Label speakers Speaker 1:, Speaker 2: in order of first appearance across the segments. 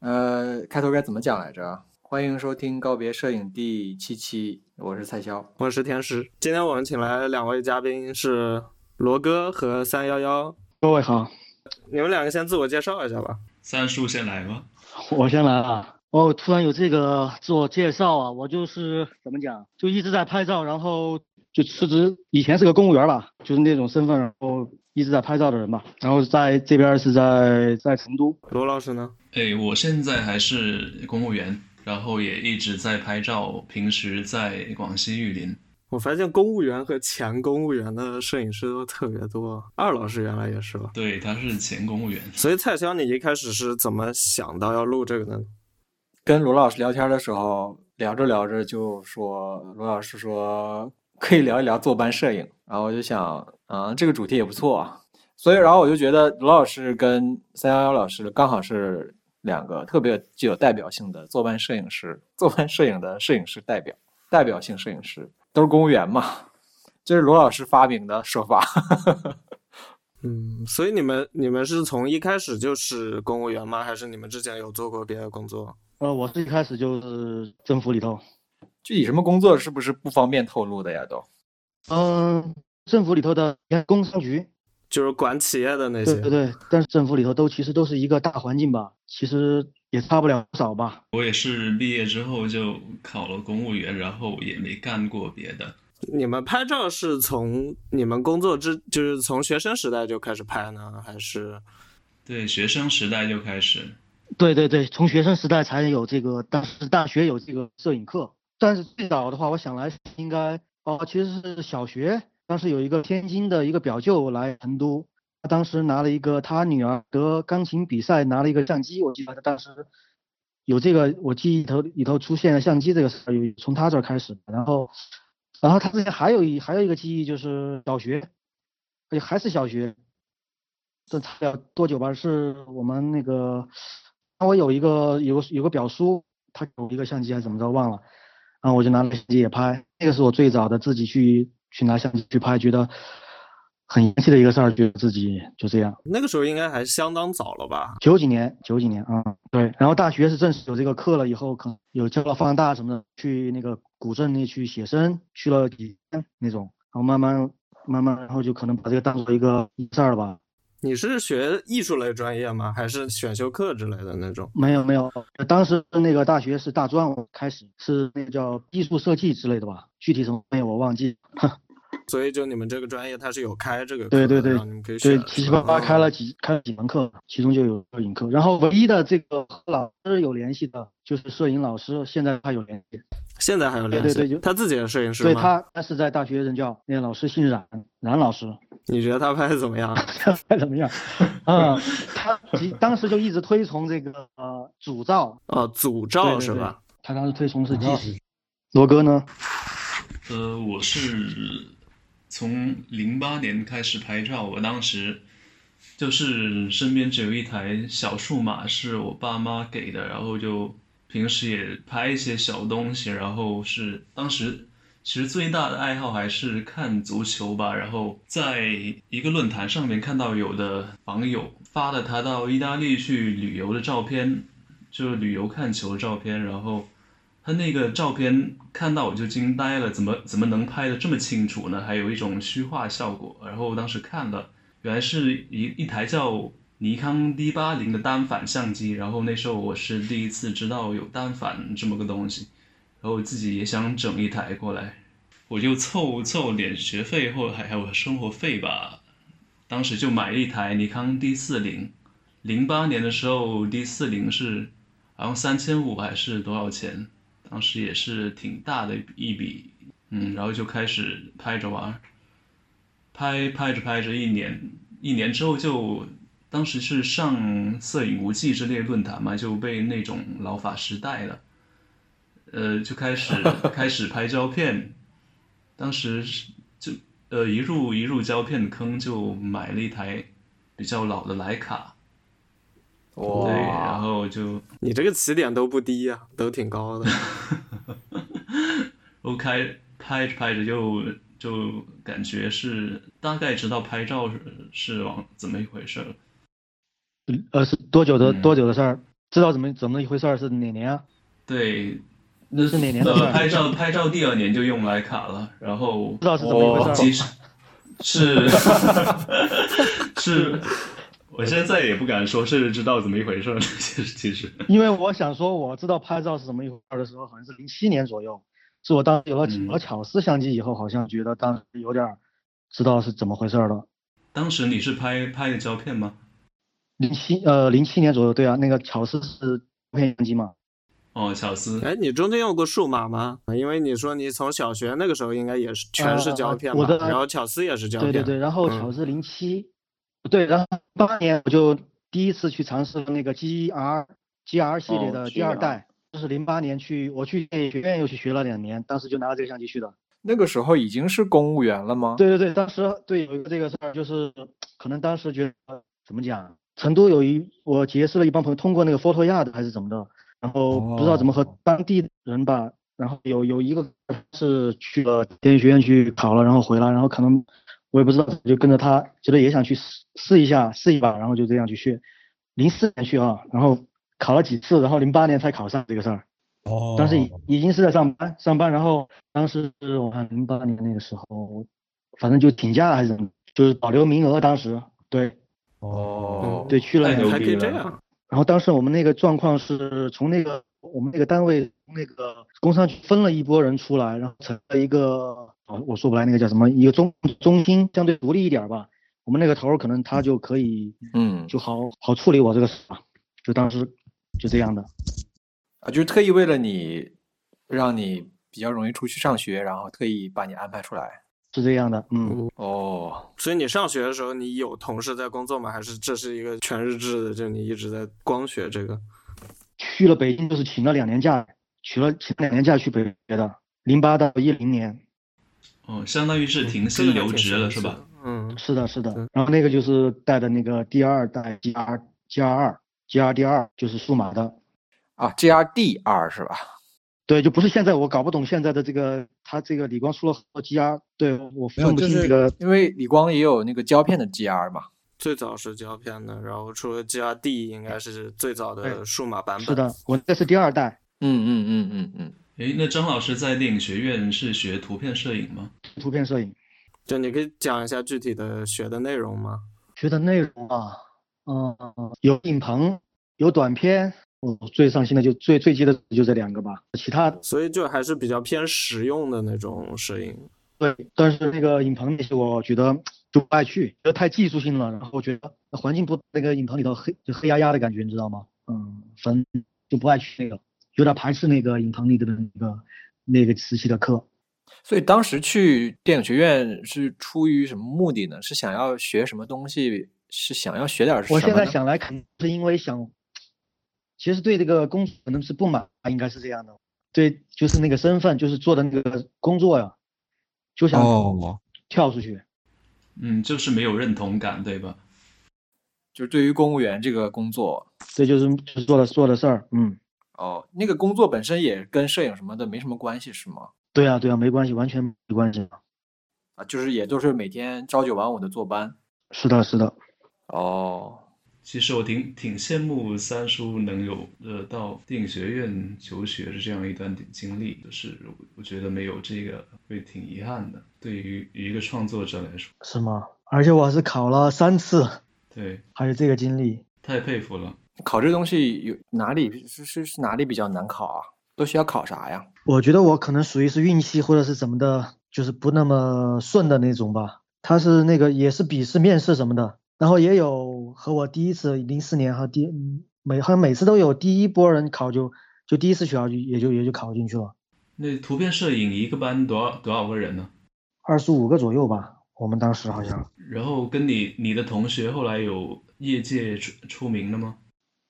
Speaker 1: 呃开头该怎么讲来着？啊欢迎收听《告别摄影》第七期，我是蔡潇。
Speaker 2: 我是天师。今天我们请来两位嘉宾是罗哥和三幺幺，
Speaker 3: 各位好，
Speaker 2: 你们两个先自我介绍一下吧。
Speaker 4: 三叔先来吗？
Speaker 3: 我先来啊。哦，突然有这个自我介绍啊，我就是怎么讲，就一直在拍照，然后就辞职，以前是个公务员吧，就是那种身份，然后一直在拍照的人吧。然后在这边是在在成都，
Speaker 2: 罗老师呢？
Speaker 4: 哎，我现在还是公务员，然后也一直在拍照，平时在广西玉林。
Speaker 2: 我发现公务员和前公务员的摄影师都特别多，二老师原来也是吧？
Speaker 4: 对，他是前公务员。
Speaker 2: 所以蔡潇，你一开始是怎么想到要录这个呢？
Speaker 1: 跟罗老师聊天的时候，聊着聊着就说，罗老师说可以聊一聊坐班摄影，然后我就想，啊、这个主题也不错啊，所以然后我就觉得罗老师跟三幺幺老师刚好是两个特别具有代表性的坐班摄影师，坐班摄影的摄影师代表，代表性摄影师都是公务员嘛， 这是罗老师发明的说法。
Speaker 2: 嗯，所以你们你们是从一开始就是公务员吗？还是你们之前有做过别的工作？
Speaker 3: 呃，我是一开始就是政府里头，
Speaker 1: 具体什么工作是不是不方便透露的呀？都
Speaker 3: 嗯、政府里头的工商局，
Speaker 2: 就是管企业的那些？
Speaker 3: 对对对，但是政府里头都其实都是一个大环境吧，其实也差不了多少吧。
Speaker 4: 我也是毕业之后就考了公务员，然后也没干过别的。
Speaker 2: 你们拍照是从你们工作之，就是从学生时代就开始拍呢，还是
Speaker 4: 对，学生时代就开始。
Speaker 3: 对对对，从学生时代才有这个，当时大学有这个摄影课。但是最早的话，我想来应该哦，其实是小学，当时有一个天津的一个表舅来成都，他当时拿了一个他女儿得钢琴比赛拿了一个相机，我记得他当时有这个，我记忆头里头出现了相机这个事儿，有从他这儿开始的。然后，然后他之前还有一还有一个记忆就是小学，哎还是小学，这差不了多久吧？是我们那个，我有一个有个有个表叔，他有一个相机还是怎么着忘了，然后我就拿了相机也拍，那个是我最早的自己去去拿相机去拍，觉得很洋气的一个事儿，觉得自己就这样。
Speaker 2: 那个时候应该还相当早了吧？
Speaker 3: 九几年，九几年啊、嗯对。然后大学是正式有这个课了以后，可能有教了放大什么的，去那个古镇那去写生，去了几天那种，然后慢慢慢慢，然后就可能把这个当做一个一个事儿了吧。
Speaker 2: 你是学艺术类专业吗？还是选修课之类的那种？
Speaker 3: 没有没有，呃当时那个大学是大专，我开始是那个叫艺术设计之类的吧，具体什么专业我忘记。
Speaker 2: 所以就你们这个专业它是有开这个课
Speaker 3: 对
Speaker 2: 的，
Speaker 3: 对对
Speaker 2: 然后你们可以选
Speaker 3: 对
Speaker 2: 是，吧。
Speaker 3: 七七八八开了
Speaker 2: 嗯
Speaker 3: 几开了几门课，其中就有摄影课。然后唯一的这个和老师有联系的，就是摄影老师，现在还有联系。
Speaker 2: 现在还有联
Speaker 3: 对
Speaker 2: 系？
Speaker 3: 对对就
Speaker 2: 他自己的摄影师吗？
Speaker 3: 所以他他是在大学任教，那个老师姓冉，冉老师。
Speaker 2: 你觉得他拍的怎么样？
Speaker 3: 还怎么样？啊、他其当时就一直推崇这个呃主照，
Speaker 2: 哦，祖
Speaker 3: 对
Speaker 2: 照
Speaker 3: 对
Speaker 2: 是
Speaker 3: 对
Speaker 2: 吧？
Speaker 3: 他当时推崇是纪实。罗哥呢？
Speaker 4: 呃，我是从零八年开始拍照，我当时就是身边只有一台小数码，是我爸妈给的，然后就平时也拍一些小东西，然后是当时其实最大的爱好还是看足球吧，然后在一个论坛上面看到有的网友发了他到意大利去旅游的照片，就是旅游看球的照片，然后。他那个照片看到我就惊呆了，怎么怎么能拍的这么清楚呢？还有一种虚化效果。然后我当时看了，原来是一一台叫尼康 D 八零的单反相机。然后那时候我是第一次知道有单反这么个东西，然后我自己也想整一台过来，我就凑凑点学费或还还有生活费吧，当时就买了一台尼康 D 四零。零八年的时候，D 四零是好像三千五还是多少钱？当时也是挺大的一笔，嗯，然后就开始拍着玩儿，拍拍着拍着，一年一年之后就，当时是上摄影无忌之类的论坛嘛，就被那种老法师带了，呃，就开始开始拍胶片，当时是就呃一入一入胶片坑，就买了一台比较老的徕卡，对，然
Speaker 1: 哇，
Speaker 4: 后就
Speaker 2: 你这个起点都不低呀、都挺高 的。
Speaker 4: 我开哦拍着拍着就就感觉是大概知道拍照是是往怎么一回事了。
Speaker 3: 呃，是多久的、
Speaker 4: 嗯
Speaker 3: 多久的事儿？知道怎么怎么一回事儿是哪年啊？
Speaker 4: 对，那
Speaker 3: 是哪年的事
Speaker 4: 呃
Speaker 3: 儿
Speaker 4: 拍照拍照第二年就用徕卡了，然后哦
Speaker 3: 知道是怎么一回事儿
Speaker 4: 其实是是，我现在再也不敢说是知道怎么一回事儿，其实其实
Speaker 3: 因为我想说，我知道拍照是怎么一回事儿的时候，好像是零七年左右，是我当时有了
Speaker 4: 嗯
Speaker 3: 有了巧思相机以后，好像觉得当时有点儿知道是怎么回事儿了。
Speaker 4: 当时你是拍拍的胶片吗？
Speaker 3: 零七呃零七年左右，对啊，那个巧思是胶片相机嘛，
Speaker 4: 哦，巧思，
Speaker 2: 哎，你中间用过数码吗？因为你说你从小学那个时候应该也是全是胶片吧，
Speaker 3: 呃我的
Speaker 2: 然后巧思也是胶
Speaker 3: 对
Speaker 2: 片，
Speaker 3: 对对，然后
Speaker 2: 嗯
Speaker 3: 巧思零七、不对，然后八年我就第一次去尝试那个 GR GR 系列
Speaker 5: 哦
Speaker 3: 的
Speaker 5: 去
Speaker 3: 第二
Speaker 5: 了
Speaker 3: 代，就是零八年去我去电影学院又去学了两年，当时就拿了这个相机去的。
Speaker 2: 哦
Speaker 1: 那个时候已经是公务员了吗？
Speaker 3: 对对对，当时对有一个这个事儿，就是可能当时觉得怎么讲，成都有一我结识了一帮朋友，通过那个 p h o t o y a 的还是怎么的，然后不知道怎么和当地人吧，然后有有一个是去了电影学院去考了，然后回来，然后可能我也不知道，就跟着他，觉得也想去试试一下试一把，然后就这样去学，零四年去啊，然后考了几次，然后零八年才考上这个事儿。
Speaker 6: 哦，
Speaker 3: 当时已已经是在上班，上班，然后当时是我看零八年那个时候，反正就请假还是怎么，就是保留名额。当时对
Speaker 1: 哦，
Speaker 3: 嗯对去了
Speaker 4: 太
Speaker 3: 两
Speaker 4: 牛
Speaker 2: 还可
Speaker 4: 逼
Speaker 2: 以这
Speaker 4: 了！
Speaker 2: 样，
Speaker 3: 然后当时我们那个状况是从那个我们那个单位那个工商局分了一拨人出来，然后成了一个哦我说不来那个叫什么一个中中心，相对独立一点儿吧。我们那个头儿可能他就可以
Speaker 1: 嗯，
Speaker 3: 就好好处理我这个事吧，就当时就这样的。
Speaker 1: 啊，就是特意为了你，让你比较容易出去上学，然后特意把你安排出来。
Speaker 3: 是这样的，嗯，
Speaker 1: 哦，
Speaker 2: 所以你上学的时候，你有同事在工作吗？还是这是一个全日制的，就你一直在光学这个？
Speaker 3: 去了北京就是请了两年假，请了请了两年假去北学的，零八到一零年，
Speaker 4: 哦，相当于是停
Speaker 2: 这个
Speaker 4: 薪
Speaker 2: 还
Speaker 4: 留
Speaker 2: 挺
Speaker 4: 职
Speaker 2: 神
Speaker 4: 了
Speaker 2: 奇
Speaker 4: 是吧
Speaker 2: 的？？嗯，
Speaker 3: 是的，是的
Speaker 2: 对。
Speaker 3: 然后那个就是带的那个第二代 GR GR 二 GR D 二，就是数码的，
Speaker 1: 啊，G R D 二是吧？
Speaker 3: 对，就不是现在我搞不懂现在的这个，它这个李光出了很多 GR，对我
Speaker 6: 没有
Speaker 3: 分不
Speaker 6: 就
Speaker 3: 清
Speaker 6: 是
Speaker 3: 这个，
Speaker 1: 因为李光也有那个胶片的 G R 嘛。
Speaker 2: 最早是胶片的，然后除了 GRD 应该是最早的
Speaker 3: 对
Speaker 2: 数码版本。
Speaker 3: 是的，我这是第二代
Speaker 1: 嗯嗯嗯嗯嗯。
Speaker 4: 诶，那张老师在电影学院是学图片摄影吗？
Speaker 3: 图片摄影
Speaker 2: 就你可以讲一下具体的学的内容吗？
Speaker 3: 学的内容啊，嗯，有影棚，有短片，我最上心的就最最记得就这两个吧，其他
Speaker 2: 所以就还是比较偏实用的那种摄影。
Speaker 3: 对，但是那个影棚那些我觉得就不爱去，觉得太技术性了，然后觉得环境不那个影棚里头黑就黑压压的感觉，你知道吗？嗯，反正就不爱去那个，有点排斥那个影棚里的那个那个时期的课。
Speaker 1: 所以当时去电影学院是出于什么目的呢？是想要学什么东西？是想要学点什么
Speaker 3: 我
Speaker 1: 呢？
Speaker 3: 现在想来，可能是因为想，其实对这个工作可能是不满，应该是这样的。对，就是那个身份，就是做的那个工作呀，就想
Speaker 6: 哦，
Speaker 3: 跳出去。
Speaker 4: 嗯，就是没有认同感，对吧？
Speaker 1: 就是对于公务员这个工作，
Speaker 3: 这就是就是做的做的事儿。嗯，
Speaker 1: 哦，那个工作本身也跟摄影什么的没什么关系，是吗？
Speaker 3: 对呀、对呀、没关系，完全没关系。
Speaker 1: 啊，就是也就是每天朝九晚五的坐班。
Speaker 3: 是的，是的。
Speaker 1: 哦，
Speaker 4: 其实我挺挺羡慕三叔能有呃到电影学院求学的这样一段经历，就是我我觉得没有这个会挺遗憾的，对于一个创作者来说，
Speaker 3: 是吗？而且我还是考了三次，
Speaker 4: 对，
Speaker 3: 还有这个经历。
Speaker 4: 太佩服了。
Speaker 1: 考这东西有哪里是是是哪里比较难考啊？都需要考啥呀？
Speaker 3: 我觉得我可能属于是运气或者是怎么的，就是不那么顺的那种吧。他是那个也是笔试、面试什么的，然后也有和我第一次零四年和第嗯每好像每次都有第一波人考就就第一次学啊校就也就也就考进去了，
Speaker 4: 那图片摄影一个班多少多少个人呢？
Speaker 3: 二十五个左右吧。我们当时好像，
Speaker 4: 然后跟你你的同学后来有业界出出名了吗？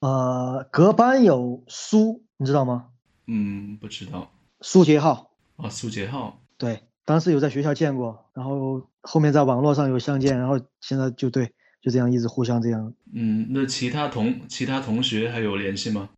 Speaker 3: 呃，隔班有苏，你知道吗？
Speaker 4: 嗯，不知道
Speaker 3: 苏杰浩，
Speaker 4: 啊，苏杰浩，
Speaker 3: 对，当时有在学校见过，然后后面在网络上有相见，然后现在就对，就这样一直互相这样。
Speaker 4: 嗯，那其他同其他同学还有联系吗？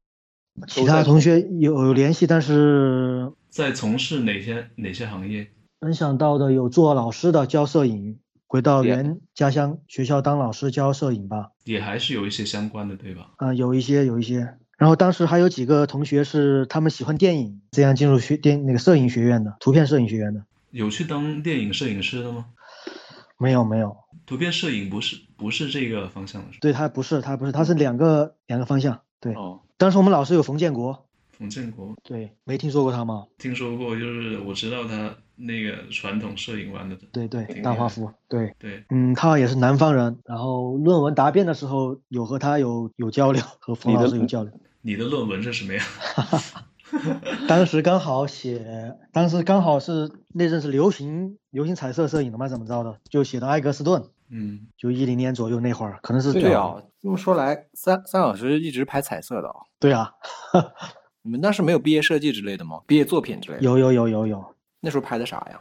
Speaker 3: 其他同学有有联系，但是
Speaker 4: 在从事哪些哪些行业？
Speaker 3: 能想到的有做老师的教摄影，回到
Speaker 1: 对
Speaker 3: 原家乡学校当老师教摄影吧。
Speaker 4: 也还是有一些相关的，对吧？
Speaker 3: 啊、有一些有一些。然后当时还有几个同学是他们喜欢电影，这样进入学电那个摄影学院的，图片摄影学院的。
Speaker 4: 有去当电影摄影师的吗？
Speaker 3: 没有没有，
Speaker 4: 图片摄影不是不是这个方向的是吧？
Speaker 3: 对他不是他不是，他是两个两个方向。对，
Speaker 4: 哦，
Speaker 3: 当时我们老师有冯建国，
Speaker 4: 冯建国
Speaker 3: 对，没听说过他吗？
Speaker 4: 听说过，就是我知道他那个传统摄影玩的，
Speaker 3: 对对
Speaker 4: 挺，
Speaker 3: 大
Speaker 4: 厉害
Speaker 3: 华
Speaker 4: 的
Speaker 3: 夫，对，
Speaker 4: 对，
Speaker 3: 嗯，他也是南方人，然后论文答辩的时候有和他有有交流，和冯
Speaker 1: 你的
Speaker 3: 老师 有交流。
Speaker 4: 你的论文是什么呀？
Speaker 3: 当时刚好写，当时刚好是那阵是流行流行彩色摄影的嘛，怎么着的，就写的埃格斯顿，
Speaker 4: 嗯，
Speaker 3: 就一零年左右那会儿，可能是
Speaker 1: 对
Speaker 3: 最
Speaker 1: 啊
Speaker 3: 好，
Speaker 1: 这么说来，三三老师一直拍彩色的哦。
Speaker 3: 对啊，
Speaker 1: 你们当时没有毕业设计之类的吗？毕业作品之类的？
Speaker 3: 有有有有有，
Speaker 1: 那时候拍的啥呀？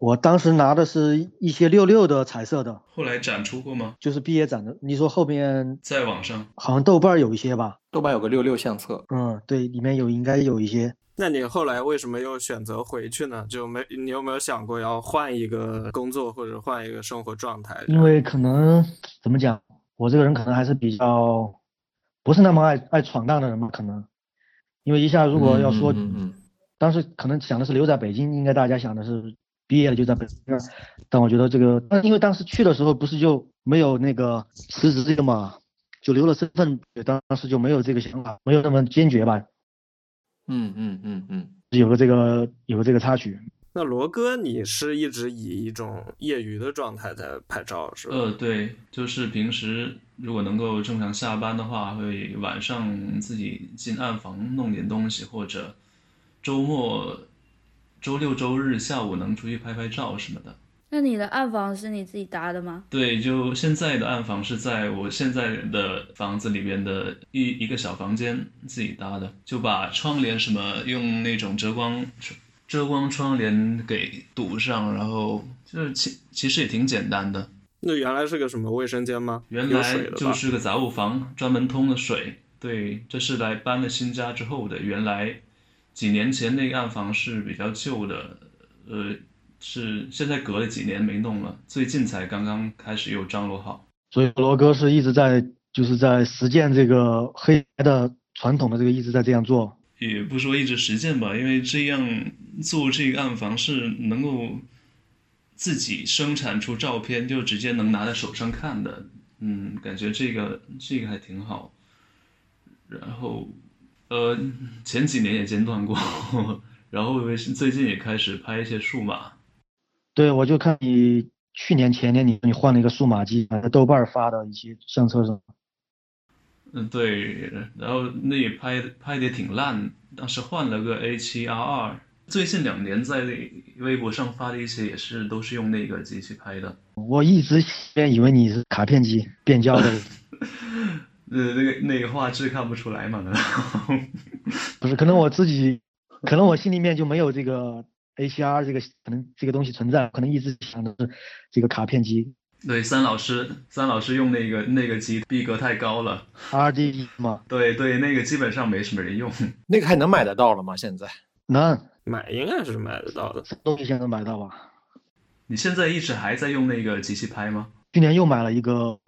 Speaker 3: 我当时拿的是一些六六的彩色的，
Speaker 4: 后来展出过吗？
Speaker 3: 就是毕业展的。你说后面
Speaker 4: 在网上
Speaker 3: 好像豆瓣儿有一些吧？
Speaker 1: 豆瓣有个六六相册，
Speaker 3: 嗯，对，里面有应该有一些。
Speaker 2: 那你后来为什么又选择回去呢？就没你有没有想过要换一个工作或者换一个生活状态？
Speaker 3: 因为可能怎么讲，我这个人可能还是比较不是那么爱爱闯荡的人嘛，可能。因为一下如果要说，
Speaker 1: 嗯嗯嗯
Speaker 3: 当时可能想的是留在北京，应该大家想的是毕业了就在北京。但我觉得这个，但因为当时去的时候不是就没有那个辞职这个嘛，就留了身份，当当时就没有这个想法，没有那么坚决吧，
Speaker 1: 嗯嗯嗯嗯
Speaker 3: 有个这个有个这个插曲。
Speaker 2: 那罗哥，你是一直以一种业余的状态在拍照是吧？
Speaker 4: 呃，对，就是平时如果能够正常下班的话，会晚上自己进暗房弄点东西，或者周末、周六、周日下午能出去拍拍照什么的。
Speaker 5: 那你的暗房是你自己搭的吗？
Speaker 4: 对，就现在的暗房是在我现在的房子里边的一一个小房间自己搭的，就把窗帘什么用那种遮光遮光窗帘给堵上，然后就是其其实也挺简单的。
Speaker 2: 那原来是个什么卫生间吗？
Speaker 4: 原
Speaker 2: 有
Speaker 4: 来
Speaker 2: 水的吧
Speaker 4: 就是个杂物房，专门通了水。对，这是来搬了新家之后的。原来几年前那个暗房是比较旧的，呃，是现在隔了几年没弄了，最近才刚刚开始又张罗好。
Speaker 3: 所以罗哥是一直在就是在实践这个黑白的传统的这个一直在这样做。
Speaker 4: 也不说一直实践吧，因为这样做这个暗房是能够自己生产出照片，就直接能拿在手上看的。嗯，感觉这个这个还挺好。然后，呃，前几年也间断过， 然后最近也开始拍一些数码。
Speaker 3: 对，我就看你去年前年你你换了一个数码机，在豆瓣儿发的一些相册上。
Speaker 4: 嗯，对，然后那也拍拍的也挺烂，当时换了个 A 7 R 二，最近两年在微博上发的一些也是都是用那个机器拍的。
Speaker 3: 我一直先以为你是卡片机变焦的，
Speaker 4: 呃，那个那个画质看不出来嘛， 然后
Speaker 3: 不是，可能我自己，可能我心里面就没有这个 ACR 这个可能这个东西存在，可能一直想的是这个卡片机
Speaker 4: 对三老师，三老师用那个那个机逼格太高了，
Speaker 3: RDE 嘛，
Speaker 4: 对对，那个基本上没什么人用。
Speaker 1: 那个还能买得到了吗？现在？
Speaker 3: 能
Speaker 2: 买应该是买得到的。
Speaker 3: 这东西现在能买到吧？
Speaker 4: 你现在一直还在用那个机器拍吗？
Speaker 3: 去年又买了一个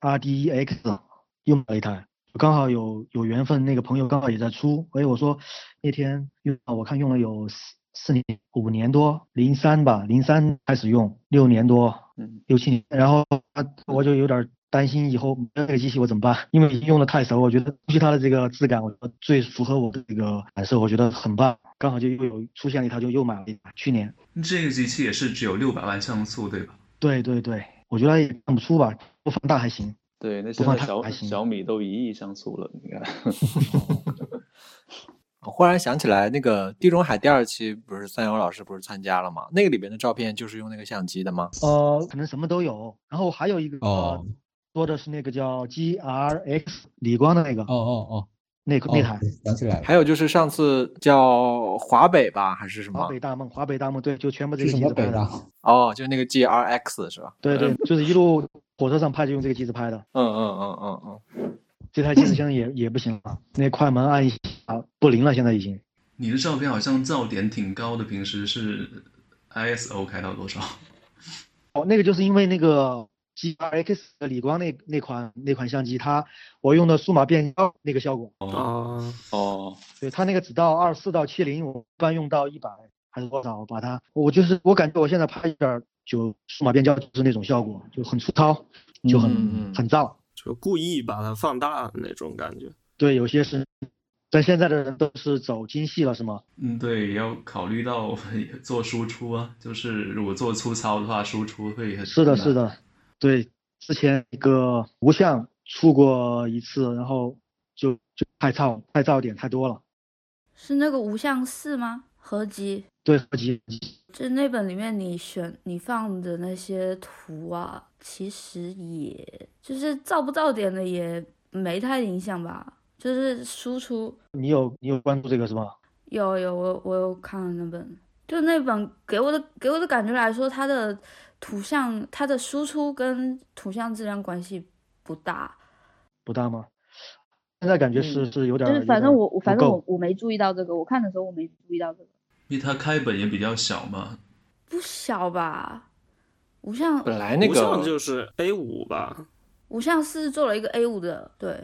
Speaker 3: RDEX，又买了一台，刚好有有缘分，那个朋友刚好也在出，所以我说那天用啊，我看用了有四四年五年多，零三吧，零三开始用，六年多
Speaker 1: 嗯，
Speaker 3: 六七年，然后啊我就有点担心以后没有这个机器我怎么办，因为已经用的太熟，我觉得估计它的这个质感，我觉得最符合我的这个感受，我觉得很棒，刚好就又有出现了一台，就又买了一台，去年。
Speaker 4: 这个机器也是只有六百万像素，对吧？
Speaker 3: 对对对，我觉得也看不出吧，不放大还行。
Speaker 6: 对，那
Speaker 3: 不
Speaker 6: 现
Speaker 3: 放
Speaker 6: 在
Speaker 3: 太
Speaker 6: 小
Speaker 3: 开心
Speaker 6: 小米都一亿像素了，你看，
Speaker 1: 我忽然想起来，那个地中海第二期不是三友老师不是参加了吗？那个里边的照片就是用那个相机的吗？
Speaker 3: 呃，可能什么都有。然后还有一个、
Speaker 7: 哦
Speaker 3: 说的是那个叫 GRX 理光的那个、
Speaker 7: 哦哦
Speaker 3: 那
Speaker 7: 哦，
Speaker 3: 个那台
Speaker 7: 哦想起来了，
Speaker 1: 还有就是上次叫华北吧，还是什
Speaker 3: 华
Speaker 1: 么
Speaker 3: 北？大梦，华北大梦对，就全部这
Speaker 7: 是
Speaker 3: 个
Speaker 7: 什
Speaker 3: 机
Speaker 7: 么
Speaker 3: 子
Speaker 7: 北
Speaker 3: 拍
Speaker 7: 的
Speaker 3: 的。？
Speaker 1: 哦，就是那个 G R X 是吧？
Speaker 3: 对对，就是一路火车上拍就用这个机子拍的。
Speaker 1: 嗯嗯嗯嗯嗯。
Speaker 3: 这台机子现在也也不行了，那快门按一下不灵了，现在已经。
Speaker 4: 你的照片好像噪点挺高的，平时是 ISO 开到多少？
Speaker 3: 哦，那个就是因为那个 G R X 的理光那那款那款相机，它我用的数码变焦那个效果，
Speaker 2: 哦，
Speaker 6: 哦，
Speaker 3: 对它那个只到二四到七零，我一般用到一百还是多少，我把它，我就是我感觉我现在拍一点儿就数码变焦就是那种效果，就很粗糙，就很、
Speaker 1: 嗯嗯
Speaker 3: 很燥。
Speaker 2: 就故意把它放大那种感觉。
Speaker 3: 对，有些是，但现在的人都是走精细了，是吗？
Speaker 4: 嗯，对，也要考虑到 做输出啊，就是如果做粗糙的话，输出会很
Speaker 3: 是的，是
Speaker 4: 难。
Speaker 3: 的，对，之前一个无相出过一次，然后就就太燥，太燥点太多了。
Speaker 5: 是那个无相四吗？合集，
Speaker 3: 对，合集
Speaker 5: 就那本里面你选你放的那些图啊，其实也就是照不照点的也没太影响吧，就是输出
Speaker 3: 你有你有关注这个是吧？
Speaker 5: 有有，我我有看了那本，就那本给我的给我的感觉来说，它的图像它的输出跟图像质量关系不大。
Speaker 3: 不大吗？现在感觉是
Speaker 6: 嗯
Speaker 3: 是有点
Speaker 7: 就
Speaker 3: 儿，
Speaker 7: 是
Speaker 3: 有
Speaker 7: 反
Speaker 3: 点
Speaker 7: 正
Speaker 3: 儿
Speaker 7: 我
Speaker 3: 不
Speaker 7: 我反正
Speaker 3: 够
Speaker 7: 我我没注意到这个，我看的时候我没注意到这个。
Speaker 4: 因为它开本也比较小嘛，
Speaker 5: 不小吧？无相
Speaker 1: 本来那
Speaker 2: 无相就
Speaker 1: 个
Speaker 2: 是 A 五吧
Speaker 5: 无相是做了一个 A 五的，对，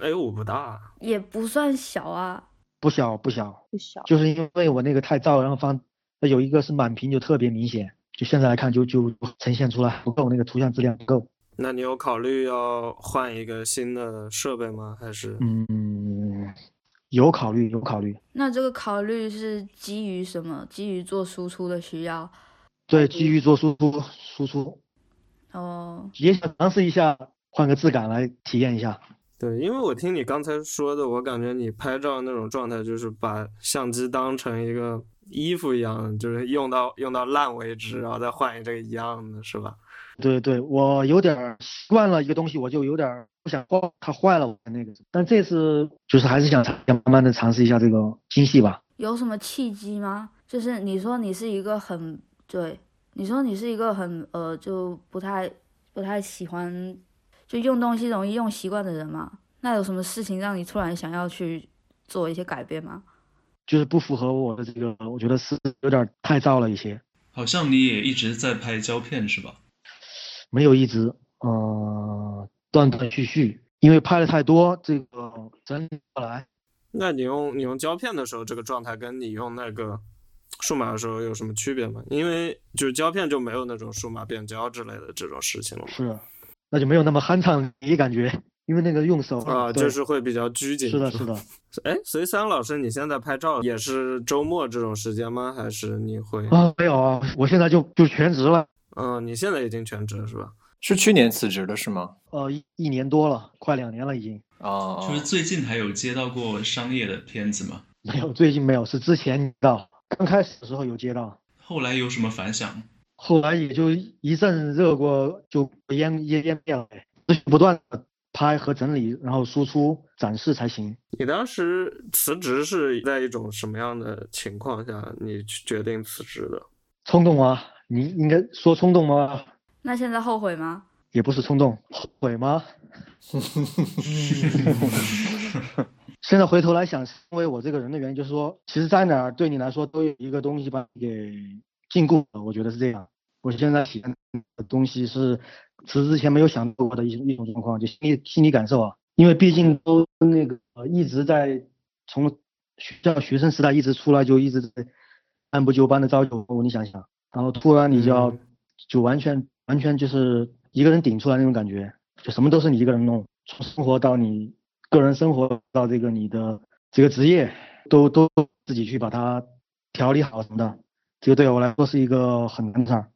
Speaker 2: ，A 五不大，
Speaker 5: 也不算小啊。
Speaker 3: 不小不小，
Speaker 7: 不小，
Speaker 3: 就是因为我那个太燥，然后放有一个是满屏就特别明显，就现在来看就就呈现出来不够，那个图像质量不够。
Speaker 2: 那你有考虑要换一个新的设备吗？还是
Speaker 3: 嗯，有考虑有考虑，
Speaker 5: 那这个考虑是基于什么？基于做输出的需要
Speaker 3: 对，基于做输出输出，
Speaker 5: 哦。
Speaker 3: 也想尝试一下换个质感来体验一下。
Speaker 2: 对？因为我听你刚才说的，我感觉你拍照那种状态就是把相机当成一个衣服一样，就是用到用到烂为止，然后再换一这个一样的，是吧？
Speaker 3: 对对，我有点儿习惯了一个东西，我就有点儿不想换它坏了我的那个。但这次就是还是想尝慢慢的尝试一下这个精细吧。
Speaker 5: 有什么契机吗？就是你说你是一个很对，你说你是一个很呃，就不太不太喜欢就用东西容易用习惯的人嘛。那有什么事情让你突然想要去做一些改变吗？
Speaker 3: 就是不符合我的这个，我觉得是有点太燥了一些，
Speaker 4: 好像你也一直在拍胶片是吧？
Speaker 3: 没有一直呃断断续续，因为拍的太多，这个整理不过来。
Speaker 2: 那你用你用胶片的时候，这个状态跟你用那个数码的时候有什么区别吗？因为就胶片就没有那种数码变焦之类的这种事情了嘛。
Speaker 3: 是，那就没有那么酣畅淋漓感觉，因为那个用手
Speaker 2: 啊，
Speaker 3: 嗯对
Speaker 2: 就是会比较拘谨。
Speaker 3: 是的，
Speaker 2: 吧
Speaker 3: 是的，
Speaker 2: 哎，隋三老师，你现在拍照也是周末这种时间吗？还是你会？
Speaker 3: 啊，没有啊，我现在就就全职了，
Speaker 2: 嗯，你现在已经全职了是吧？
Speaker 1: 是去年辞职的是吗？
Speaker 3: 呃，一一年多了，快两年了已经。
Speaker 1: 哦，
Speaker 4: 就是最近还有接到过商业的片子吗？
Speaker 3: 没有，最近没有，是之前接到，刚开始的时候有接到，
Speaker 4: 后来有什么反响？
Speaker 3: 后来也就一阵热过，就淹淹淹灭了，持续不断的拍和整理，然后输出展示才行。
Speaker 2: 你当时辞职是在一种什么样的情况下你去决定辞职的？
Speaker 3: 冲动吗？你应该说冲动吗？
Speaker 5: 那现在后悔吗？
Speaker 3: 也不是冲动，后悔吗？现在回头来想，是因为我这个人的原因，就是说，其实在哪儿对你来说都有一个东西把你给禁锢了，我觉得是这样。我现在体验的东西是辞职之前没有想到过的一种一种状况，就心理心理感受啊，因为毕竟都那个呃一直在从学校学生时代一直出来就一直在按部就班的朝九晚五，你想想，然后突然你就要
Speaker 2: 嗯
Speaker 3: 就完全完全就是一个人顶出来那种感觉，就什么都是你一个人弄，从生活到你个人生活到这个你的这个职业，都都自己去把它调理好什么的，这个对我来说是一个很难的事儿。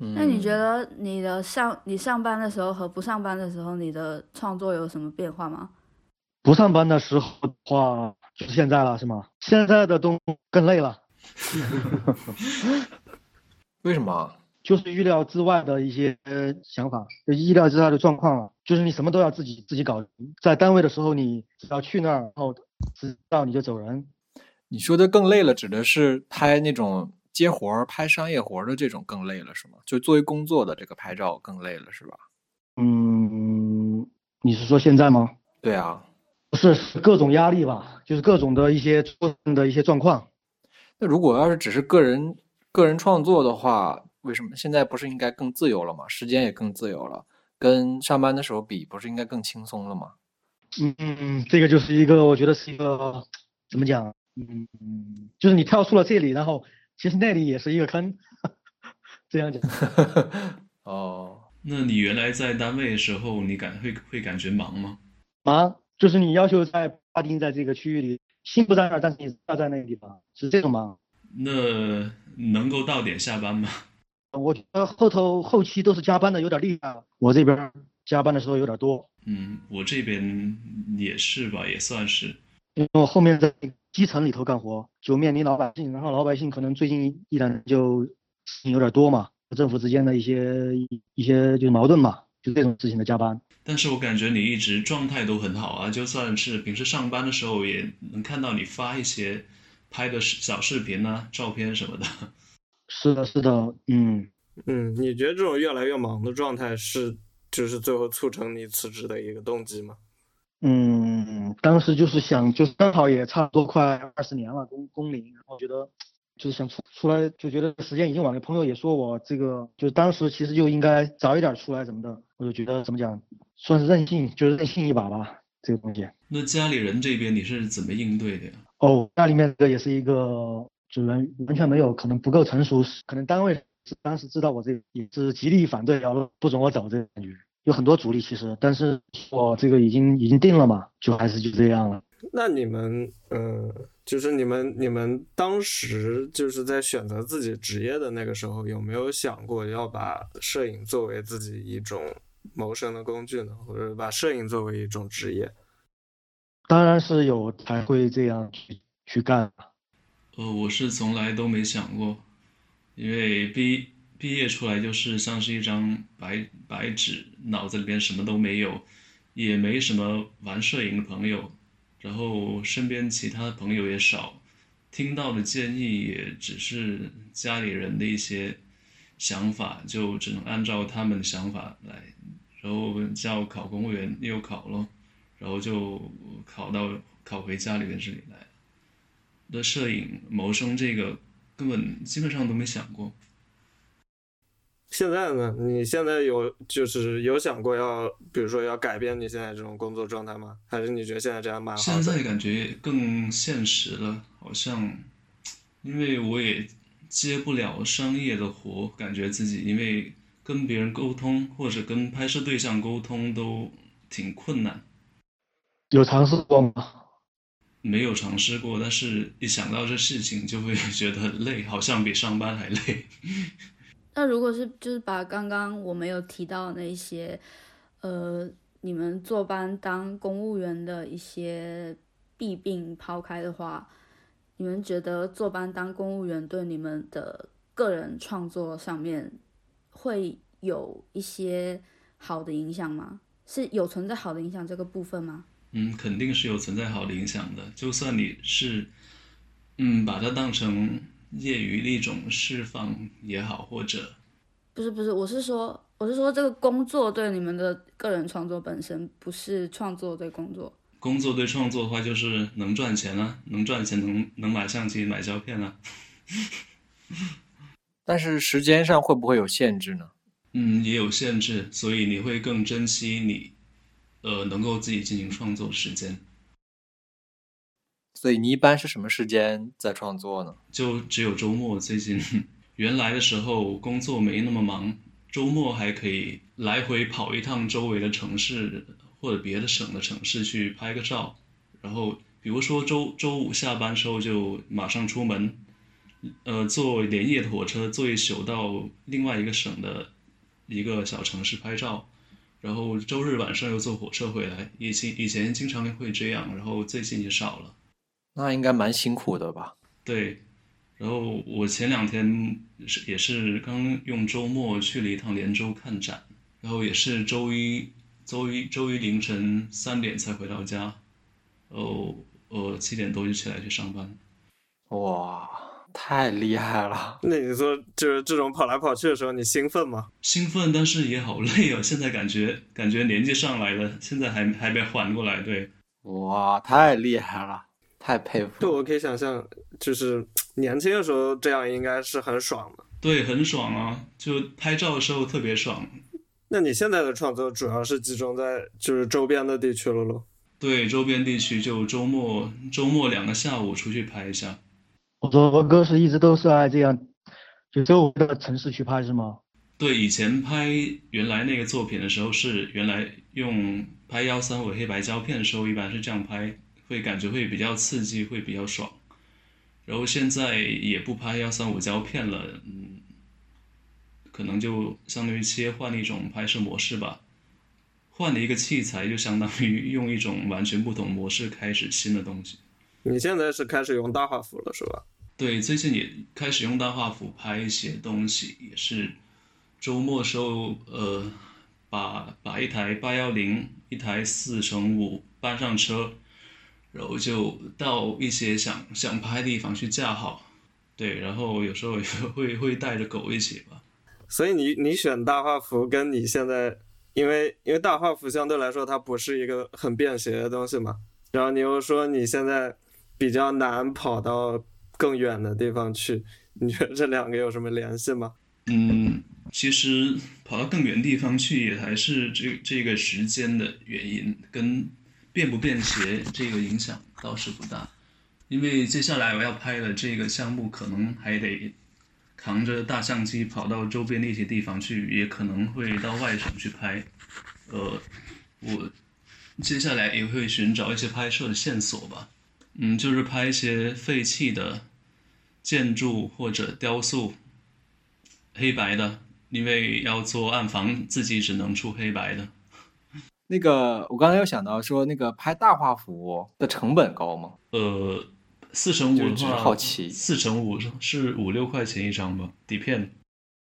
Speaker 5: 那
Speaker 1: 那
Speaker 5: 你觉得你的上你上班的时候和不上班的时候，你的创作有什么变化吗？
Speaker 3: 不上班的时候的话，就是现在了，是吗？现在的东更累了，
Speaker 1: 为什么？啊
Speaker 3: 就是预料之外的一些呃想法，就意料之外的状况了，就是你什么都要自己自己搞。在单位的时候，你只要去那儿，然后知道你就走人，
Speaker 1: 你说的更累了，指的是拍那种接活儿、拍商业活儿的这种更累了，是吗？就作为工作的这个拍照更累了，是吧？
Speaker 3: 嗯，你是说现在吗？
Speaker 1: 对啊，
Speaker 3: 不是，是各种压力吧，就是各种的一些出现的一些状况。
Speaker 1: 那如果要是只是个人个人创作的话，为什么现在不是应该更自由了吗？时间也更自由了，跟上班的时候比，不是应该更轻松了吗？
Speaker 3: 嗯，这个就是一个，我觉得是一个怎么讲？嗯，就是你跳出了这里，然后其实那里也是一个坑。 这样讲，
Speaker 1: 哦，
Speaker 4: 那你原来在单位的时候，你感会会感觉忙吗？
Speaker 3: 忙啊就是你要求在划定在这个区域里，心不在那儿，但是你要在那个地方，是这种忙。
Speaker 4: 那能够到点下班吗？
Speaker 3: 我觉得后头后期都是加班的，有点厉害了。啊我这边儿加班的时候有点多，
Speaker 4: 嗯，我这边也是吧，也算是。
Speaker 3: 因为我后面在基层里头干活，就面临老百姓，然后老百姓可能最近一两年就事情有点多嘛，和政府之间的一些一些就是矛盾嘛，就这种事情的加班。
Speaker 4: 但是我感觉你一直状态都很好啊，就算是平时上班的时候，也能看到你发一些拍的视小视频啊、照片什么的。
Speaker 3: 是的，是的，嗯，
Speaker 2: 嗯，你觉得这种越来越忙的状态是，就是最后促成你辞职的一个动机吗？
Speaker 3: 嗯，当时就是想，就是刚好也差不多快二十年了，工工龄，然后觉得就是想出出来，就觉得时间已经晚了。朋友也说我这个，就是当时其实就应该早一点出来怎么的，我就觉得怎么讲，算是任性，就是任性一把吧，这个东西。
Speaker 4: 那家里人这边你是怎么应对的呀？
Speaker 3: 哦，那里面这个也是一个，就完完全没有，可能不够成熟，可能单位是当时知道我这个也是极力反对，然后不准我走这个感觉，有很多阻力其实，但是我这个已经已经定了嘛，就还是就这样了。
Speaker 2: 那你们，呃，就是你们，你们当时就是在选择自己职业的那个时候，有没有想过要把摄影作为自己一种谋生的工具呢？或者把摄影作为一种职业？
Speaker 3: 当然是有才会这样去去干，
Speaker 4: 呃，我是从来都没想过，因为毕毕业出来就是像是一张白白纸，脑子里边什么都没有，也没什么玩摄影的朋友，然后身边其他朋友也少，听到的建议也只是家里人的一些想法，就只能按照他们的想法来，然后叫考公务员又考咯，然后就考到考回家里边这里来。的摄影谋生这个根本基本上都没想过。
Speaker 2: 现在呢？你现在有就是有想过要，比如说要改变你现在这种工作状态吗？还是你觉得现在这样蛮啊好
Speaker 4: 现
Speaker 2: 的？
Speaker 4: 在感觉更现实了，好像因为我也接不了商业的活，感觉自己因为跟别人沟通或者跟拍摄对象沟通都挺困难。
Speaker 3: 有尝试过吗？
Speaker 4: 没有尝试过，但是一想到这事情就会 觉得很累，好像比上班还累。
Speaker 5: 那如果是就是把刚刚我没有提到那一些，呃，你们坐班当公务员的一些弊病抛开的话，你们觉得坐班当公务员对你们的个人创作上面会有一些好的影响吗？是有存在好的影响这个部分吗？
Speaker 4: 嗯，肯定是有存在好的影响的。就算你是，嗯，把它当成业余的一种释放也好，或者
Speaker 5: 不是不是，我是说我是说这个工作对你们的个人创作本身，不是创作对工作。
Speaker 4: 工作对创作的话，就是能赚钱啊，能赚钱能能买相机、买胶片啊。
Speaker 1: 但是时间上会不会有限制呢？
Speaker 4: 嗯，也有限制，所以你会更珍惜你，呃，能够自己进行创作的时间。
Speaker 1: 所以你一般是什么时间在创作呢？
Speaker 4: 就只有周末。最近原来的时候工作没那么忙，周末还可以来回跑一趟周围的城市或者别的省的城市去拍个照。然后比如说周周五下班时候就马上出门，呃，坐连夜的火车坐一宿到另外一个省的一个小城市拍照。然后周日晚上又坐火车回来，以前以前经常会这样，然后最近也少了。
Speaker 1: 那应该蛮辛苦的吧？
Speaker 4: 对，然后我前两天是也是刚用周末去了一趟连州看展，然后也是周一周一周一凌晨三点才回到家，哦，呃七点多就起来去上班。
Speaker 1: 哇，太厉害了！
Speaker 2: 那你说就是这种跑来跑去的时候，你兴奋吗？
Speaker 4: 兴奋，但是也好累哦。现在感觉感觉年纪上来了，现在还还没缓过来。对，
Speaker 1: 哇，太厉害了，太佩服
Speaker 2: 就
Speaker 1: 了。
Speaker 2: 我可以想象，就是年轻的时候这样应该是很爽的。
Speaker 4: 对，很爽啊！就拍照的时候特别爽，
Speaker 2: 那你现在的创作主要是集中在就是周边的地区了喽？
Speaker 4: 对，周边地区就周末周末两个下午出去拍一下。
Speaker 3: 我说我哥是一直都是爱这样，就周围的城市去拍是吗？
Speaker 4: 对，以前拍原来那个作品的时候是原来用拍幺三五黑白胶片的时候，一般是这样拍，会感觉会比较刺激，会比较爽。然后现在也不拍幺三五胶片了，嗯，可能就相当于切换一种拍摄模式吧，换了一个器材，就相当于用一种完全不同模式开始新的东西。
Speaker 2: 你现在是开始用大画幅了是吧？
Speaker 4: 对，最近也开始用大画幅拍一些东西，也是周末时候，呃，把把一台八幺零、一台四乘五搬上车，然后就到一些想想拍的地方去架好，对，然后有时候也会会带着狗一起吧，
Speaker 2: 所以你你选大画幅，跟你现在，因为因为大画幅相对来说它不是一个很便携的东西嘛，然后你又说你现在比较难跑到更远的地方去，你觉得这两个有什么联系吗？
Speaker 4: 嗯，其实跑到更远地方去也还是这这个时间的原因，跟便不便携这个影响倒是不大，因为接下来我要拍的这个项目可能还得扛着大相机跑到周边的一些地方去，也可能会到外省去拍。呃，我接下来也会寻找一些拍摄的线索吧，嗯，就是拍一些废弃的建筑或者雕塑，黑白的，因为要做暗房，自己只能出黑白的。
Speaker 1: 那个，我刚才又想到说，那个拍大画幅的成本高吗？
Speaker 4: 呃，四乘五
Speaker 1: 就
Speaker 4: 的
Speaker 1: 只是
Speaker 4: 话，
Speaker 1: 好奇
Speaker 4: 四乘五是五六块钱一张吧，底片。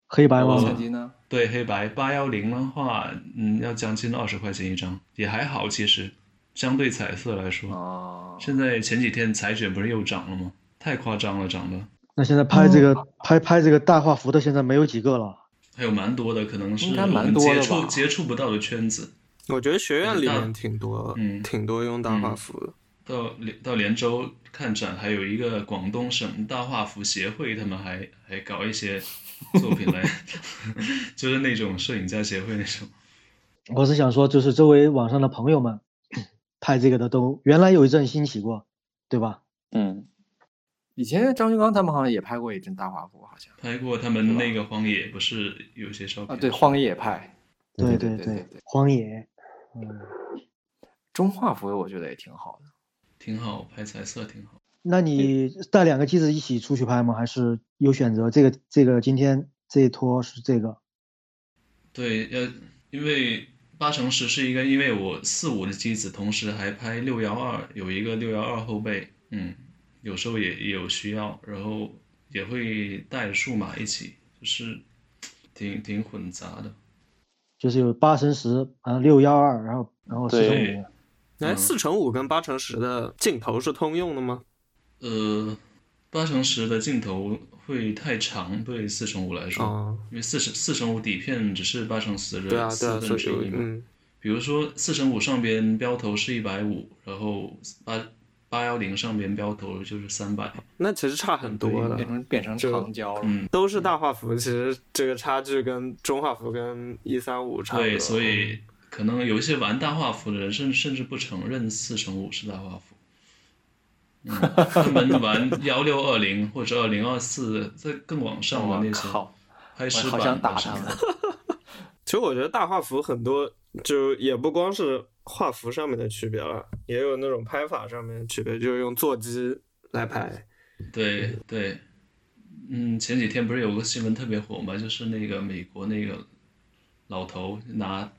Speaker 3: 黑白
Speaker 1: 我
Speaker 3: 吗？
Speaker 1: 相机呢？
Speaker 4: 对，黑白八幺零的话，嗯，要将近二十块钱一张，也还好，其实相对彩色来说。
Speaker 1: 啊，
Speaker 4: 现在前几天彩卷不是又涨了吗？太夸张了，涨的
Speaker 3: 那现在拍这个、拍拍这个大画幅的现在没有几个了。
Speaker 4: 还有蛮多的，可能是
Speaker 1: 应该
Speaker 4: 我
Speaker 1: 蛮
Speaker 4: 们
Speaker 1: 多的
Speaker 4: 接触
Speaker 1: 吧
Speaker 4: 接触不到的圈子。
Speaker 2: 我觉得学院里面
Speaker 4: 嗯
Speaker 2: 挺多，
Speaker 4: 嗯
Speaker 2: 挺多用大画幅的。
Speaker 4: 到连到连州看展，还有一个广东省大画幅协会，他们还还搞一些作品来， 就是那种摄影家协会那种。
Speaker 3: 我是想说，就是周围网上的朋友们拍这个的都原来有一阵兴起过，对吧？
Speaker 6: 嗯，
Speaker 1: 以前张军刚他们好像也拍过一阵大画幅，好像
Speaker 4: 拍过他们那个荒野，不是有些照
Speaker 1: 啊，
Speaker 4: 片？
Speaker 1: 对，荒野派、
Speaker 3: 对
Speaker 1: 对对
Speaker 3: 对，
Speaker 1: 对对对
Speaker 3: 荒野，嗯，
Speaker 1: 中画幅，我觉得也挺好的。
Speaker 4: 挺好，拍彩色挺好。
Speaker 3: 那你带两个机子一起出去拍吗？还是有选择？这个这个今天这一拖是这个，
Speaker 4: 对，要因为八乘十是一个，因为我四五的机子，同时还拍六幺二，有一个六幺二后背，嗯，有时候也也有需要，然后也会带数码一起，就是挺挺混杂的。
Speaker 3: 就是有八乘十，然后六幺二，然后然后四
Speaker 6: 对
Speaker 3: 乘五。
Speaker 2: 哎，
Speaker 4: 嗯
Speaker 2: 四乘五跟八乘十的镜头是通用的吗？
Speaker 4: 呃，八乘十的镜头会太长，对四乘五来说，
Speaker 2: 哦，
Speaker 4: 因为四乘四乘五底片只是八乘十
Speaker 2: 对啊
Speaker 4: 的
Speaker 2: 对啊，
Speaker 4: 四
Speaker 2: 所以
Speaker 4: 分之一嘛。
Speaker 2: 嗯，
Speaker 4: 比如说四乘五上边标头是一百五，然后八八幺零上边标头就是三百。
Speaker 2: 那其实差很多的
Speaker 1: 变。成变成
Speaker 2: 就
Speaker 1: 长焦了。
Speaker 4: 嗯，
Speaker 2: 都是大画幅，其实这个差距跟中画幅跟一三五差不多。嗯
Speaker 4: 对，所以可能有一些玩大画幅的人甚甚至不承认四乘五是大画幅，嗯，他们玩幺六二零或者二零二四，在更 往上玩
Speaker 1: 我
Speaker 4: 那些
Speaker 1: 靠，
Speaker 4: 拍
Speaker 1: 我
Speaker 4: 石
Speaker 1: 好
Speaker 4: 板
Speaker 1: 想
Speaker 4: 的
Speaker 1: 打
Speaker 4: 什
Speaker 1: 他
Speaker 4: 么
Speaker 1: 们
Speaker 4: 的。。
Speaker 2: 其实我觉得大画幅很多，就也不光是画幅上面的区别了，也有那种拍法上面的区别，就是用座机来拍。
Speaker 4: 对对，嗯，前几天不是有个新闻特别火嘛，就是那个美国那个老头拿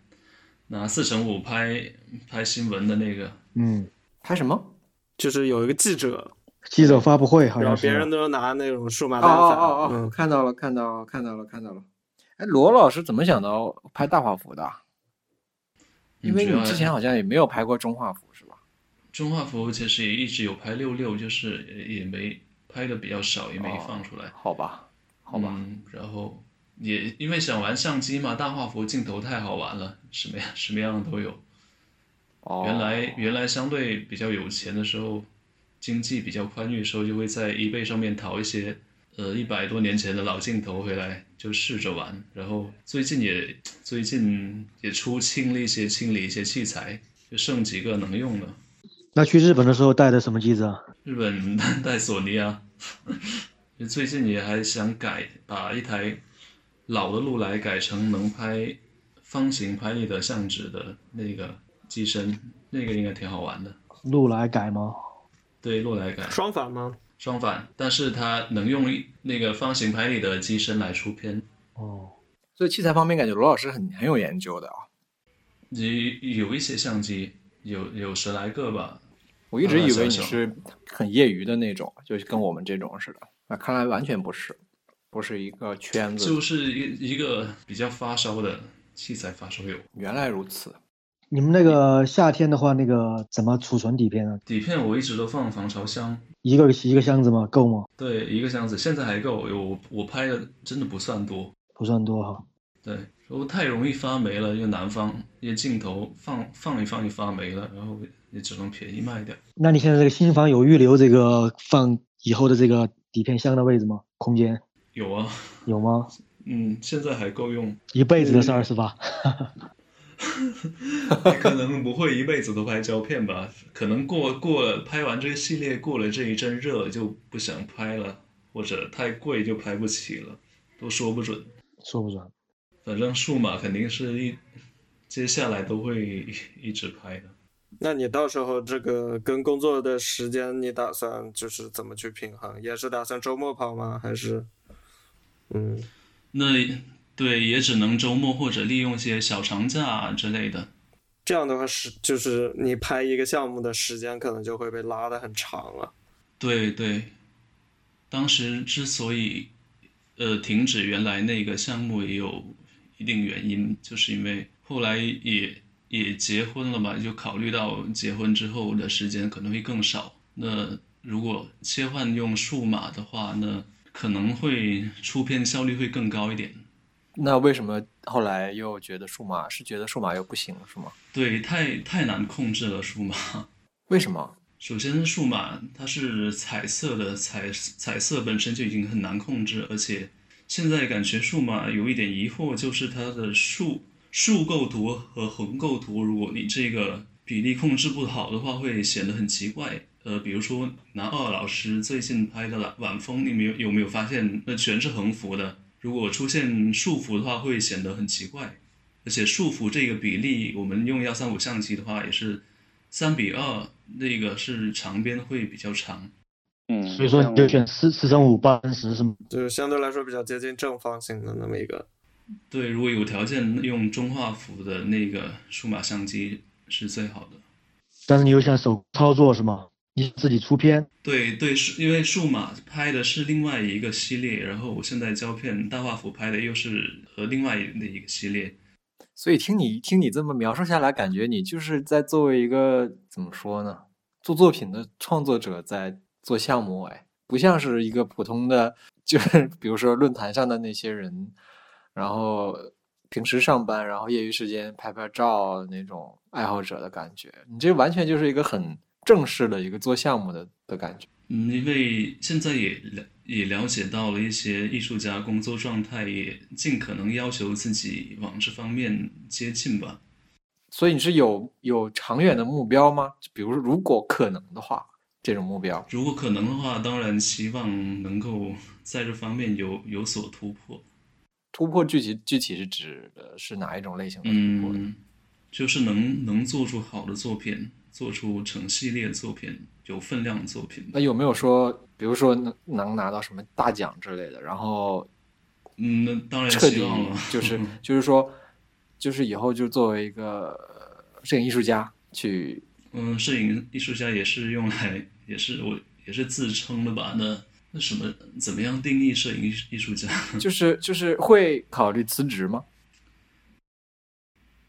Speaker 4: 拿四乘五拍拍新闻的那个，
Speaker 3: 嗯，
Speaker 1: 拍什么？
Speaker 2: 就是有一个记者，
Speaker 3: 记者发布会好
Speaker 2: 然后
Speaker 3: 像是。
Speaker 2: 别人都拿那种数码
Speaker 1: 哦
Speaker 2: 嗯单反，
Speaker 1: 哦
Speaker 4: 嗯
Speaker 1: 哦哦，看到了，看到了，看到了，看到了。哎，罗老师怎么想到拍大画幅的啊？因为
Speaker 4: 嗯主
Speaker 1: 你
Speaker 4: 要
Speaker 1: 之前好像也没有拍过中画幅，是吧？
Speaker 4: 中画幅其实也一直有拍六六，就是也也没拍的比较少，也没
Speaker 1: 哦
Speaker 4: 放出来。
Speaker 1: 好吧，好吧，
Speaker 4: 嗯，然后也因为想玩相机嘛，大画幅镜头太好玩了，什么样什么样的都有。
Speaker 1: 哦，
Speaker 4: 原来原来相对比较有钱的时候，经济比较宽裕的时候，就会在 eBay 上面淘一些呃一百多年前的老镜头回来，就试着玩。然后最近也最近也出清了一些清理一些器材，就剩几个能用的。
Speaker 3: 那去日本的时候带的什么机子啊？
Speaker 4: 日本 带索尼啊， 就最近也还想改，把一台老的录来改成能拍方形拍立得相纸的那个机身，那个应该挺好玩的。
Speaker 3: 路来改吗？
Speaker 4: 对，录来改
Speaker 2: 双反吗？
Speaker 4: 双反，但是它能用一那个方形拍立得机身来出片，
Speaker 3: 哦，
Speaker 1: 所以器材方面，感觉罗老师很很有研究的啊。
Speaker 4: 有有一些相机，有有十来个吧，
Speaker 1: 我一直以为
Speaker 4: 小
Speaker 1: 你
Speaker 4: 小
Speaker 1: 是很业余的那种，就跟我们这种似的。那看来完全不是，不是一个圈子。
Speaker 4: 就是一一个比较发烧的器材发烧友。
Speaker 1: 原来如此，
Speaker 3: 你们那个夏天的话，那个怎么储存底片啊？
Speaker 4: 底片我一直都放防潮箱，
Speaker 3: 一个一个箱子吗？够吗？
Speaker 4: 对，一个箱子，现在还够。我我拍的真的不算多，
Speaker 3: 不算多哈。
Speaker 4: 对，然后太容易发霉了，因为南方因为镜头放放一放就发霉了，然后也只能便宜卖掉。
Speaker 3: 那你现在这个新房有预留这个放以后的这个底片箱的位置吗？空间
Speaker 4: 有啊，
Speaker 3: 有吗？
Speaker 4: 嗯，现在还够用，
Speaker 3: 一辈子的事儿是吧？
Speaker 4: 可能不会一辈子都拍胶片吧，可能过过了拍完这个系列，过了这一阵热就不想拍了，或者太贵就拍不起了，都说不准。
Speaker 3: 说不准。
Speaker 4: 反正数码肯定是一接下来都会一直拍的。
Speaker 2: 那你到时候这个跟工作的时间，你打算就是怎么去平衡？也是打算周末跑吗？还是，嗯，
Speaker 4: 那对也只能周末或者利用一些小长假啊之类的。
Speaker 2: 这样的话是就是你拍一个项目的时间可能就会被拉得很长了。
Speaker 4: 对对，当时之所以呃停止原来那个项目也有一定原因，就是因为后来也也结婚了嘛，就考虑到结婚之后的时间可能会更少。那如果切换用数码的话，那可能会出片效率会更高一点。
Speaker 1: 那为什么后来又觉得数码是觉得数码又不行是吗？
Speaker 4: 对，太太难控制了数码。
Speaker 1: 为什么？
Speaker 4: 首先，数码它是彩色的，彩彩色本身就已经很难控制，而且现在感觉数码有一点疑惑，就是它的竖竖构图和横构图，如果你这个比例控制不好的话，会显得很奇怪。呃，比如说拿奥尔老师最近拍的《晚风》，你们有有没有发现，那全是横幅的？如果出现竖幅的话，会显得很奇怪。而且束缚这个比例，我们用幺三五相机的话也是三比二，那个是长边会比较长。
Speaker 6: 嗯，
Speaker 3: 所以说你
Speaker 6: 像
Speaker 3: 就选四四乘五八乘十是吗？
Speaker 2: 就是相对来说比较接近正方形的那么一个。
Speaker 4: 对，如果有条件用中画幅的那个数码相机是最好的。
Speaker 3: 但是你又想手操作是吗？你自己出片，
Speaker 4: 对对，是因为数码拍的是另外一个系列，然后我现在胶片大画幅拍的又是和另外的一个系列。
Speaker 1: 所以听你听你这么描述下来，感觉你就是在作为一个怎么说呢，做作品的创作者在做项目，哎，不像是一个普通的，就是 比如说论坛上的那些人，然后平时上班，然后业余时间拍拍照那种爱好者的感觉。你这完全就是一个很正式的一个做项目的的感觉。
Speaker 4: 嗯，因为现在也了也了解到了一些艺术家工作状态，也尽可能要求自己往这方面接近吧。
Speaker 1: 所以你是有有长远的目标吗？比如说，如果可能的话，这种目标。
Speaker 4: 如果可能的话，当然希望能够在这方面有有所突破。
Speaker 1: 突破具体具体是指的是哪一种类型的突破呢？
Speaker 4: 嗯，就是能能做出好的作品，做出成系列作品，有分量的作品
Speaker 1: 那。有没有说，比如说能能拿到什么大奖之类的，然后
Speaker 4: 嗯，那当然
Speaker 1: 彻底
Speaker 4: 希望了。
Speaker 1: 就是就是说，就是以后就作为一个呃摄影艺术 家去，
Speaker 4: 嗯，摄影艺术家也是用来， 也是我也是自称的吧？那那什么，怎么样定义摄影艺艺术家？
Speaker 1: 就是就是会考虑辞职吗？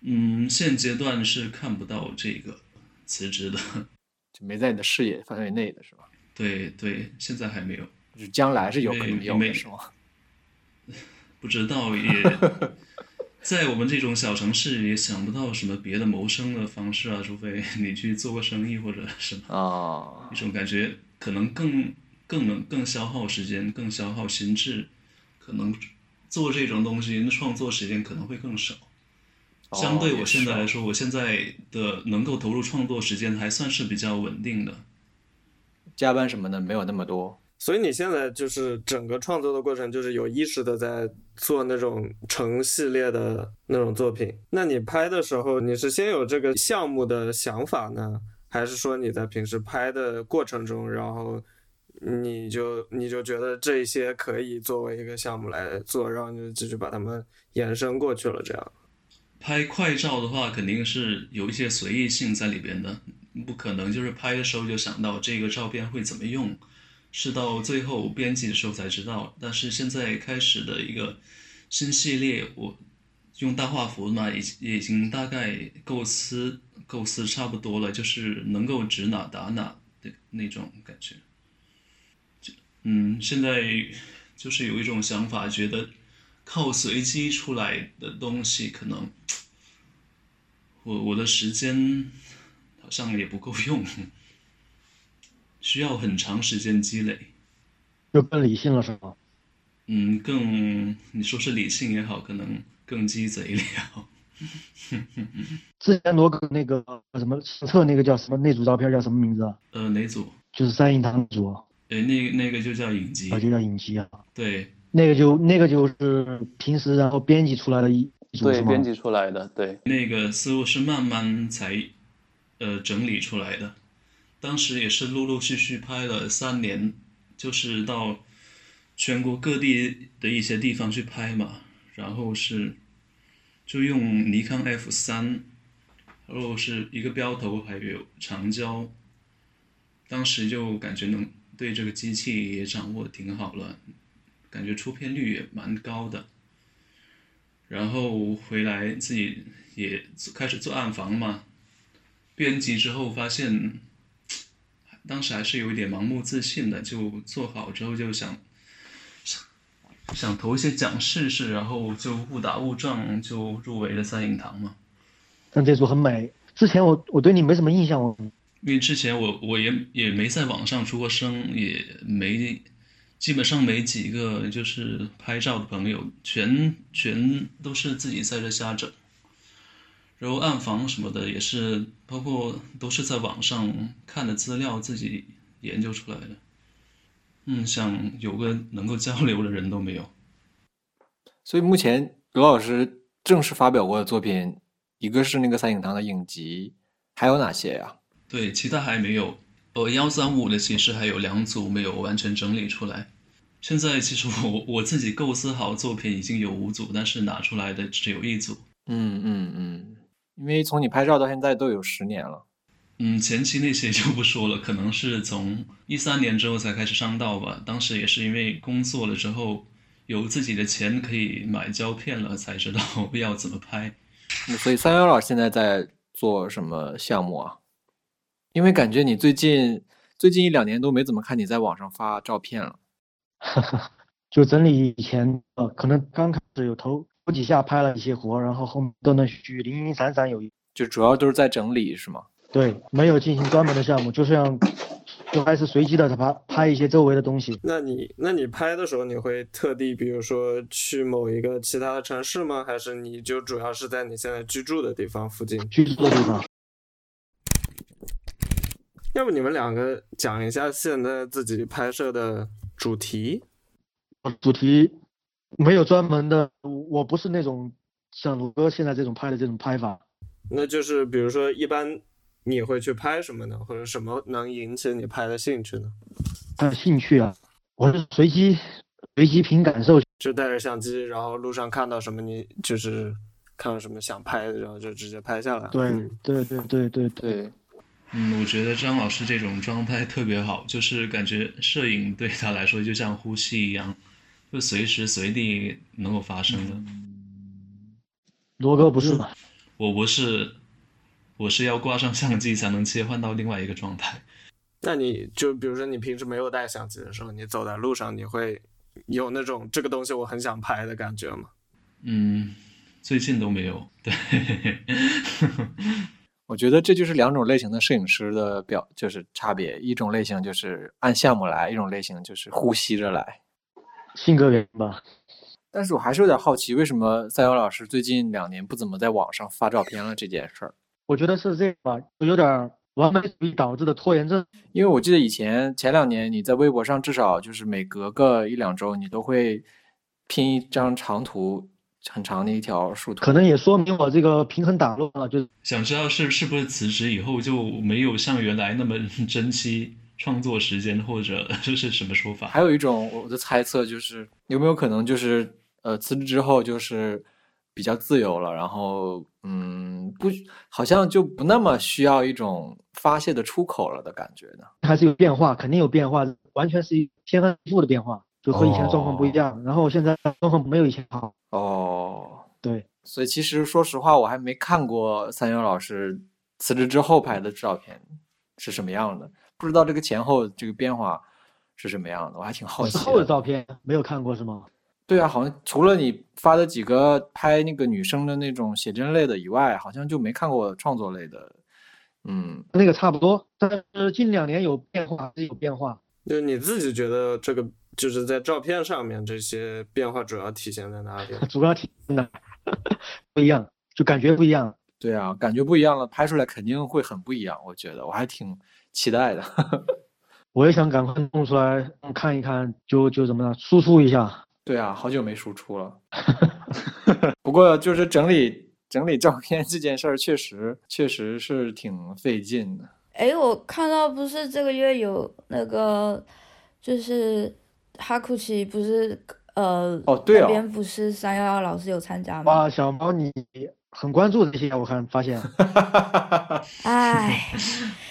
Speaker 4: 嗯，现阶段是看不到这个辞职的。
Speaker 1: 就没在你的视野范围内的是吧？
Speaker 4: 对对，现在还没有。
Speaker 1: 就是将来是有可
Speaker 4: 因为
Speaker 1: 能有
Speaker 4: 因为
Speaker 1: 的是吗？
Speaker 4: 不知道也， 在我们这种小城市也想不到什么别的谋生的方式啊，除非你去做个生意或者什么，
Speaker 1: 啊
Speaker 4: 一种感觉可能更更能更消耗时间，更消耗心智，可能做这种东西创作时间可能会更少。
Speaker 1: 哦
Speaker 4: 相对我
Speaker 1: 也
Speaker 4: 现在
Speaker 1: 是
Speaker 4: 来说，我现在的能够投入创作时间还算是比较稳定的。
Speaker 1: 加班什么的没有那么多。
Speaker 2: 所以你现在就是整个创作的过程，就是有意识的在做那种成系列的那种作品。那你拍的时候，你是先有这个项目的想法呢，还是说你在平时拍的过程中，然后你就你就觉得这些可以作为一个项目来做，然后你就继续把它们延伸过去了？这样，
Speaker 4: 拍快照的话，肯定是有一些随意性在里边的，不可能就是拍的时候就想到这个照片会怎么用，是到最后编辑的时候才知道。但是现在开始的一个新系列，我用大画幅嘛，已也已经大概构思构思差不多了，就是能够指哪打哪的那种感觉。嗯，现在就是有一种想法，觉得靠随机出来的东西，可能我我的时间好像也不够用，需要很长时间积累。
Speaker 3: 就更理性了是吗？
Speaker 4: 嗯，更你说是理性也好，可能更鸡贼了。
Speaker 3: 之前罗哥那个呃什么相册那个叫什么那组照片叫什么名字啊？
Speaker 4: 呃，哪组？
Speaker 3: 就是三影堂组，啊，
Speaker 4: 哎，那那个就叫影集。
Speaker 3: 就叫影集啊。
Speaker 4: 对，
Speaker 3: 那个就那个就是平时然后编辑出来的一一组
Speaker 6: 对
Speaker 3: 是，吗
Speaker 6: 编？辑出来的，对，
Speaker 4: 那个似乎是慢慢才呃整理出来的，当时也是陆陆续续拍了三年，就是到全国各地的一些地方去拍嘛，然后是就用尼康 F 三，然后是一个标头，还有长焦，当时就感觉能对这个机器也掌握得挺好了，感觉出片率也蛮高的。然后回来自己也做开始做暗房嘛，编辑之后发现，当时还是有一点盲目自信的，就做好之后就想想想投一些奖试试，然后就误打误撞就入围了三影堂嘛。
Speaker 3: 但这组很美。之前我我对你没什么印象，我
Speaker 4: 因为之前我我也也没在网上出过声，也没基本上没几个就是拍照的朋友，全全都是自己在这瞎整。然后暗房什么的也是，包括都是在网上看的资料，自己研究出来的。嗯，想有个能够交流的人都没有。
Speaker 1: 所以目前罗老师正式发表过的作品，一个是那个三影堂的影集，还有哪些呀、
Speaker 4: 对，其他还没有。呃，幺三五的其实还有两组没有完全整理出来。现在其实我我自己构思好作品已经有五组，但是拿出来的只有一组。
Speaker 1: 嗯嗯嗯，因为从你拍照到现在都有十年了。
Speaker 4: 嗯，前期那些 就不说了，可能是从一三年之后才开始上道吧。当时也是因为工作了之后，有自己的钱可以买胶片了，才知道 要怎么拍。
Speaker 1: 嗯所以三幺老师现在在做什么项目啊？因为感觉你最近最近一两年都没怎么看你在网上发照片了。
Speaker 3: 就整理以前呃，可能刚开始有头头几下拍了一些活，然后后面断断续续零零散散有一
Speaker 1: 就主要都是在整理，是吗？
Speaker 3: 对，没有进行专门的项目，就像就还是随机的拍拍一些周围的东西。
Speaker 2: 那你那你拍的时候，你会特地比如说去某一个其他的城市吗？还是你就主要是在你现在居住的地方附近？
Speaker 3: 居住的地方，
Speaker 2: 要不你们两个讲一下现在自己拍摄的主题？
Speaker 3: 呃主题没有专门的，我我不是那种像鲁哥现在这种拍的这种拍法，
Speaker 2: 那就是比如说，一般你会去拍什么呢？或者什么能引起你拍的兴趣呢？
Speaker 3: 还有兴趣啊，我是随机随机凭感受，
Speaker 2: 就带着相机，然后路上看到什么你，就是看到什么想拍的，然后就直接拍下来。
Speaker 3: 对
Speaker 2: 嗯
Speaker 3: 对对对对对，
Speaker 6: 对，
Speaker 4: 嗯，我觉得张老师这种装拍特别好，就是感觉摄影对他来说就像呼吸一样，就随时随地能够发生的。
Speaker 3: 罗哥不是嘛？
Speaker 4: 我不是，我是要挂上相机才能切换到另外一个状态。
Speaker 2: 那你就比如说你平时没有带相机的时候，你走在路上，你会有那种这个东西我很想拍的感觉吗？
Speaker 4: 嗯，最近都没有。对，
Speaker 1: 我觉得这就是两种类型的摄影师的表，就是差别。一种类型就是按项目来，一种类型就是呼吸着来。
Speaker 3: 性格原因吧。
Speaker 1: 但是我还是有点好奇，为什么赛瑶老师最近两年不怎么在网上发照片了这件事儿？
Speaker 3: 我觉得是这个吧，有点儿完美主义导致的拖延症。
Speaker 1: 因为我记得以前前两年你在微博上至少就是每隔个一两周，你都会拼一张长图，很长的一条竖图。
Speaker 3: 可能也说明我这个平衡打乱了，就是
Speaker 4: 想知道是是不是辞职以后就没有像原来那么珍惜创作时间，或者 这是什么说法？
Speaker 1: 还有一种我的猜测就是，有没有可能就是呃辞职之后就是比较自由了，然后嗯不好像就不那么需要一种发泄的出口了的感觉呢？
Speaker 3: 还是有变化，肯定有变化，完全是一天翻地覆的变化，就和以前状况不一样。然后现在状况没有以前好，
Speaker 1: 哦，
Speaker 3: 对，
Speaker 1: 所以其实说实话，我还没看过三幺老师辞职之后拍的照片是什么样的，不知道这个前后这个变化是什么样的，我还挺好啊奇
Speaker 3: 之后的
Speaker 1: 的。
Speaker 3: 照片没有看过是吗？
Speaker 1: 对啊，好像除了你发的几个拍那个女生的那种写真类的以外，好像就没看过创作类的。嗯，
Speaker 3: 那个差不多，但是近两年有变化，还是有变化。
Speaker 2: 就是你自己觉得这个就是在照片上面这些变化主要体现在哪里？
Speaker 3: 主要体现的 不一样，就感觉不一样。
Speaker 1: 对啊，感觉不一样了，拍出来肯定会很不一样。我觉得我还挺期待的。
Speaker 3: 我也想赶快弄出来嗯看一看，就就怎么样输出一下。
Speaker 1: 对啊，好久没输出了。 不过就是整理整理照片这件事儿，确实确实是挺费劲的。
Speaker 5: 诶，我看到不是这个月有那个，就是哈库奇不是呃，
Speaker 1: 哦对
Speaker 5: 那
Speaker 1: 哦
Speaker 5: 边不是三幺幺老师有参加吗？
Speaker 3: 哇，小毛你很关注这些，我看发现
Speaker 5: 唉，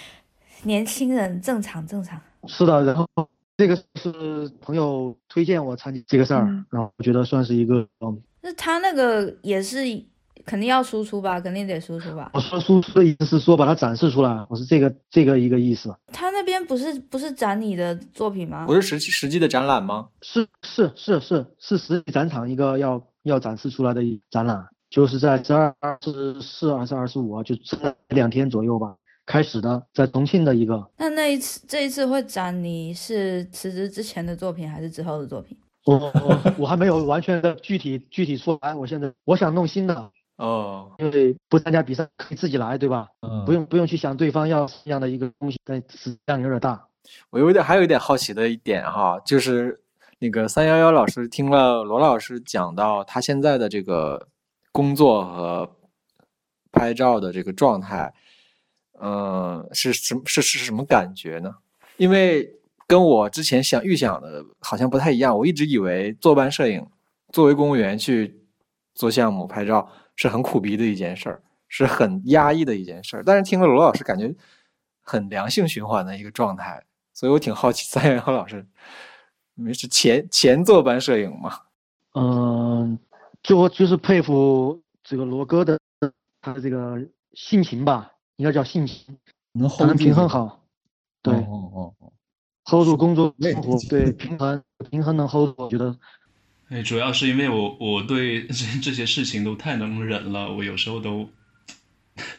Speaker 5: 年轻人正常正常。
Speaker 3: 是的。然后这个是朋友推荐我参加这个事儿，
Speaker 5: 嗯
Speaker 3: 然后我觉得算是一个嗯，
Speaker 5: 那他那个也是肯定要输出吧，肯定得输出吧
Speaker 1: 哦
Speaker 3: 我。说输出的意思是说把它展示出来，我是这个这个一个意思。
Speaker 5: 他那边不是不是展你的作品吗
Speaker 1: 不？是实际实际的展览吗？
Speaker 3: 是是是是是实体展场一个要要展示出来的一展览，就是在十二、二十四还是二十五啊，就这两天左右吧开始的，在重庆的一个，
Speaker 5: 那那一次这一次会展你是辞职之前的作品还是之后的作品？
Speaker 3: 我我我还没有完全的具体具体说完，我现在我想弄新的，
Speaker 1: 哦，
Speaker 3: 因为不参加比赛可以自己来，对吧？
Speaker 1: 嗯
Speaker 3: 不。用不用去想对方要什么样的一个东西，但是量有点大。
Speaker 1: 我有一点还有一点好奇的一点哈，就是那个三幺幺老师听了罗老师讲到他现在的这个工作和拍照的这个状态，嗯，是什么是是是什么感觉呢？因为跟我之前想预想的好像不太一样，我一直以为坐班摄影作为公务员去做项目拍照是很苦逼的一件事儿，是很压抑的一件事儿。但是听了罗老师，感觉很良性循环的一个状态，所以我挺好奇三幺幺老师，你们是前前坐班摄影吗？
Speaker 3: 嗯，就我就是佩服这个罗哥的他的这个性情吧，应该叫性情，
Speaker 8: 能
Speaker 3: 才
Speaker 8: hold
Speaker 3: 能
Speaker 8: 住
Speaker 3: 平衡
Speaker 8: 的
Speaker 3: 好。对
Speaker 8: 哦哦哦哦，
Speaker 3: ，hold 住工作
Speaker 8: 累
Speaker 3: 生活，对平衡平衡能 hold 住，我觉得
Speaker 4: 哎，主要是因为我我对这 这些事情都太能忍了，我有时候都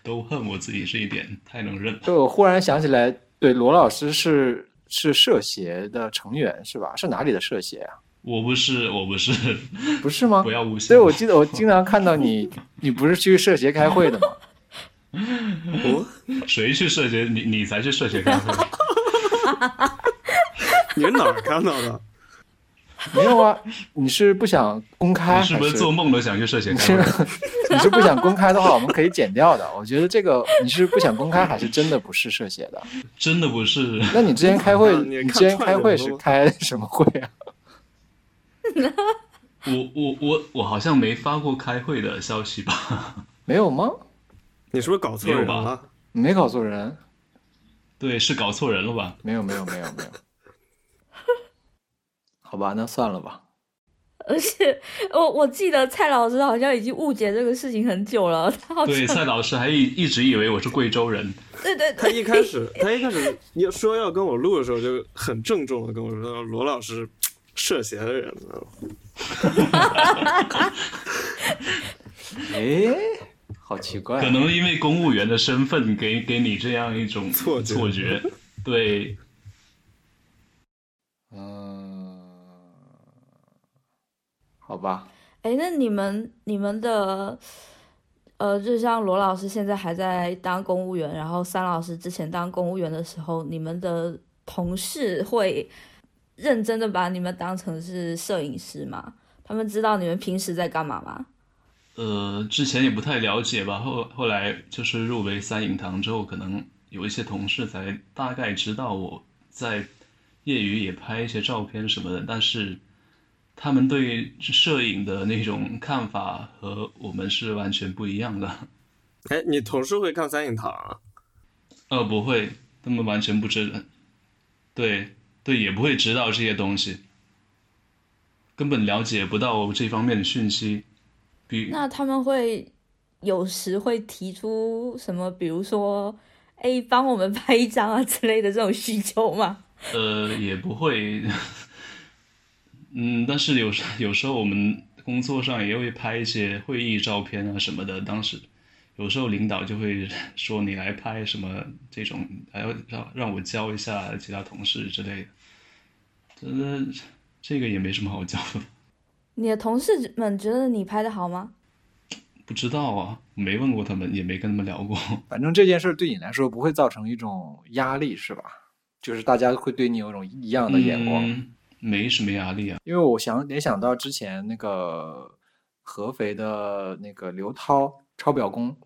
Speaker 4: 都恨我自己这一点太能忍了。
Speaker 1: 就我忽然想起来，对罗老师是是社协的成员是吧？是哪里的社协啊？
Speaker 4: 我不是，我不是，
Speaker 1: 不是吗
Speaker 4: 不？要诬陷。
Speaker 1: 所以我记得我经常看到你，你不是去社协开会的吗？
Speaker 2: 哦，
Speaker 4: 谁去社协，你你才去社协开会。
Speaker 2: 你是哪儿看到的？
Speaker 1: 没有啊，你是不想公开
Speaker 4: 你是不
Speaker 1: 还
Speaker 4: 是做梦都想去社协
Speaker 1: 你
Speaker 4: 开
Speaker 1: 是
Speaker 4: 会？
Speaker 1: 你是不想公开的话，我们可以剪掉的。我觉得这个你是不想公开，还是真的不是涉嫌的？
Speaker 4: 真的不是，
Speaker 1: 那你之前开会，
Speaker 2: 嗯你
Speaker 1: 你
Speaker 2: 看
Speaker 1: 之前
Speaker 2: 串
Speaker 1: 开
Speaker 2: 流
Speaker 1: 会
Speaker 2: 了
Speaker 1: 是
Speaker 2: 吗
Speaker 1: 开什么会啊？
Speaker 4: 我我我我好像没发过开会的消息吧？
Speaker 1: 没有吗？
Speaker 2: 你是不是搞错人
Speaker 4: 没有
Speaker 2: 了？
Speaker 1: 没搞错人？
Speaker 4: 对，是搞错人了吧？
Speaker 1: 没有，没有，没有，没有。好吧，那算了吧。
Speaker 5: 而且我我记得蔡老师好像已经误解这个事情很久了，他好 像
Speaker 4: 对，蔡老师还一一直以为我是贵州人，
Speaker 5: 对对
Speaker 2: 他
Speaker 5: 对，
Speaker 2: 一开始，他一开始要说要跟我录的时候，就很郑重的跟我说：“罗老师，涉嫌的人。
Speaker 1: 诶，好奇怪啊、
Speaker 4: 可能因为公务员的身份给给你这样一种
Speaker 2: 错觉
Speaker 4: 错觉，对，
Speaker 1: 嗯，好吧，
Speaker 5: 哎，那你们你们的，呃，就像罗老师现在还在当公务员，然后三老师之前当公务员的时候，你们的同事会认真的把你们当成是摄影师吗？他们知道你们平时在干嘛吗？
Speaker 4: 呃，之前也不太了解吧，后后来就是入围三影堂之后，可能有一些同事才大概知道我在业余也拍一些照片什么的，但是他们对摄影的那种看法和我们是完全不一样的。
Speaker 2: 哎，你同事会看三影堂啊？
Speaker 4: 呃，不会，他们完全不知道，对对，也不会知道这些东西，根本了解不到这方面的讯息。
Speaker 1: 嗯
Speaker 4: 比
Speaker 5: 那他们会有时会提出什么，比如说，哎，帮我们拍一张啊之类的这种需求吗？
Speaker 4: 呃，也不会， 嗯，但是有时有时候我们工作上也会拍一些会议照片啊什么的。当时有时候领导就会 说你来拍什么这种，还要让让我教一下其他同事之类的。真的，呃这个也没什么好教的，
Speaker 5: 你的同事们觉得你拍的好吗？
Speaker 4: 不知道啊，没问过他们，也没跟他 们聊过。
Speaker 1: 反正这件事对你来说不会造成一种压力，是吧？就是大家会对你有一种异样的眼光。
Speaker 4: 嗯，没什么压力啊。
Speaker 1: 因为我想联想到之前那个合肥的那个刘涛超表工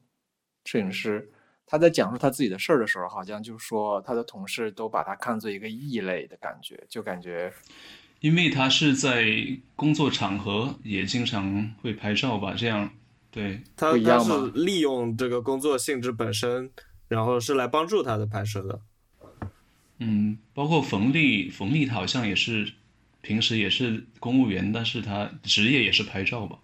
Speaker 1: 摄影师，他在讲述他自己的事儿的时候，好像就说他的同事都把他看作一个异类的感觉，就感觉
Speaker 4: 因为他是在工作场合也经常会拍照吧，这样对，
Speaker 2: 他
Speaker 1: 不一
Speaker 2: 他
Speaker 1: 样
Speaker 2: 是
Speaker 1: 吗
Speaker 2: 利用这个工作性质本身，然后是来帮助他的拍摄的。
Speaker 4: 嗯，包括冯丽，冯丽她好像也是平时也是公务员，但是她职业也是拍照吧，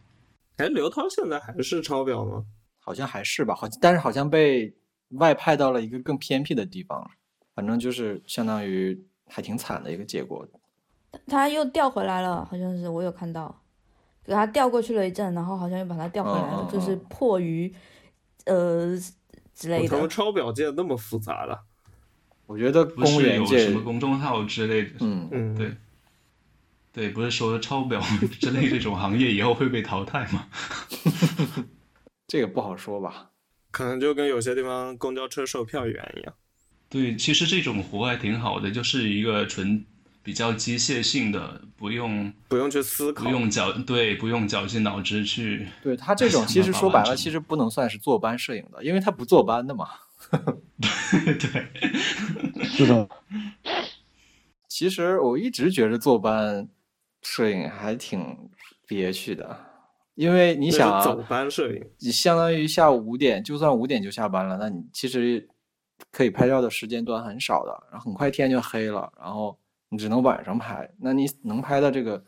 Speaker 2: 哎，刘涛现在还是超表吗？
Speaker 1: 好像还是吧，好，但是好像被外派到了一个更偏僻的地方，反正就是相当于还挺惨的一个结果。
Speaker 5: 他又调回来了，好像是我有看到，给他调过去了一阵，然后好像又把他调回来了，
Speaker 1: 嗯嗯
Speaker 5: 就是
Speaker 1: 嗯
Speaker 5: 迫于呃之类
Speaker 2: 我怎么
Speaker 5: 的。
Speaker 2: 超表界那么复杂了？
Speaker 1: 我觉得
Speaker 4: 不
Speaker 1: 公务
Speaker 4: 是
Speaker 1: 员
Speaker 4: 有什
Speaker 1: 界
Speaker 4: 么，公众号之类的，
Speaker 1: 嗯，
Speaker 2: 嗯，
Speaker 4: 对，对，不是说 抄表之类这种行业以后会被淘汰吗？
Speaker 1: 这个不好说吧。
Speaker 2: 可能就跟有些地方公交车售票员一样。
Speaker 4: 对，其实这种活还挺好的，就是一个纯比较机械性的，不用
Speaker 2: 不用去思考，
Speaker 4: 不用绞，对，不用绞尽脑汁去。
Speaker 1: 对他这种，
Speaker 4: 想
Speaker 1: 其
Speaker 4: 办
Speaker 1: 实
Speaker 4: 法
Speaker 1: 说
Speaker 4: 完
Speaker 1: 白了，
Speaker 4: 成
Speaker 1: 其实不能算是坐班摄影的，因为他不坐班的嘛。
Speaker 4: 对，
Speaker 3: 是的，
Speaker 1: 其实我一直觉着坐班摄影还挺憋屈的，因为你
Speaker 2: 那是
Speaker 1: 想啊，
Speaker 2: 走班摄影，
Speaker 1: 你相当于下午五点，就算五点就下班了，那你其实可以拍照的时间段很少的，然后很快天就黑了，然后你只能晚上拍，那你能拍的这个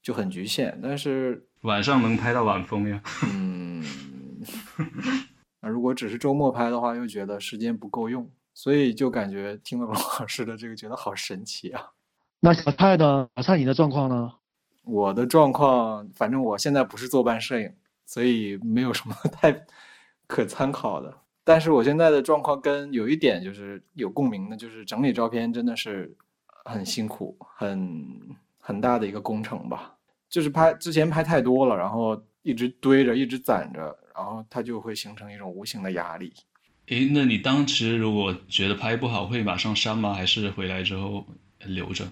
Speaker 1: 就很局限。但是，
Speaker 4: 晚上能拍到晚风呀。
Speaker 1: 嗯， 那如果只是周末拍的话，又觉得时间不够用，所以就感觉听了罗老师的这个，觉得好神奇啊。
Speaker 3: 那小蔡呢？小蔡你的状况呢？
Speaker 1: 我的状况，反正我现在不是坐班摄影，所以没有什么 太可参考的。但是我现在的状况跟有一点就是有共鸣的，就是整理照片真的是很辛苦，很很大的一个工程吧。就是拍之前拍太多了，然后一直堆着，一直攒着，然后它就会形成一种无形的压力。
Speaker 4: 诶，那你当时如果觉得拍不好，会马上删吗？还是回来之后留着？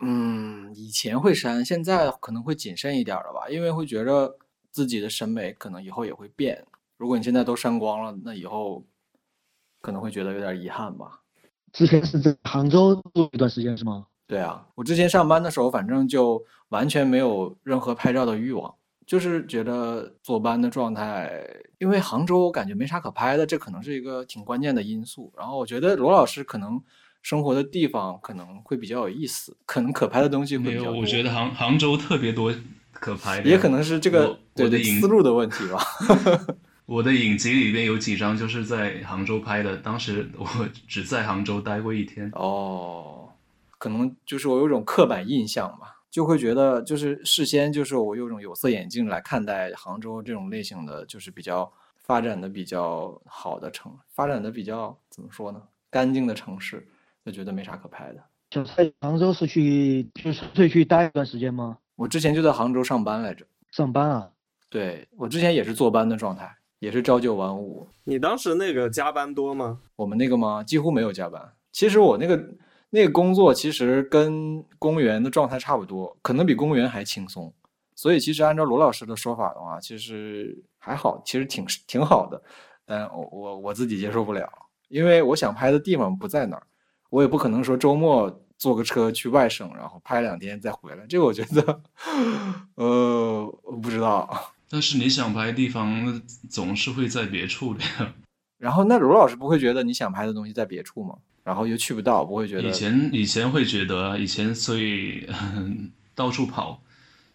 Speaker 1: 嗯，以前会删，现在可能会谨慎一点儿了吧，因为会觉着自己的审美可能以后也会变。如果你现在都删光了，那以后可能会觉得有点遗憾吧。
Speaker 3: 之前是在杭州住一段时间是吗？
Speaker 1: 对啊，我之前上班的时候，反正就完全没有任何拍照的欲望，就是觉得坐班的状态，因为杭州我感觉没啥可拍的，这可能是一个挺关键的因素。然后我觉得罗老师可能生活的地方可能会比较有意思，可能可拍的东西会
Speaker 4: 没
Speaker 1: 比较
Speaker 4: 有，
Speaker 1: 多。
Speaker 4: 我觉得杭杭州特别多可拍的，
Speaker 1: 也可能是这个
Speaker 4: 我
Speaker 1: 对
Speaker 4: 我的
Speaker 1: 对
Speaker 4: 影
Speaker 1: 思路的问题 吧。
Speaker 4: 我的影集里边有几张就是在杭州拍的，当时我只在杭州待过一天。
Speaker 1: 哦，可能就是我有一种刻板印象吧，就会觉得就是事先就是我有一种有色眼镜来看待杭州这种类型的，就是比较发展的比较好的城，发展的比较怎么说呢？干净的城市，就觉得没啥可拍的。
Speaker 3: 小蔡杭州是去就是纯粹去待一段时间吗？
Speaker 1: 我之前就在杭州上班来着，
Speaker 3: 上班啊？
Speaker 1: 对我之前也是坐班的状态，也是朝九晚五。
Speaker 2: 你当时那个加班多吗？
Speaker 1: 我们那个吗？几乎没有加班。其实我那个那个工作其实跟公务员的状态差不多，可能比公务员还轻松。所以其实按照罗老师的说法的话，其实还好，其实挺挺好的。但我我我自己接受不了，因为我想拍的地方不在那儿，我也不可能说周末坐个车去外省，然后拍两天再回来。这个我觉得， 呃，我不知道。
Speaker 4: 但是你想拍的地方，那总是会在别处的呀。
Speaker 1: 然后那罗老师不会觉得你想拍的东西在别处吗？然后又去不到，不会觉得
Speaker 4: 以前以前会觉得啊，以前所以到处跑，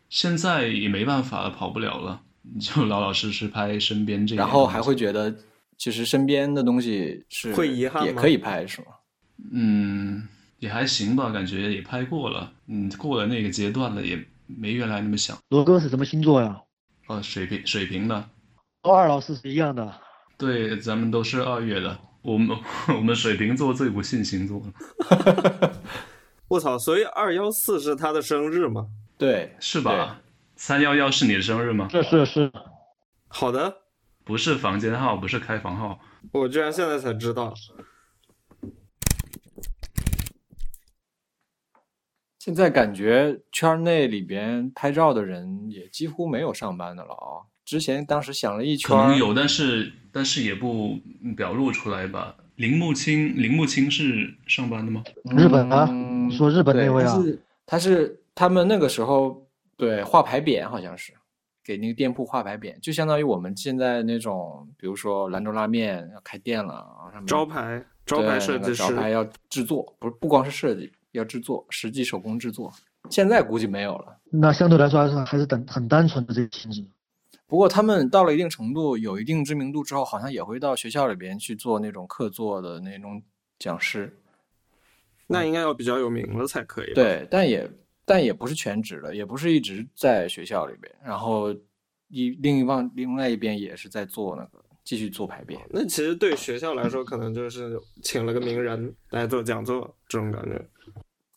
Speaker 4: 现在也没办法了，跑不了了，你就老老实实拍身边这些东
Speaker 1: 然
Speaker 4: 西。
Speaker 1: 后还会觉得，其实身边的东西是
Speaker 2: 会遗憾吗
Speaker 1: 也可以拍，是吗？
Speaker 4: 嗯，也还行吧，感觉也拍过了，嗯，过了那个阶段了，也没原来那么想。
Speaker 3: 罗哥是什么星座呀？
Speaker 4: 呃，水平水平的，
Speaker 3: 和二老师是一样的。
Speaker 4: 对，咱们都是二月的，我们 我们水瓶座最不信星座了，
Speaker 2: 我操！所以二幺四是他的生日吗？
Speaker 1: 对，
Speaker 4: 是吧？三幺幺是你的生日吗？
Speaker 3: 是是是，
Speaker 2: 好的，
Speaker 4: 不是房间号，不是开房号，
Speaker 2: 我居然现在才知道。
Speaker 1: 嗯现在感觉圈内里边拍照的人也几乎没有上班的了啊、之前当时想了一
Speaker 4: 可
Speaker 1: 圈，
Speaker 4: 能有，但是但是也不表露出来吧。铃木清，铃木清是上班的吗？
Speaker 3: 日本啊
Speaker 1: 嗯
Speaker 3: 你说日本那位啊
Speaker 1: 对他是他是他们那个时候对画牌匾好像是给那个店铺画牌匾，就相当于我们现在那种，比如说兰州拉面要开店了，然后上面
Speaker 2: 招牌，招
Speaker 1: 对，
Speaker 2: 牌设计师
Speaker 1: 那个招牌要制作，不是不光是设计，要制作，实际手工制作。现在估计没有了。
Speaker 3: 那相对来说还是还是很很单纯的这个性质。
Speaker 1: 不过他们到了一定程度，有一定知名度之后，好像也会到学校里边去做那种客座的那种讲师。
Speaker 2: 那应该要比较有名了才可以。，
Speaker 1: 对，但也但也不是全职的，也不是一直在学校里边。然后一另一方另外一边也是在做那个继续做排便。
Speaker 2: 那其实对学校来说，可能就是请了个名人来做讲座这种感觉。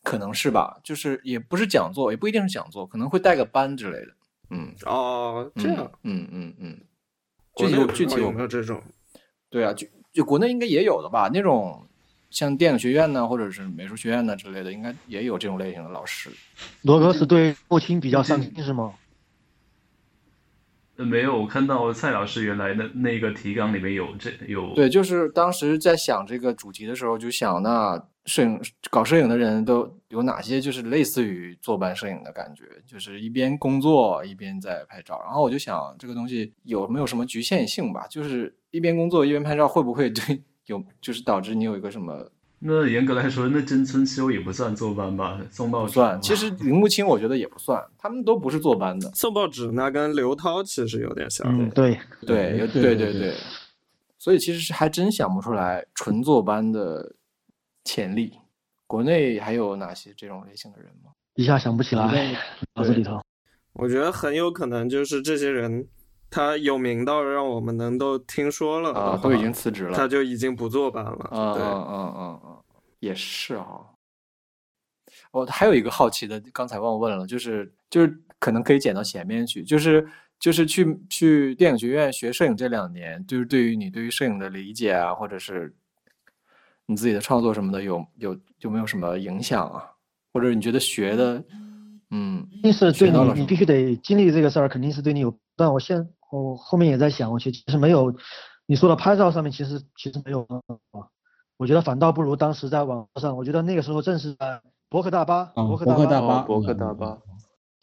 Speaker 1: 可能是吧，就是也不是讲座，也不一定是讲座，可能会带个班之类的。嗯，
Speaker 2: 哦，这样，
Speaker 1: 嗯嗯嗯，具
Speaker 2: 国内
Speaker 1: 体
Speaker 2: 我
Speaker 1: 我
Speaker 2: 不知
Speaker 1: 具
Speaker 2: 道
Speaker 1: 体
Speaker 2: 有
Speaker 1: 我
Speaker 2: 没有这种？
Speaker 1: 对啊，就就国内应该也有的吧？那种像电影学院呢，或者是美术学院呢之类的，应该也有这种类型的老师。
Speaker 3: 罗哥是对父亲比较上心是吗？
Speaker 4: 呃没有，我看到蔡老师原来的那个提纲里面有这有
Speaker 1: 对，就是当时在想这个主题的时候，就想那摄影搞摄影的人都有哪些，就是类似于坐班摄影的感觉，就是一边工作一边在拍照。然后我就想，这个东西有没有什么局限性吧？就是一边工作一边拍照，会不会对有就是导致你有一个什么
Speaker 4: 那严格来说，那真春秋也不算坐班吧，送报
Speaker 1: 不
Speaker 4: 纸
Speaker 1: 算？
Speaker 4: 吧
Speaker 1: 其实林木清我觉得也不算，他们都不是坐班的。
Speaker 2: 送报纸那跟刘涛其实有点像。
Speaker 3: 嗯，对，
Speaker 1: 对，有对对对，所以其实是还真想不出来纯坐班的潜力。国内还有哪些这种类型的人 吗？
Speaker 3: 一下想不起来，脑子里头。
Speaker 2: 我觉得很有可能就是这些人，他有名到让我们能都听说了的
Speaker 1: 啊，
Speaker 2: 话
Speaker 1: 都已经辞职了。
Speaker 2: 他就已经不坐班了。
Speaker 1: 啊啊
Speaker 2: 对，
Speaker 1: 啊啊啊！也是哈、哦，还有一个好奇的，刚才忘问了，就是就是可能可以剪到前面去，就是就是去去电影学院学摄影这两年，就是对于你对于摄影的理解啊，或者是你自己的创作什么的，有有有没有什么影响啊？或者你觉得学的，嗯，
Speaker 3: 一定是对
Speaker 1: 学到
Speaker 3: 你
Speaker 1: 了，什
Speaker 3: 你
Speaker 1: 么
Speaker 3: 必须得经历这个事儿，肯定是对你有。但我现我后面也在想，我其实没有你说的拍照上面，其实其实没有帮助啊。我觉得反倒不如当时在网络上，我觉得那个时候正是在博客大巴，
Speaker 8: 啊
Speaker 3: 博客
Speaker 8: 博客
Speaker 3: 巴，
Speaker 8: 大巴
Speaker 6: 哦博客大巴，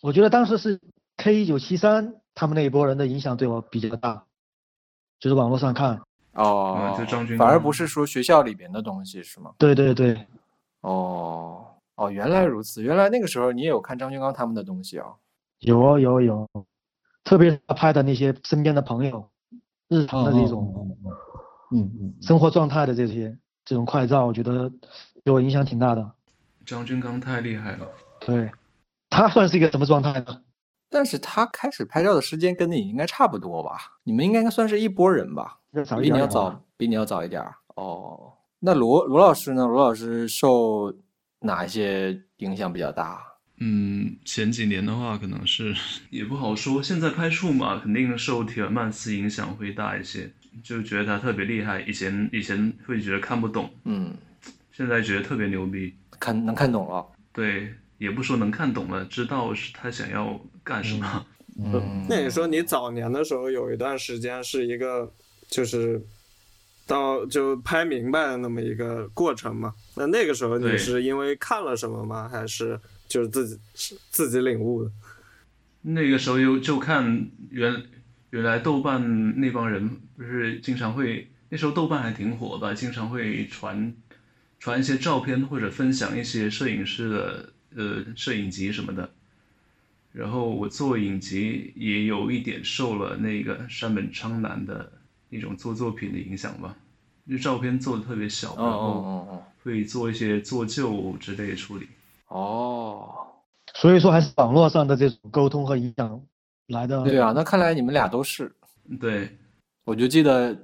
Speaker 3: 我觉得当时是 K 一九七三他们那一波人的影响对我比较大，就是网络上看，
Speaker 1: 哦，
Speaker 4: 嗯就张军
Speaker 1: 反而
Speaker 4: 刚
Speaker 1: 不是说学校里边的东西是吗？
Speaker 3: 对对对，
Speaker 1: 哦哦，原来如此，原来那个时候你也有看张军刚他们的东西啊、
Speaker 3: 有哦有有，特别是他拍的那些身边的朋友，日常的这种。
Speaker 8: 嗯嗯
Speaker 3: 生活状态的这些这种快照，我觉得对我影响挺大的。
Speaker 4: 张军刚太厉害了，
Speaker 3: 对，他算是一个什么状态呢？
Speaker 1: 但是他开始拍照的时间跟你应该差不多吧？你们应该算是一拨人吧？
Speaker 3: 要早一
Speaker 1: 比
Speaker 3: 点
Speaker 1: 你要
Speaker 3: 儿吧
Speaker 1: 早，比你要早一点儿。哦，那罗罗老师呢？罗老师受哪一些影响比较大？
Speaker 4: 嗯，前几年的话，可能是也不好说。现在拍数码肯定受铁尔曼斯影响会大一些，就觉得他特别厉害。以前以前会觉得看不懂，
Speaker 1: 嗯，
Speaker 4: 现在觉得特别牛逼。
Speaker 1: 看能看懂了。
Speaker 4: 对，也不说能看懂了，知道是他想要干什么。
Speaker 1: 嗯，
Speaker 2: 那你说你早年的时候有一段时间是一个，就是到就拍明白的那么一个过程嘛？那那个时候你
Speaker 4: 对
Speaker 2: 是因为看了什么吗？还是就是自己是自己领悟的？
Speaker 4: 那个时候就就看原原来豆瓣那帮人不是经常会，那时候豆瓣还挺火吧，经常会传传一些照片或者分享一些摄影师的呃摄影集什么的。然后我做影集也有一点受了那个山本昌男的一种做作品的影响吧，就照片做的特别小，
Speaker 1: 哦
Speaker 4: 然后
Speaker 1: 哦哦
Speaker 4: 会做一些做旧之类的处理。
Speaker 1: 哦，哦，
Speaker 3: 所以说还是网络上的这种沟通和影响来的。
Speaker 1: 对啊，那看来你们俩都是。
Speaker 4: 对，
Speaker 1: 我就记得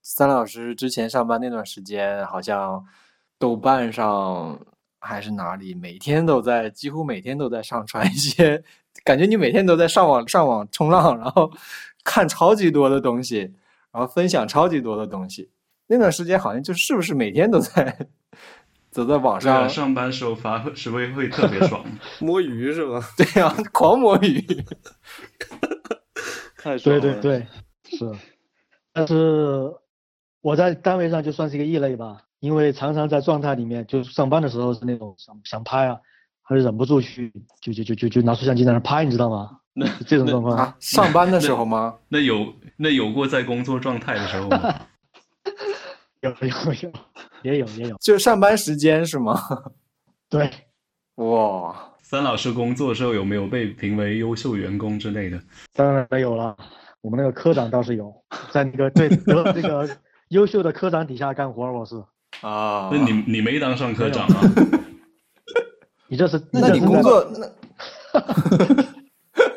Speaker 1: 三老师之前上班那段时间，好像豆瓣上还是哪里，每天都在，几乎每天都在上传一些，感觉你每天都在上网上网冲浪，然后 看超级多的东西，然后分享超级多的东西。那段时间好像就是不是每天都在都在网
Speaker 4: 对啊，
Speaker 1: 上
Speaker 4: 上班时候发时会会特别爽。
Speaker 2: 摸鱼是吧？
Speaker 1: 对呀、 狂魔语。
Speaker 6: 太爽
Speaker 3: 对
Speaker 6: 了。
Speaker 3: 对对，是。 但是我在单位上就算是一个异类吧，因为常常在状态里面，就是上班的时候是那种想想拍啊，还是忍不住去就就就就就拿出相机在 那拍，你知道吗？就这种状况，
Speaker 1: 啊，上班的时候吗？
Speaker 4: 那有那有过在工作状态的时候吗？
Speaker 3: 有有有，也有也有，
Speaker 1: 就上班时间是吗？
Speaker 3: 对，
Speaker 1: 哇，
Speaker 4: 三老师工作的时候有没有被评为优秀员工之类的？
Speaker 3: 当然没有了。我们那个科长倒是有，在那个对得这个优秀的科长底下干活儿，我是。
Speaker 1: 啊，
Speaker 4: 那你你没当上科长吗？啊
Speaker 3: 你这是
Speaker 1: 那
Speaker 3: 这
Speaker 1: 你
Speaker 3: 是
Speaker 1: 工
Speaker 3: 在
Speaker 1: 作那，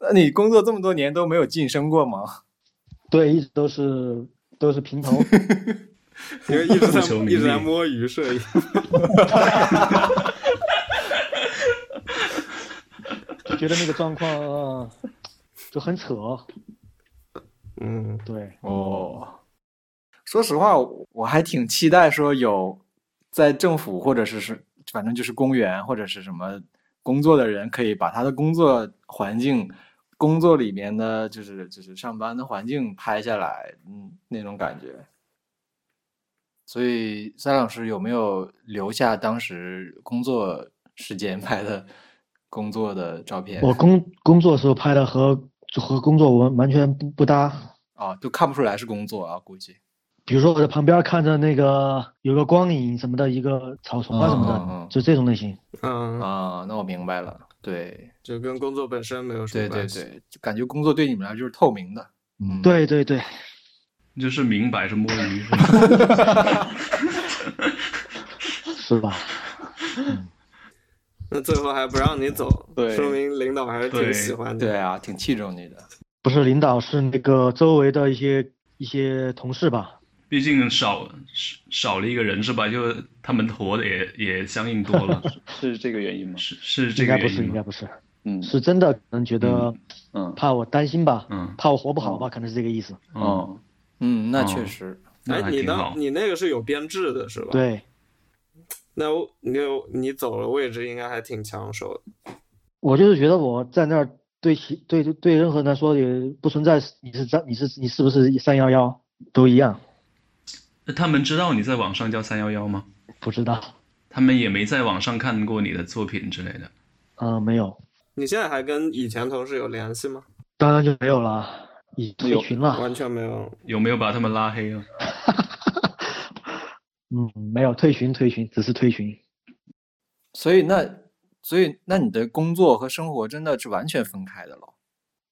Speaker 1: 那你工作这么多年都没有晋升过吗？
Speaker 3: 对一直都是都是平头，
Speaker 2: 因 为一直在
Speaker 4: 不求名利
Speaker 2: 一直在摸鱼摄影，
Speaker 3: 就觉得那个状况、呃就很扯。
Speaker 2: 嗯，
Speaker 3: 对，
Speaker 1: 哦，说实话，我我还挺期待说有在政府或者是是反正就是公务员或者是什么工作的人，可以把他的工作环境、工作里面的就是就是上班的环境拍下来，嗯，那种感觉。所以，三老师有没有留下当时工作时间拍的工作的照片？
Speaker 3: 我工工作时候拍的和和工作完完全不不搭。
Speaker 1: 啊，就看不出来是工作啊，估计。
Speaker 3: 比如说我在旁边看着那个有个光影什么的，一个草丛啊什么的，
Speaker 1: 嗯嗯嗯
Speaker 3: 就这种类型。
Speaker 2: 嗯，
Speaker 1: 啊，那我明白了。对，
Speaker 2: 就跟工作本身没有什么
Speaker 1: 对对
Speaker 2: 关系。
Speaker 1: 对，就感觉工作对你们来说就是透明的。嗯，
Speaker 3: 对对对，
Speaker 4: 就是明摆着摸鱼是吧？
Speaker 3: 是吧？
Speaker 2: 那最后还不让你走，
Speaker 1: 对
Speaker 2: 说明领导还是挺
Speaker 4: 对
Speaker 2: 喜欢你。哎
Speaker 1: 对啊，挺器重你的。
Speaker 3: 不是领导，是那个周围的一些一些同事吧？
Speaker 4: 毕竟少少了一个人是吧？就他们活的也也相应多了，
Speaker 6: 是这个原因吗？
Speaker 4: 是是这
Speaker 3: 应
Speaker 4: 个
Speaker 3: 该不
Speaker 4: 原
Speaker 3: 是，
Speaker 4: 因
Speaker 3: 应该
Speaker 4: 吗？
Speaker 3: 不是，
Speaker 6: 嗯
Speaker 3: 是真的可能觉得
Speaker 4: 嗯
Speaker 6: 嗯
Speaker 3: 怕我担心吧，
Speaker 4: 嗯
Speaker 3: 怕我活不好吧，可能是这个意思。
Speaker 4: 哦，
Speaker 6: 哦，
Speaker 1: 嗯，那
Speaker 4: 哦
Speaker 1: 确实。
Speaker 4: 那
Speaker 2: 哎，
Speaker 4: 还
Speaker 2: 你
Speaker 4: 挺
Speaker 2: 当
Speaker 4: 好。
Speaker 2: 你那个是有编制的是吧？。
Speaker 3: 对
Speaker 2: 那我你你走了位置应该还挺抢手的。
Speaker 3: 我就是觉得我在那儿对其对对任何人来说也不存在，你是三你是你是不是三幺幺都一样，
Speaker 4: 那他们知道你在网上叫三幺幺吗？
Speaker 3: 不知道。
Speaker 4: 他们也没在网上看过你的作品之类的。
Speaker 3: 嗯、没有，
Speaker 2: 你现在还跟以前同事有联系吗？
Speaker 3: 当然就没有了，已退
Speaker 6: 有
Speaker 3: 群了。
Speaker 2: 完全没有。
Speaker 4: 有没有把他们拉黑啊？
Speaker 3: 嗯，没有退群，退群只是退群。
Speaker 1: 所以那，所以那你的工作和生活真的是完全分开的了。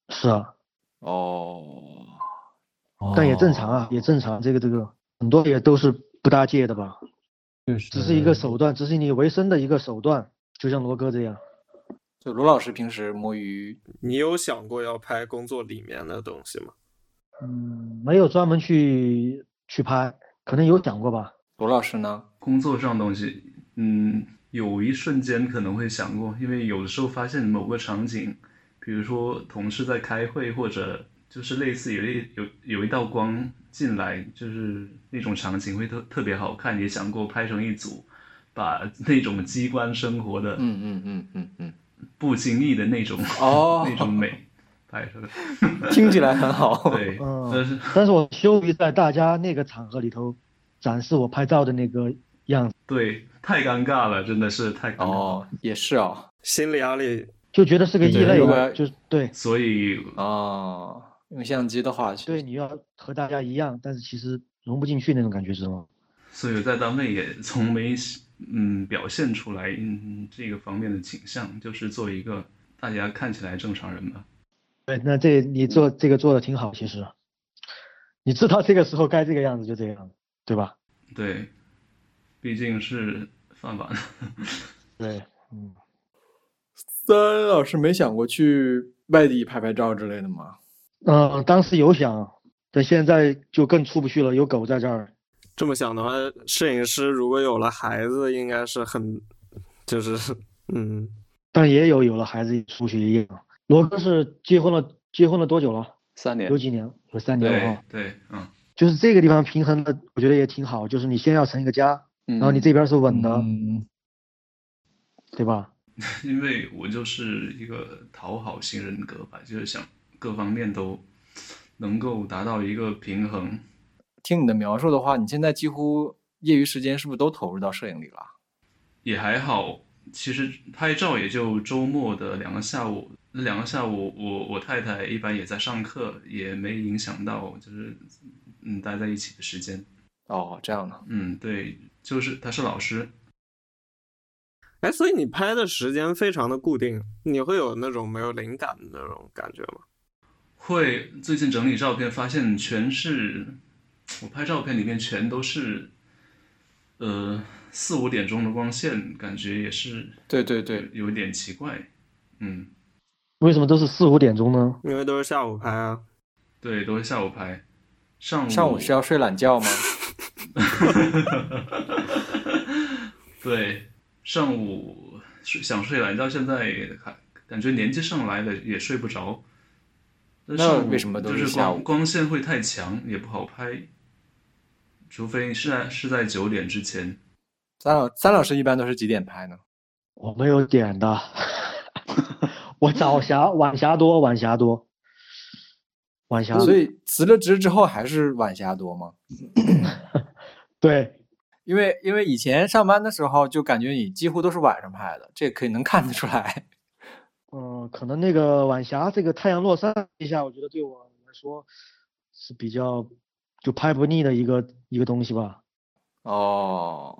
Speaker 3: 是啊，
Speaker 1: 哦，
Speaker 8: 哦
Speaker 3: 但也正常啊，也正常。这个这个很多也都是不搭界的吧，
Speaker 2: 就是
Speaker 8: 嗯
Speaker 3: 只是一个手段，只是你维生的一个手段，就像罗哥这样。
Speaker 1: 就罗老师平时摸鱼，
Speaker 2: 你有想过要拍工作里面的东西吗？
Speaker 3: 嗯，没有专门去去拍，可能有想过吧。
Speaker 1: 罗老师呢？
Speaker 4: 工作上的东西，嗯，有一瞬间可能会想过，因为有的时候发现某个场景，比如说同事在开会，或者就是类似有一有有一道光进来，就是那种场景会特特别好看，也想过拍成一组，把那种机关生活的
Speaker 1: 嗯嗯嗯嗯嗯，
Speaker 4: 不经意的 那种、
Speaker 1: 哦
Speaker 4: 那种美拍出来。
Speaker 1: 听起来很好。
Speaker 4: 对，
Speaker 1: 哦
Speaker 3: 嗯
Speaker 4: 但是
Speaker 3: 但是我羞于在大家那个场合里头展示我拍照的那个样子，
Speaker 4: 对太尴尬了，真的是太尴 尬了。
Speaker 1: 哦，也是哦，
Speaker 2: 心理压力，
Speaker 3: 就觉得是个异
Speaker 1: 对
Speaker 3: 类
Speaker 1: 如
Speaker 3: 吧
Speaker 1: 果
Speaker 3: 就是对
Speaker 4: 所以
Speaker 1: 哦，用相机的话，
Speaker 3: 对，你要和大家一样，但是其实融不进去那种感觉是吗？
Speaker 4: 所以我在单位也从没嗯表现出来嗯这个方面的倾向，就是做一个大家看起来正常人吧。
Speaker 3: 对，那这你做这个做的挺好，其实，你知道这个时候该这个样子就这个样子，对吧？
Speaker 4: 对，毕竟是饭碗。
Speaker 3: 对，嗯，
Speaker 1: 三老师没想过去外地拍拍照之类的吗？
Speaker 3: 呃，当时有想，但现在就更出不去了，有狗在这儿，
Speaker 2: 这么想的话，摄影师如果有了孩子，应该是很，就是， 嗯，
Speaker 3: 但也有有了孩子出去一样。罗哥是结婚了，结婚了多久了？
Speaker 6: 三年
Speaker 3: 有几年？有三年了
Speaker 4: 对
Speaker 3: 哈。
Speaker 4: 对，嗯，
Speaker 3: 就是这个地方平衡的，我觉得也挺好。就是你先要成一个家，
Speaker 6: 然
Speaker 3: 然后你这边是稳的，
Speaker 1: 嗯，
Speaker 3: 对吧？
Speaker 4: 因为我就是一个讨好型人格吧，就是想各方面都能够达到一个平衡。
Speaker 1: 听你的描述的话，你现在几乎业余时间是不是都投入到摄影里了？
Speaker 4: 也还好。其实拍照也就周末的两个下午，那两个下午我我太太一般也在上课，也没影响到就是嗯待在一起的时间。
Speaker 1: 哦，这样的，
Speaker 4: 嗯，对，就是她是老师，
Speaker 2: 哎，所以你拍的时间非常的固定，你会有那种没有灵感的那种感觉吗？
Speaker 4: 会最近整理照片发现全是，我拍照片里面全都是，呃四五点钟的光线，感觉也是
Speaker 1: 对对对，
Speaker 4: 有一点奇怪。嗯，
Speaker 3: 为什么都是四五点钟呢？
Speaker 2: 因为都是下午拍啊。
Speaker 4: 对，都是下午拍，上午
Speaker 1: 上午是要睡懒觉吗？
Speaker 4: 对，上午睡想睡懒觉，现在还感觉年纪上来了也睡不着。
Speaker 1: 那
Speaker 4: 上午
Speaker 1: 为什么都
Speaker 4: 就是是
Speaker 1: 下午
Speaker 4: 光光线会太强，也不好拍，除非是在是在九点之前。
Speaker 1: 三老三老师一般都是几点拍呢？
Speaker 3: 我没有点的， 我早霞晚霞多，晚霞多，晚霞。
Speaker 1: 所以辞了职之后还是晚霞多吗？
Speaker 3: 对，
Speaker 1: 因为因为以前上班的时候就感觉你几乎都是晚上拍的，这可以能看得出来。
Speaker 3: 嗯，可能那个晚霞这个太阳落山一下，我觉得对我来说是比较就拍不腻的一个一个东西吧。
Speaker 1: 哦，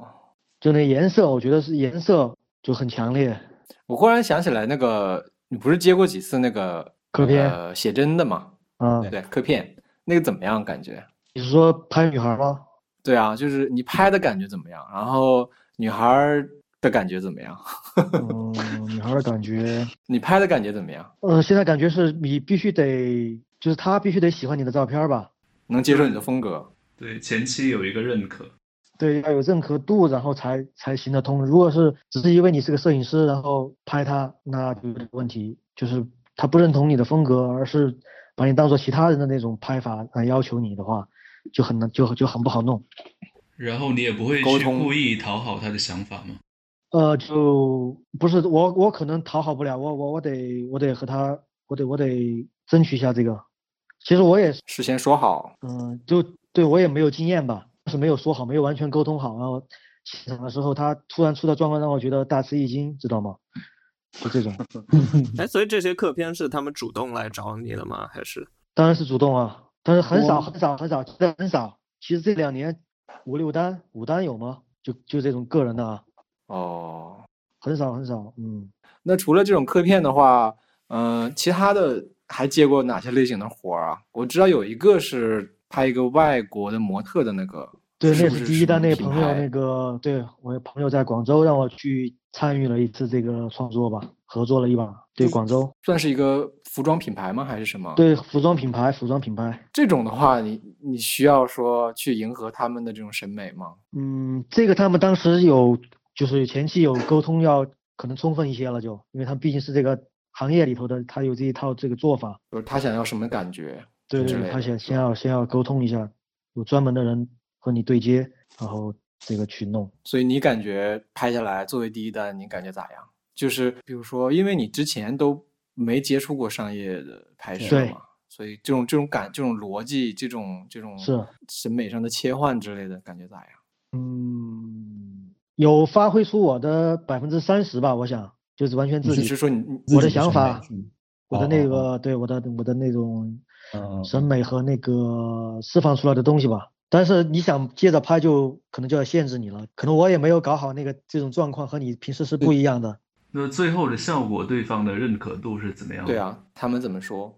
Speaker 3: 就那颜色，我觉得是颜色就很强烈。
Speaker 1: 我忽然想起来，那个你不是接过几次那个
Speaker 3: 科片
Speaker 1: 呃写真的吗？
Speaker 3: 啊，
Speaker 1: 对，科片那个怎么样？感觉？
Speaker 3: 你是说拍女孩吗？
Speaker 1: 对啊，就是你拍的感觉怎么样？然后女孩儿的感觉怎么样？
Speaker 3: 嗯，女孩的感觉，
Speaker 1: 你拍的感觉怎么样？
Speaker 3: 呃，现在感觉是你必须得，就是她必须得喜欢你的照片儿吧？
Speaker 1: 能接受你的风格？
Speaker 4: 对，前期有一个认可，
Speaker 3: 对，要有认可度，然后才才行得通。如果是只是因为你是个摄影师，然后拍他，那就有点问题，就是他不认同你的风格，而是把你当做其他人的那种拍法来要求你的话，就很难，就就很不好弄。
Speaker 4: 然后你也不会
Speaker 1: 沟
Speaker 4: 去
Speaker 1: 通
Speaker 4: 故意讨好他的想法嘛。
Speaker 3: 呃，就不是我，我可能讨好不了，我我我得我得和他，我得我得争取一下这个。其实我也是，
Speaker 1: 事先说好，
Speaker 3: 嗯、就对我也没有经验吧，是没有说好，没有完全沟通好，然后现场的时候他突然出的状况让我觉得大吃一惊，知道吗？就这种。
Speaker 2: 哎，所以这些客片是他们主动来找你的吗？还是
Speaker 3: 当然是主动啊，但是很少
Speaker 6: 我
Speaker 3: 很少很少，真的很少。其实这两年五六单五单有吗？就就这种个人的啊，
Speaker 1: 哦。
Speaker 3: 很少很少。嗯，
Speaker 1: 那除了这种科片的话，嗯、其他的还接过哪些类型的活儿啊？我知道有一个是拍一个外国的模特的那个，
Speaker 3: 对，那
Speaker 1: 不是
Speaker 3: 第
Speaker 1: 什
Speaker 3: 一单
Speaker 1: 么
Speaker 3: 那
Speaker 1: 品
Speaker 3: 朋友
Speaker 1: 牌
Speaker 3: 那个，对我有朋友在广州让我去参与了一次这个创作吧。合作了一把，对广州，
Speaker 1: 算是一个服装品牌吗？还是什么？，
Speaker 3: 对服装品牌，服装品牌。
Speaker 1: 这种的话，你你需要说去迎合他们的这种审美吗？
Speaker 3: 嗯，这个他们当时有，就是前期有沟通，要可能充分一些了就，因为他们毕竟是这个行业里头的，他有这一套这个做法，
Speaker 1: 就是他想要什么感觉？
Speaker 3: 对
Speaker 1: 之
Speaker 3: 对
Speaker 1: 类
Speaker 3: 对，他
Speaker 1: 的
Speaker 3: 先
Speaker 1: 是
Speaker 3: 先
Speaker 1: 吧
Speaker 3: 要先要沟通一下，有专门的人和你对接，然后这个去弄。
Speaker 1: 所以你感觉拍下来作为第一单，你感觉咋样？就是比如说，因为你之前都没接触过商业的拍摄
Speaker 3: 对
Speaker 1: 嘛，所以这种这种感、这种逻辑、这种这种
Speaker 3: 是
Speaker 1: 审美上的切换之类的，感觉咋样？
Speaker 3: 嗯，有发挥出我的百分之三十吧，我想就是完全自
Speaker 1: 你
Speaker 3: 己
Speaker 1: 是说你你
Speaker 3: 我的
Speaker 8: 自己审
Speaker 3: 想
Speaker 8: 美
Speaker 3: 法
Speaker 8: 是吗，
Speaker 3: 我的
Speaker 8: 哦
Speaker 3: 那
Speaker 8: 哦
Speaker 3: 个对我的我的那种
Speaker 8: 嗯
Speaker 3: 审美和那个释放出来的东西吧。但是你想接着拍就可能就要限制你了，可能我也没有搞好那个这种状况和你平时是不一样的。
Speaker 4: 那最后的效果，对方的认可度是怎么样的？
Speaker 1: 对，啊？他们怎么说？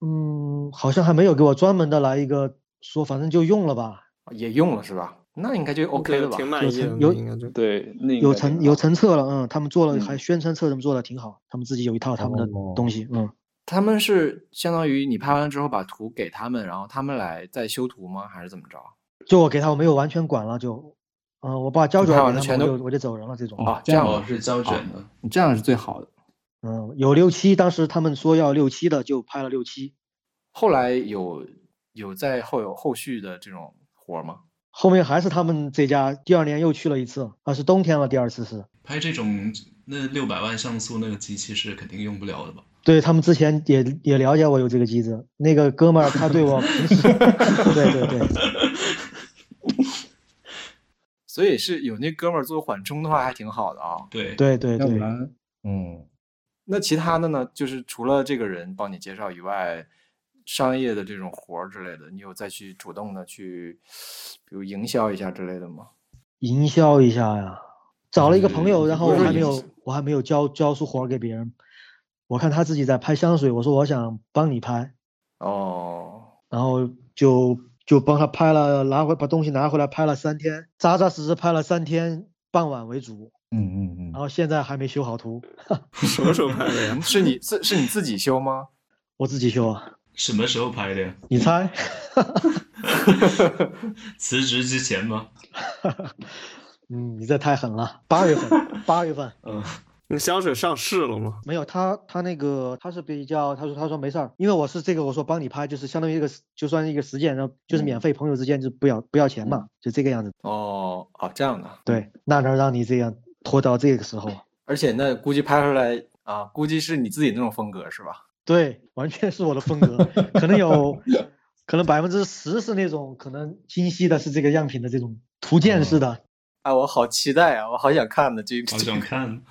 Speaker 3: 嗯，好像还没有给我专门的来一个说，反正就用了吧，
Speaker 1: 也用了是吧？那应该就 OK 了吧？
Speaker 2: 挺满
Speaker 3: 有
Speaker 2: 意
Speaker 3: 成
Speaker 2: 的，
Speaker 3: 有
Speaker 2: 应该就
Speaker 6: 对，那应
Speaker 3: 有
Speaker 6: 该挺
Speaker 3: 成
Speaker 6: 好
Speaker 4: 啊
Speaker 3: 有成册了，嗯，他们做了
Speaker 6: 嗯
Speaker 3: 还宣传册，他们做的挺好，他们自己有一套他们的
Speaker 8: 哦
Speaker 3: 东西，嗯，
Speaker 1: 他们是相当于你拍完之后把图给他们，然后他们来再修图吗？还是怎么着？
Speaker 3: 就我给他我没有完全管了，就，嗯，我把胶
Speaker 1: 就
Speaker 3: 卷
Speaker 1: 拍
Speaker 3: 给
Speaker 1: 完
Speaker 3: 他
Speaker 1: 了
Speaker 3: 们
Speaker 1: 全
Speaker 3: 我
Speaker 1: 都
Speaker 3: 就我就走人了这种，
Speaker 1: 啊，
Speaker 8: 这
Speaker 1: 这样
Speaker 8: 样
Speaker 4: 哦，
Speaker 1: 啊
Speaker 4: 是胶卷的。
Speaker 1: 你这样是最好的。
Speaker 3: 嗯，有六期，当时他们说要六期的就拍了六期，
Speaker 1: 后来有有在后有后续的这种活儿吗？
Speaker 3: 后面还是他们这家，第二年又去了一次，啊，是冬天了，第二次是，
Speaker 4: 拍这种那六百万像素那个机器是肯定用不了的吧？
Speaker 3: 对他们之前也也了解我有这个机子，那个哥们儿他对我平时，对对对，
Speaker 1: 所以是有那哥们儿做缓冲的话，还挺好的啊、
Speaker 4: 对，
Speaker 3: 对对
Speaker 8: 要不
Speaker 3: 对，
Speaker 8: 然，嗯，
Speaker 1: 那其他的呢？就是除了这个人帮你介绍以外，商业的这种活儿之类的，你有再去主动的去，比如营销一下之类的吗？
Speaker 3: 营销一下呀，找了一个朋友，
Speaker 1: 嗯
Speaker 3: 然后
Speaker 1: 不
Speaker 3: 我
Speaker 1: 是
Speaker 3: 还没
Speaker 1: 营
Speaker 3: 有
Speaker 1: 销
Speaker 3: 我还没有交交出活儿给别人，我看他自己在拍香水，我说我想帮你拍，
Speaker 1: 哦，
Speaker 3: 然后就就帮他拍了，拿回把东西拿回来拍了三天，扎扎实实拍了三天，傍晚为主，
Speaker 8: 嗯嗯
Speaker 3: 然
Speaker 8: 嗯，
Speaker 3: 后现在还没修好图，
Speaker 2: 什么时候拍 的呀？
Speaker 1: 嗯是你是是你自己修吗？
Speaker 3: 我自己修啊，
Speaker 4: 什么时候拍的呀？
Speaker 3: 你 猜？
Speaker 4: 辞职之前吗？
Speaker 3: 嗯，你这太狠了。八月份，八月份
Speaker 1: 呃
Speaker 4: 嗯，
Speaker 2: 你香水上市了吗？
Speaker 3: 没有他，他那个他是比较，他说他说没事儿，因为我是这个，我说帮你拍，就是相当于一个实就算是一个实践，然后就是免费，朋友之间就不要不要钱嘛，就这个样子。
Speaker 1: 哦，哦，这样的。
Speaker 3: 对，那能让你这样拖到这个时候？
Speaker 1: 而且那估计拍出来啊，估计是你自己那种风格是吧？
Speaker 3: 对，完全是我的风格，可能有，可能百分之十是那种可能清晰的是这个样品的这种图鉴式的，
Speaker 1: 哎，我好期待啊，我好想看的这个。
Speaker 4: 好想看。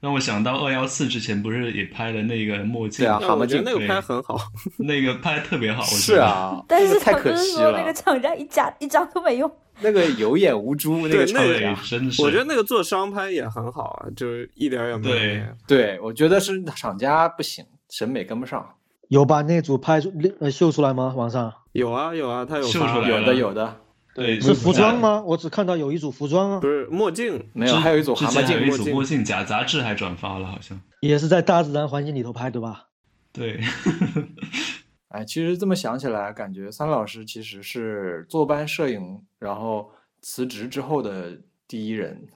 Speaker 4: 让我想到二幺四之前不是也拍了那个墨镜，
Speaker 1: 对啊
Speaker 2: 啊，我觉
Speaker 1: 蛤蟆镜
Speaker 2: 得那个
Speaker 4: 对
Speaker 2: 拍很好，
Speaker 4: 那个拍的特别好，我觉
Speaker 1: 是
Speaker 4: 得，
Speaker 1: 啊，
Speaker 5: 但
Speaker 1: 这
Speaker 5: 是
Speaker 1: 个太
Speaker 5: 他
Speaker 1: 可
Speaker 5: 不是
Speaker 1: 惜
Speaker 5: 说
Speaker 1: 了。
Speaker 5: 那个厂家一家一张都没用，
Speaker 1: 那个有眼无珠，那个
Speaker 2: 对
Speaker 1: 场
Speaker 2: 那个
Speaker 1: 景
Speaker 4: 对，真是，
Speaker 2: 我觉得那个做商拍也很好啊，就是一点儿也没有
Speaker 4: 对
Speaker 2: 那个
Speaker 1: 对，我觉得是厂家不行，审美跟不上。
Speaker 3: 有把那组拍出呃秀出来吗？网上
Speaker 2: 有啊有啊，他有
Speaker 4: 秀
Speaker 2: 发
Speaker 4: 出来
Speaker 1: 有
Speaker 4: 了
Speaker 1: 的有的，
Speaker 4: 对
Speaker 3: 是服装？
Speaker 4: 之
Speaker 3: 吗？我只看到有一组服装啊
Speaker 2: 不，是墨镜，
Speaker 1: 没有，还有一组
Speaker 4: 之
Speaker 1: 蛤蟆
Speaker 4: 前还有
Speaker 1: 镜
Speaker 4: 一
Speaker 1: 墨
Speaker 4: 组
Speaker 1: 镜，
Speaker 4: 墨镜假杂志还转发了，好像。
Speaker 3: 也是在大自然环境里头拍，对吧？
Speaker 4: 对，
Speaker 1: 哎，其实这么想起来，感觉三老师其实是坐班摄影，然后辞职之后的第一人。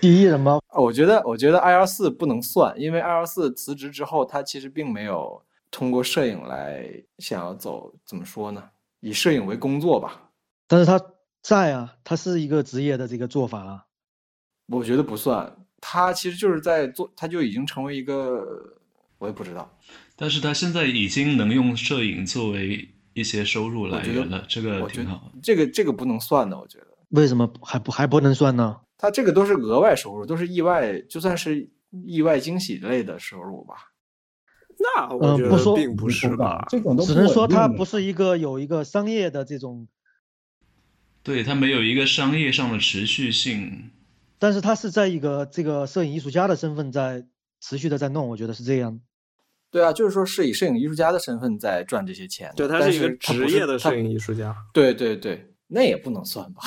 Speaker 3: 第一人吗？
Speaker 1: 啊我觉得，我觉得二幺四不能算，因为二幺四辞职之后，他其实并没有通过摄影来想要走，怎么说呢？以摄影为工作吧，
Speaker 3: 但是他在啊，他是一个职业的这个做法啊。
Speaker 1: 我觉得不算。他其实就是在做，他就已经成为一个，我也不知道。
Speaker 4: 但是他现在已经能用摄影作为一些收入来源了，这个
Speaker 1: 我觉
Speaker 4: 挺
Speaker 1: 得
Speaker 4: 好。
Speaker 1: 这个这个不能算的，我觉得
Speaker 3: 为什么还不还不能算呢？
Speaker 1: 他这个都是额外收入，都是意外，就算是意外惊喜类的收入吧。
Speaker 2: 那我
Speaker 3: 呃
Speaker 2: 觉
Speaker 3: 不说
Speaker 2: 得并不是吧？
Speaker 8: 这种都
Speaker 3: 只能说
Speaker 8: 稳定
Speaker 3: 它
Speaker 8: 的
Speaker 3: 不是一个有一个商业的这种，
Speaker 4: 对他没有一个商业上的持续性，
Speaker 3: 但是他是在一个这个摄影艺术家的身份在持续的在弄，我觉得是这样。
Speaker 1: 对啊，就是说是以摄影艺术家的身份在赚这些钱的，
Speaker 2: 对，他
Speaker 1: 但
Speaker 2: 是一个
Speaker 1: 他不
Speaker 2: 职业
Speaker 1: 是
Speaker 2: 的
Speaker 1: 他
Speaker 2: 摄影艺术家。
Speaker 1: 对对对，那也不能算吧。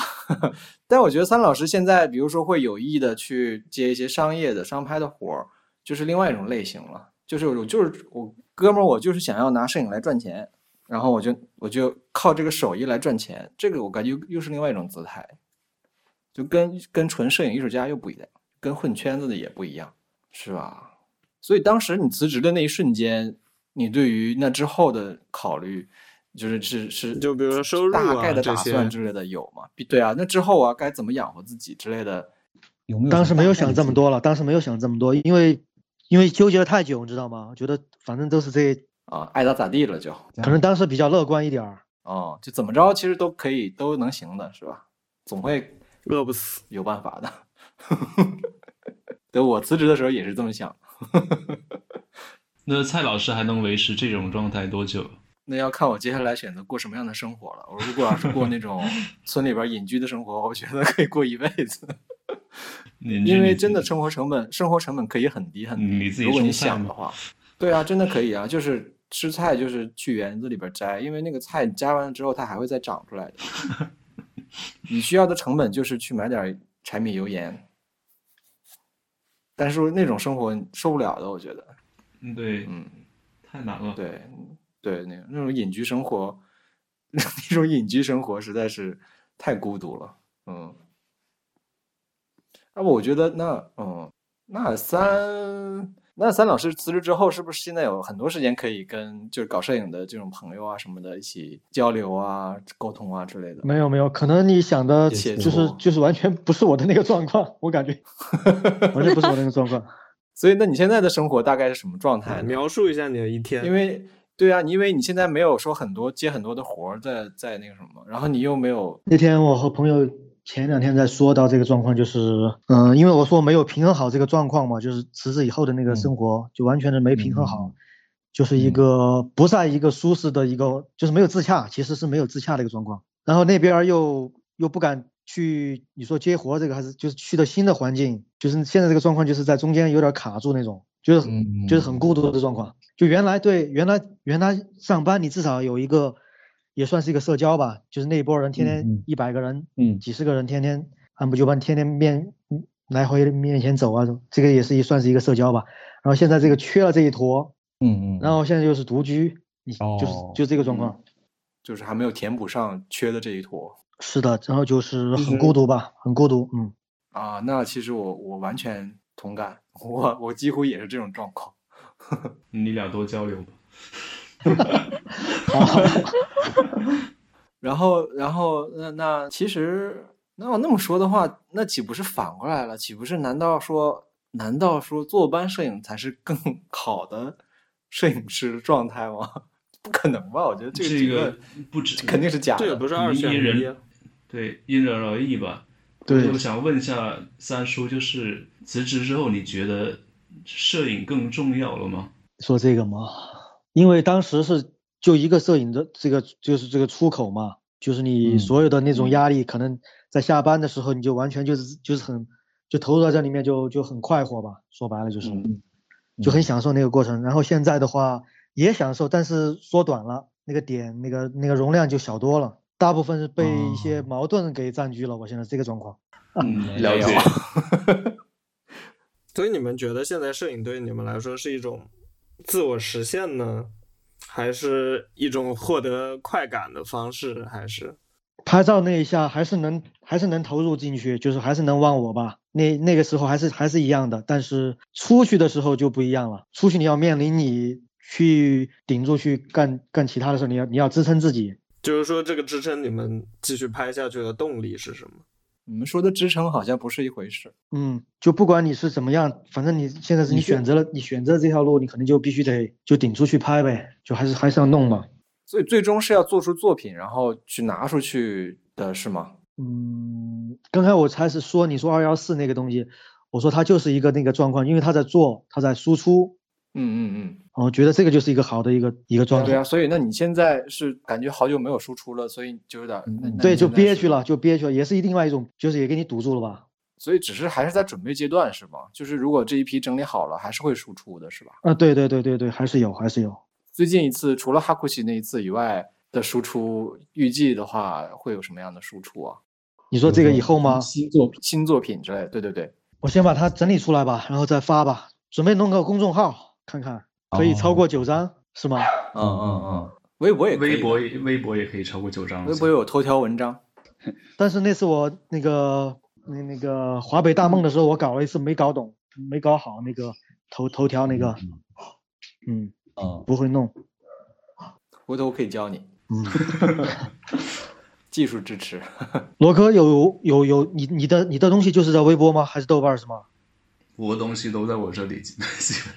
Speaker 1: 但我觉得三老师现在，比如说会有意的去接一些商业的商拍的活儿，就是另外一种类型了。就是我就是我哥们儿，我就是想要拿摄影来赚钱，然后我就我就靠这个手艺来赚钱，这个我感觉又又是另外一种姿态，就跟跟纯摄影艺术家又不一样，跟混圈子的也不一样，是吧？所以当时你辞职的那一瞬间，你对于那之后的考虑，就是是是，
Speaker 2: 就比如说收入啊
Speaker 1: 大概的打
Speaker 2: 这些
Speaker 1: 算之类的有吗？对啊，那之后啊该怎么养活自己之类的，有没有？
Speaker 3: 当时没有想这么，多了，当时没有想这么多，因为因为纠结了太久，你知道吗？我觉得反正都是这，
Speaker 1: 啊，爱咋咋地了就。
Speaker 3: 可能当时比较乐观一点儿。
Speaker 1: 哦，就怎么着，其实都可以，都能行的，是吧？总会
Speaker 2: 饿不死。
Speaker 1: 有办法的。 对，我辞职的时候也是这么想。
Speaker 4: 那蔡老师还能维持这种状态多久？
Speaker 1: 那要看我接下来选择过什么样的生活了。我如果要是过那种 村里边隐居的生活，我觉得可以过一辈子，
Speaker 4: 您
Speaker 1: 因为真的生活成本，生活成本可以很低很低。
Speaker 4: 你自己
Speaker 1: 如果
Speaker 4: 种
Speaker 1: 你
Speaker 4: 菜
Speaker 1: 想
Speaker 4: 吗
Speaker 1: 的话，对啊，真的可以啊，就是吃菜就是去园子里边摘，因为那个菜你摘完了之后它还会再长出来的。 你需要的成本就是去买点柴米油盐，但是那种生活你受不了的，我觉得，
Speaker 4: 嗯对，
Speaker 1: 嗯，
Speaker 4: 太难了。
Speaker 1: 对对，那那种隐居生活， 那种隐居生活实在是太孤独了，嗯。那我觉得那嗯，那三那三老师辞职之后，是不是现在有很多时间可以跟就是搞摄影的这种朋友啊什么的一起交流啊、沟通啊之类的？
Speaker 3: 没有没有，可能你想的
Speaker 1: 写
Speaker 3: 就是
Speaker 1: 作
Speaker 3: 就是完全不是我的那个状况，我感觉完全不是我的那个状况。
Speaker 1: 所以，那你现在的生活大概是什么状态呢？
Speaker 2: 描述一下你的一天，
Speaker 1: 因为对啊，你因为你现在没有说很多接很多的活儿在在那个什么，然后你又没有
Speaker 3: 那天我和朋友前两天在说到这个状况，就是，嗯、因为我说没有平衡好这个状况嘛，就是辞职以后的那个生活就完全的没平衡好，就是一个不在一个舒适的一个，就是没有自洽，其实是没有自洽的一个状况。然后那边儿又又不敢去，你说接活这个还是就是去的新的环境，就是现在这个状况就是在中间有点卡住那种，就是就是很孤独的状况。就原来对原来原来上班你至少有一个，也算是一个社交吧，就是那一波人天天一百个人，
Speaker 6: 嗯
Speaker 3: 几十个人天天按部就班，天天面嗯来回面前走啊，这个也是一算是一个社交吧。然后现在这个缺了这一坨，
Speaker 6: 嗯嗯
Speaker 3: 然后现在又是独居，你就是
Speaker 6: 哦
Speaker 3: 就这个状况。
Speaker 1: 就是还没有填补上缺的这一坨
Speaker 3: 是的，然后就是
Speaker 2: 就
Speaker 3: 很
Speaker 2: 是
Speaker 3: 孤独吧，很孤独，嗯。
Speaker 1: 啊。那其实我我完全同感， 我我几乎也是这种状况。
Speaker 4: 你俩多交流吧。
Speaker 3: 嗯
Speaker 1: 然后，然后，那那其实，那我那么说的话，那岂不是反过来了？岂不是？难道说，难道说坐班摄影才是更 好的摄影师状态吗？不可能吧？我觉得这个
Speaker 4: 这
Speaker 1: 结
Speaker 4: 个
Speaker 1: 论
Speaker 4: 不止
Speaker 1: 肯定是假
Speaker 2: 这也不
Speaker 1: 的。
Speaker 2: 是二
Speaker 4: 你
Speaker 2: 选
Speaker 4: 一
Speaker 2: 一
Speaker 4: 人
Speaker 2: 啊。
Speaker 4: 对因人而异吧。
Speaker 3: 对
Speaker 4: 我想问一下三叔，就是辞职之后，你觉得摄影更重要了吗？
Speaker 3: 说这个嘛，因为当时是就一个摄影的这个就是这个出口嘛，就是你
Speaker 6: 嗯
Speaker 3: 所有的那种
Speaker 6: 嗯
Speaker 3: 压力，可能在下班的时候你就完全就是就是很就投入到这里面就就很快活吧，说白了就是、
Speaker 6: 嗯
Speaker 3: 就很
Speaker 6: 嗯
Speaker 3: 享受那个过程。然后现在的话也享受，但是缩短了那个点，那个那个容量就小多了，大部分是被一些
Speaker 6: 哦
Speaker 3: 矛盾给占据了。我现在这个状况。
Speaker 1: 啊
Speaker 4: 嗯，
Speaker 1: 了解。
Speaker 2: 所以你们觉得现在摄影对你们来说是一种自我实现呢，还是一种获得快感的方式？还是
Speaker 3: 拍照那一下还是能还是能投入进去，就是还是能忘我吧。那那个时候还是还是一样的，但是出去的时候就不一样了。出去你要面临你去顶住去干干其他的事，你要你要支撑自己。
Speaker 2: 就是说这个支撑你们继续拍下去的动力是什么？
Speaker 1: 你们说的支撑好像不是一回事。
Speaker 3: 嗯，就不管你是怎么样，反正你现在是你选择了你选择这条路，你可能就必须得就顶出去拍呗，就还是还是要弄嘛。
Speaker 1: 所以最终是要做出作品，然后去拿出去的是吗？
Speaker 3: 嗯，刚才我开始说你说二幺四那个东西，我说它就是一个那个状况，因为它在做，它在输出，
Speaker 1: 嗯嗯嗯。
Speaker 3: 我哦觉得这个就是一个好的一个一个状
Speaker 1: 对
Speaker 3: 态
Speaker 1: 啊，。所以那你现在是感觉好久没有输出了，所以就有点儿那那你
Speaker 3: 对，就
Speaker 1: 现在
Speaker 3: 憋
Speaker 1: 是
Speaker 3: 屈了，就憋屈了，也是另外一种，就是也给你堵住了吧？
Speaker 1: 所以只是还是在准备阶段是吗？就是如果这一批整理好了，还是会输出的是吧？
Speaker 3: 啊，对对对对对，还是有，还是有。
Speaker 1: 最近一次除了哈库奇那一次以外的输出，预计的话会有什么样的输出啊？
Speaker 3: 你说这个以后吗？
Speaker 6: 新作品
Speaker 1: 新作品之类的？对对对，
Speaker 3: 我先把它整理出来吧，然后再发吧。准备弄个公众号看看，可以超过九张、是吗？
Speaker 1: 嗯嗯嗯，微博也可以
Speaker 4: 微博也微博也可以超过九张，
Speaker 1: 微博有头条文章，
Speaker 3: 但是那次我那个那那个华北大梦的时候，我搞了一次没搞懂，没搞好那个头头条那个，嗯，
Speaker 8: 嗯，
Speaker 3: 不会弄，
Speaker 1: 回头我可以教你
Speaker 3: 嗯，
Speaker 1: 技术支持。
Speaker 3: 罗哥有有有你你的你的东西就是在微博吗？还是豆瓣儿是吗？
Speaker 4: 我的东西都在我这里，基本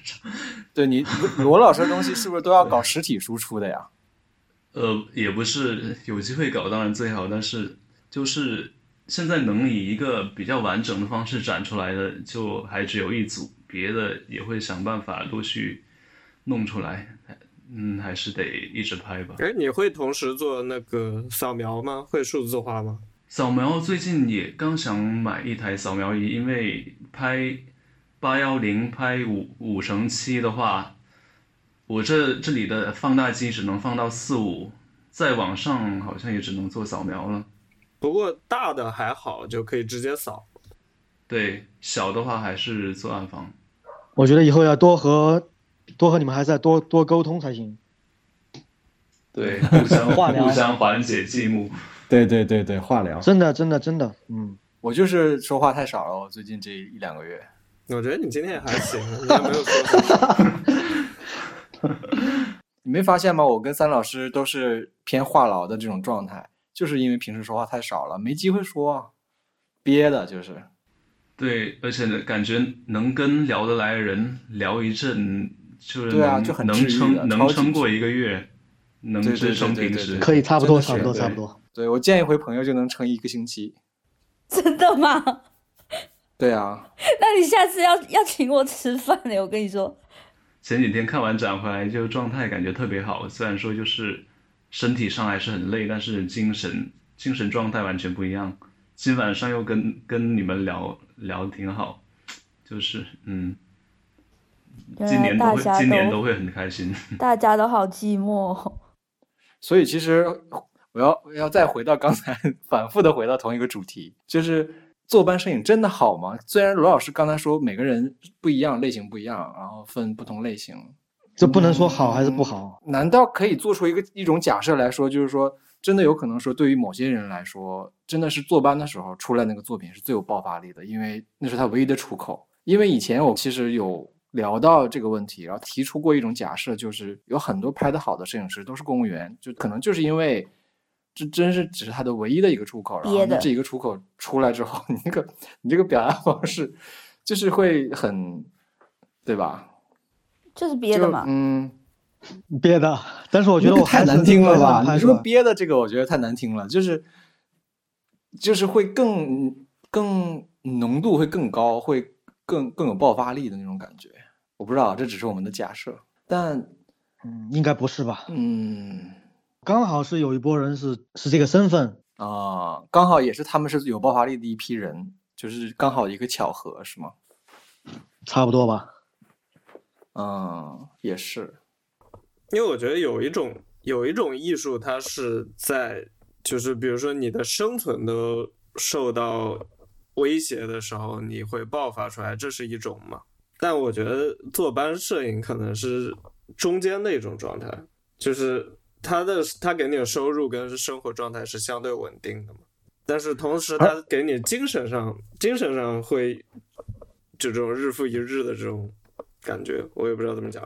Speaker 4: 上，
Speaker 1: 对你罗老师的东西是不是都要搞实体输出的呀？
Speaker 4: 呃，也不是有机会搞当然最好，但是就是现在能以一个比较完整的方式展出来的，就还只有一组，别的也会想办法陆续弄出来，嗯，还是得一直拍吧。
Speaker 2: 哎，你会同时做那个扫描吗？会数字化吗？
Speaker 4: 扫描最近也刚想买一台扫描仪，因为拍八幺零拍五五乘七的话，我这这里的放大机只能放到四五，再往上好像也只能做扫描了。
Speaker 2: 不过大的还好，就可以直接扫。
Speaker 4: 对，小的话还是做暗房。
Speaker 3: 我觉得以后要多和多和你们还在多多沟通才行。
Speaker 4: 对，互相
Speaker 3: 化疗
Speaker 4: 互相缓解寂寞。
Speaker 1: 对对对对，化疗。
Speaker 3: 真的真的真的，嗯，
Speaker 1: 我就是说话太少了，我最近这一两个月。
Speaker 2: 我觉得你今天也还行，你也没有说什么。
Speaker 1: 你没发现吗？我跟三老师都是偏话痨的这种状态，就是因为平时说话太少了，没机会说啊，憋的就是。
Speaker 4: 对，而且感觉能跟聊得来的人聊一阵，就是
Speaker 1: 对啊
Speaker 4: 能
Speaker 1: 就很
Speaker 4: 能
Speaker 1: 治愈的
Speaker 4: 撑
Speaker 1: 超
Speaker 4: 能
Speaker 1: 级
Speaker 4: 撑
Speaker 1: 治
Speaker 4: 过
Speaker 1: 愈
Speaker 4: 一个月，能
Speaker 1: 对对
Speaker 4: 支
Speaker 1: 对
Speaker 4: 撑
Speaker 1: 对
Speaker 4: 平
Speaker 1: 对
Speaker 4: 时
Speaker 1: 对。
Speaker 3: 可以差不多
Speaker 1: 真
Speaker 3: 差
Speaker 1: 的
Speaker 3: 不
Speaker 1: 是
Speaker 3: 多
Speaker 4: 对
Speaker 3: 差不多。
Speaker 1: 对我见一回朋友就能撑一个星期。
Speaker 5: 真的吗？
Speaker 1: 对啊，
Speaker 5: 那你下次要要请我吃饭呢？我跟你说，
Speaker 4: 前几天看完展回来，就状态感觉特别好。虽然说就是身体上还是很累，但是精神精神状态完全不一样。今晚上又跟跟你们聊聊得挺好，就是嗯，
Speaker 5: 原
Speaker 4: 今
Speaker 5: 来
Speaker 4: 年都
Speaker 5: 啊大
Speaker 4: 会
Speaker 5: 家
Speaker 4: 今年
Speaker 5: 都
Speaker 4: 都会很开心。
Speaker 1: 嗯
Speaker 5: 大家都好寂寞、哦。
Speaker 1: 所以其实我要我要再回到刚才，反复的回到同一个主题，就是坐班摄影真的好吗？虽然罗老师刚才说每个人不一样，类型不一样，然后分不同类型，
Speaker 3: 这不能说好还是
Speaker 5: 嗯
Speaker 3: 不好，
Speaker 1: 难道可以做出一个一种假设来说，就是说，真的有可能说，对于某些人来说，真的是坐班的时候出来那个作品是最有爆发力的，因为那是他唯一的出口。因为以前我其实有聊到这个问题，然后提出过一种假设，就是有很多拍得好的摄影师都是公务员，就可能就是因为这真是只是他的唯一的一个出口，然
Speaker 5: 憋
Speaker 1: 后
Speaker 5: 的
Speaker 1: 那这一个出口出来之后，你那个你这个表达方式就是会很， 对吧？
Speaker 5: 就是憋的
Speaker 1: 就
Speaker 5: 嘛，
Speaker 1: 嗯。
Speaker 3: 别的。但是我觉得
Speaker 1: 那
Speaker 3: 我
Speaker 1: 个太
Speaker 3: 还是
Speaker 1: 难听了吧？
Speaker 3: 还
Speaker 1: 你
Speaker 3: 是
Speaker 1: 说憋的这个，我觉得太难听了，就是就是会更更浓度会更高，会更更有爆发力的那种感觉。我不知道，这只是我们的假设，但
Speaker 3: 嗯，应该不是吧？
Speaker 1: 嗯
Speaker 3: 刚好是有一波人是是这个身份，
Speaker 1: 啊、刚好也是他们是有爆发力的一批人，就是刚好一个巧合，是吗？
Speaker 3: 差不多吧。
Speaker 1: 嗯，也是，
Speaker 2: 因为我觉得有一种有一种艺术，它是在就是比如说你的生存都受到威胁的时候，你会爆发出来，这是一种嘛。但我觉得坐班摄影可能是中间的一种状态，就是它的它给你的收入跟生活状态是相对稳定的嘛，但是同时它给你精神上精神上会就这种日复一日的这种感觉，我也不知道怎么讲。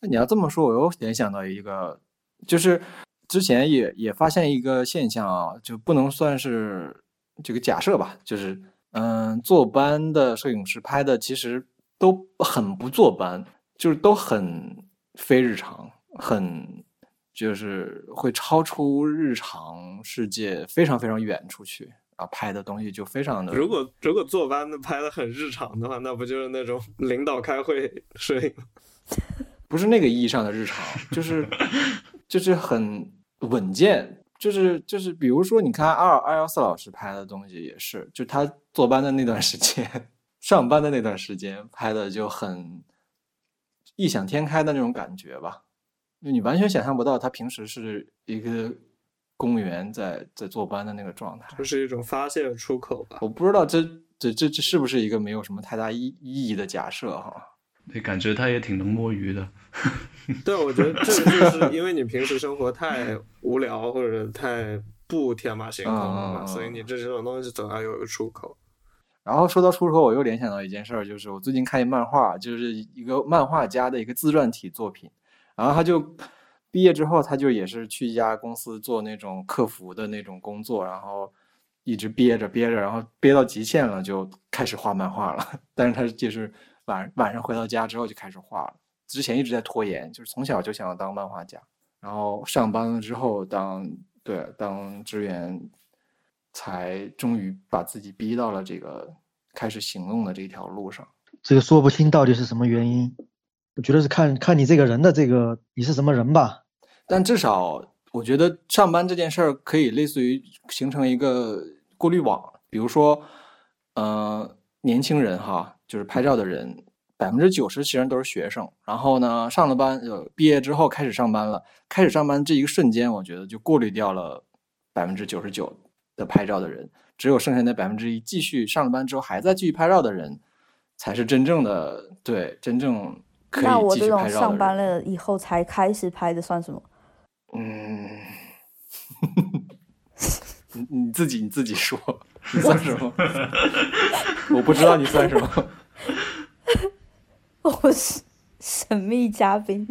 Speaker 1: 那你要这么说，我又联想到一个，就是之前也也发现一个现象啊，就不能算是这个假设吧，就是嗯，坐班的摄影师拍的其实都很不坐班，就是都很非日常，很就是会超出日常世界非常非常远出去，然后拍的东西就非常的
Speaker 2: 如果如果坐班的拍的很日常的话，那不就是那种 领导开会摄影？
Speaker 1: 不是那个意义上的日常，就是就是很稳健，就是就是比如说，你看二二幺四老师拍的东西也是，就他坐班的那段时间， 上班的那段时间拍的就很异想天开的那种感觉吧，就你完全想象不到他平时是一个公务员在在坐班的那个状态。
Speaker 2: 这是一种发泄出口吧？
Speaker 1: 我不知道这这这这是不是一个没有什么太大意意义的假设哈？
Speaker 4: 对，感觉他也挺能摸鱼的。
Speaker 2: 对，我觉得这个就是 因为你平时生活太无聊或者太不天马行空了
Speaker 1: 嗯嗯
Speaker 2: 嘛，
Speaker 1: 嗯
Speaker 2: 所以你这这种东西总要有个出口。
Speaker 1: 然后说到出口，我又联想到一件事儿，就是我最近看一漫画，就是一个漫画家的一个自传体作品，然后他就毕业之后，他就也是去一家公司做那种客服的那种工作，然后一直憋着憋着，然后憋到极限了，就开始画漫画了。 但是他就是晚晚上回到家之后就开始画了，之前一直在拖延，就是从小就想要当漫画家，然后上班了之后当对当职员才终于把自己逼到了这个开始行动的这条路上。
Speaker 3: 这个说不清到底是什么原因，我觉得是看看你这个人的这个你是什么人吧。
Speaker 1: 但至少我觉得上班这件事儿可以类似于形成一个过滤网，比如说，呃，年轻人哈，就是拍照的人，百分之九十其实都是学生。然后呢，上了班，呃，毕业之后开始上班了，开始上班这一个瞬间，我觉得就过滤掉了百分之九十九的拍照的人，只有剩下那百分之一继续上了班之后还在继续拍照的人，才是真正的对真正可
Speaker 5: 那
Speaker 1: 以
Speaker 5: 我
Speaker 1: 继
Speaker 5: 这
Speaker 1: 续
Speaker 5: 种
Speaker 1: 拍照的
Speaker 5: 上
Speaker 1: 人
Speaker 5: 班了以后才开始拍的算什么？
Speaker 1: 嗯，你你自己你自己说，你算什么？我不知道你算什么。
Speaker 5: 我是神秘嘉宾，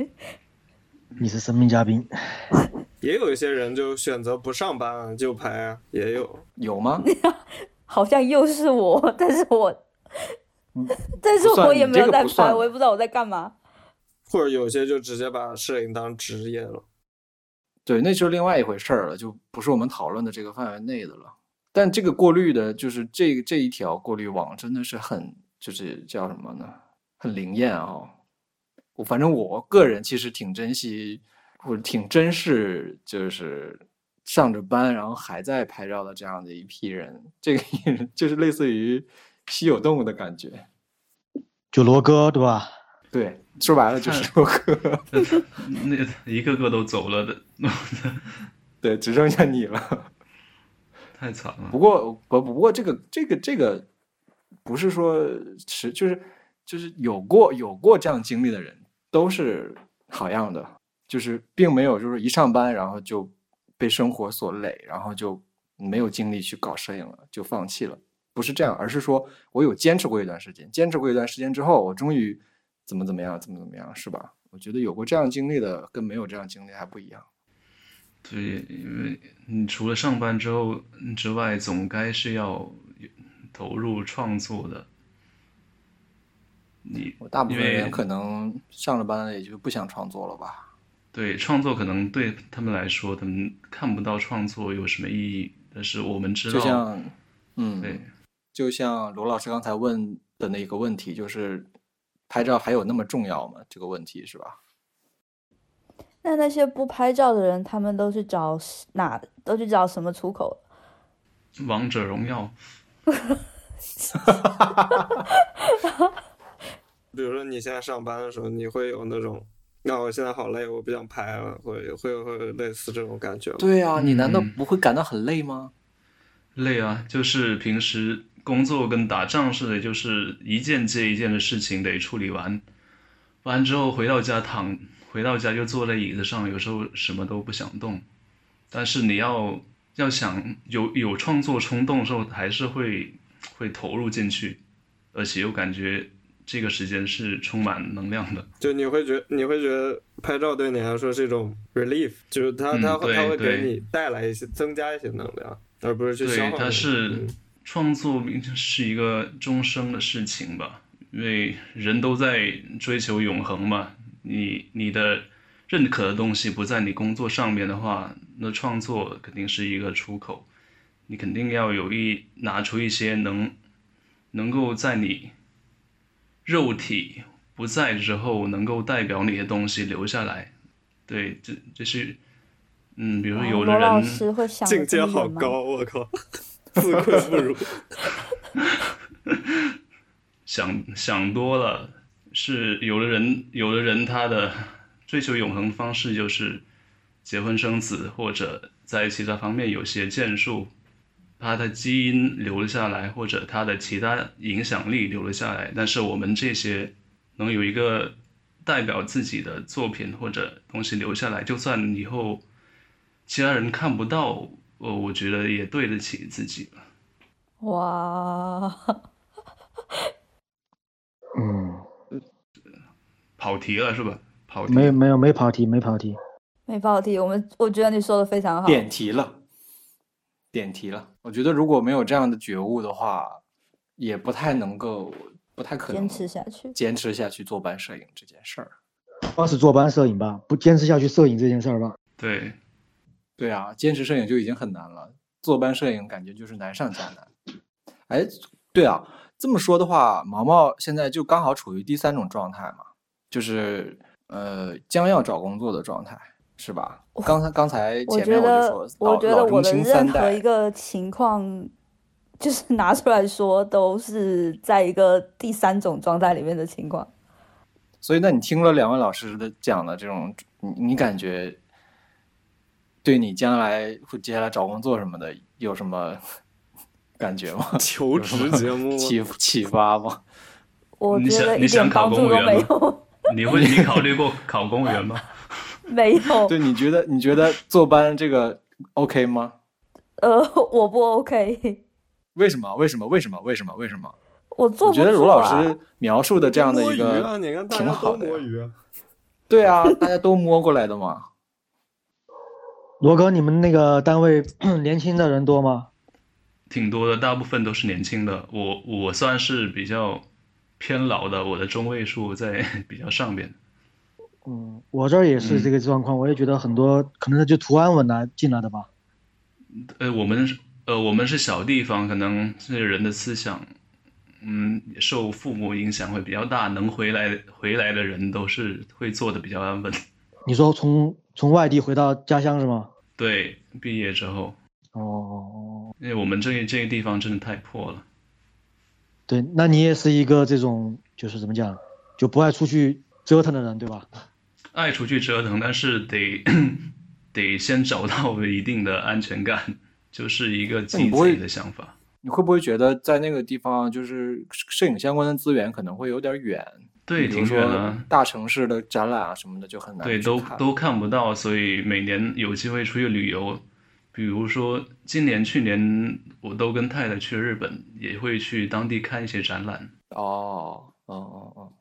Speaker 3: 你是神秘嘉宾，
Speaker 2: 也有一些人就选择不上班啊就拍啊，也有。
Speaker 1: 有吗？
Speaker 5: 好像又是我，但是我， 但
Speaker 1: 嗯
Speaker 5: 是
Speaker 1: 不算
Speaker 5: 我也
Speaker 1: 你
Speaker 5: 没
Speaker 1: 这
Speaker 5: 有
Speaker 1: 个
Speaker 5: 在
Speaker 1: 不算
Speaker 5: 拍，我也不知道我在干嘛。
Speaker 2: 或者有些就直接把摄影当职业了。
Speaker 1: 对，那就是另外一回事儿了，就不是我们讨论的这个范围内的了。但这个过滤的，就是这这一条过滤网，真的是很就是叫什么呢？很灵验啊、我反正我个人其实挺珍惜，或者挺珍视，就是上着班然后还在拍照的这样的一批人，这个就是类似于稀有动物的感觉。
Speaker 3: 就罗哥对吧？
Speaker 1: 对，说白了就是洛克，
Speaker 4: 那一个个都走了的，
Speaker 1: 对，只剩下你了。
Speaker 4: 太惨了
Speaker 1: 不。过不不过这个这个这个不是说是就是就是有过有过这样经历的人都是好样的，就是并没有就是一上班然后就被生活所累，然后就没有精力去搞摄影了，就放弃了。不是这样，而是说我有坚持过一段时间，坚持过一段时间之后，我终于怎么怎么样，怎么怎么样，是吧？我觉得有过这样经历的跟没有这样经历还不一样。
Speaker 4: 对，因为你除了上班之后之外，总该是要投入创作的。你
Speaker 1: 我大部分
Speaker 4: 因为
Speaker 1: 人可能上了班了也就不想创作了吧。
Speaker 4: 对创作可能对他们来说，他们看不到创作有什么意义，但是我们知
Speaker 1: 就
Speaker 4: 道，
Speaker 1: 像，嗯，
Speaker 4: 对，
Speaker 1: 就像罗老师刚才问的那个问题，就是拍照还有那么重要吗？这个问题是吧？
Speaker 5: 那那些不拍照的人，他们都去找哪？都去找什么出口？
Speaker 4: 王者荣耀，
Speaker 2: 比如说你现在上班的时候，你会有那种，那我现在好累，我不想拍了，会会会有类似这种感觉吗？
Speaker 1: 对呀、你难道
Speaker 4: 嗯
Speaker 1: 不会感到很累吗？
Speaker 4: 累啊，就是平时工作跟打仗似的，就是一件接一件的事情得处理完，完之后回到家躺，回到家就坐在椅子上，有时候什么都不想动。但是你要要想有有创作冲动的时候，还是会会投入进去，而且又感觉这个时间是充满能量的。
Speaker 2: 就你会觉你会觉得拍照对你来说是一种 relief，就是它
Speaker 4: 嗯
Speaker 2: 它会
Speaker 4: 对
Speaker 2: 它会
Speaker 4: 对
Speaker 2: 给你带来一些增加一些能量，而不是去消
Speaker 4: 对，
Speaker 2: 耗
Speaker 4: 它
Speaker 2: 你。
Speaker 4: 是
Speaker 2: 嗯
Speaker 4: 创作是一个终生的事情吧，因为人都在追求永恒嘛。你你的认可的东西不在你工作上面的话，那创作肯定是一个出口，你肯定要有一拿出一些能能够在你肉体不在之后能够代表你的东西留下来。对，这这是嗯，比如说有的
Speaker 5: 啊哦罗老
Speaker 4: 人。
Speaker 5: 师会想
Speaker 2: 境界好高，我靠， 自愧不 如。
Speaker 4: 想想多了，是有的人有的人他的追求永恒方式就是结婚生子，或者在其他方面有些建树，他的基因留了下来，或者他的其他影响力留了下来。但是我们这些能有一个代表自己的作品或者东西留下来，就算以后其他人看不到，我我觉得也对得起自己。
Speaker 5: 哇，
Speaker 3: 嗯，
Speaker 4: 跑题了是吧？跑题
Speaker 3: 没有没有没跑题，没跑题。
Speaker 5: 没跑题，我们我觉得你说的非常好。
Speaker 1: 点题了，点题了。我觉得如果没有这样的觉悟的话，也不太能够，不太可能
Speaker 5: 坚持下去，
Speaker 1: 坚持下去做班摄影这件事儿。
Speaker 3: 光是坐班摄影吧，不坚持下去摄影这件事儿吧。
Speaker 4: 对，
Speaker 1: 对啊，坚持摄影就已经很难了，坐班摄影感觉就是难上加难。哎，对啊，这么说的话，毛毛现在就刚好处于第三种状态嘛，就是呃将要找工作的状态，是吧？刚才刚才
Speaker 5: 我
Speaker 1: 前
Speaker 5: 觉
Speaker 1: 面就，
Speaker 5: 得
Speaker 1: 说，
Speaker 5: 我
Speaker 1: 老
Speaker 5: 觉得
Speaker 1: 老
Speaker 5: 我
Speaker 1: 中
Speaker 5: 的
Speaker 1: 青三
Speaker 5: 任何
Speaker 1: 代
Speaker 5: 一个情况，就是拿出来说，都是在一个第三种状态里面的情况。
Speaker 1: 所以，那你听了两位老师的讲的这种，你你感觉对你将来会接下来找工作什么的有什么 感觉吗？
Speaker 2: 求职节 目
Speaker 1: 启启发吗？
Speaker 5: 我
Speaker 4: 你
Speaker 5: 觉
Speaker 4: 想
Speaker 5: 得
Speaker 4: 你
Speaker 5: 一点
Speaker 4: 想考
Speaker 5: 帮助
Speaker 4: 公务
Speaker 5: 都
Speaker 4: 员
Speaker 5: 没
Speaker 4: 吗
Speaker 5: 有，
Speaker 4: 你会你考虑过考公务员吗？
Speaker 5: 没有。
Speaker 1: 对，你觉得你觉得坐班这个 OK 吗？
Speaker 5: 呃，我不 OK，
Speaker 1: 为什么？为什么？为什么？为什么？为什么？
Speaker 5: 我做
Speaker 1: 我
Speaker 5: 不
Speaker 1: 觉得
Speaker 5: 出
Speaker 1: 卢老
Speaker 5: 啊
Speaker 1: 师描述的这样的一
Speaker 2: 摸鱼啊，
Speaker 1: 个，
Speaker 2: 你看大
Speaker 1: 挺
Speaker 2: 家
Speaker 1: 好
Speaker 2: 都
Speaker 1: 的呀
Speaker 2: 摸鱼啊，
Speaker 1: 对啊，大家都摸过来的嘛。
Speaker 3: 罗哥，你们那个单位 年轻的人多吗？
Speaker 4: 挺多的，大部分都是年轻的。我我算是比较偏老的，我的中位数在 比较上边。
Speaker 3: 嗯，我这儿也是这个状况，我也觉得很多可能就图安稳来进来的吧。
Speaker 4: 呃，我们是呃我们是小地方，可能是人的思想，嗯，受父母影响会比较大。能回来回来的人都是会做的比较安稳。
Speaker 3: 你说从从外地回到家乡是吗？
Speaker 4: 对，毕业之后，
Speaker 3: 哦，
Speaker 4: 因为我们这这个地方真的太破了。
Speaker 3: 对，那你也是一个这种就是怎么讲，就不爱出去折腾的人，对吧？
Speaker 4: 爱出去折腾，但是得 得先找到一定的安全感， 就是一个
Speaker 1: 那你
Speaker 4: 鸡
Speaker 1: 不会
Speaker 4: 贼的想法。
Speaker 1: 你会不会觉得在那个地方，就是摄影相关的资源可能会有点远？
Speaker 4: 对，
Speaker 1: 比如
Speaker 4: 挺
Speaker 1: 说
Speaker 4: 远啊，
Speaker 1: 大城市的展览啊什么的就很难
Speaker 4: 对，
Speaker 1: 去
Speaker 4: 都
Speaker 1: 看
Speaker 4: 都看不到，所以每年有机会出去旅游，比如说今年、去年我都跟太太去日本，也会去当地看一些展览。
Speaker 1: 哦哦哦哦，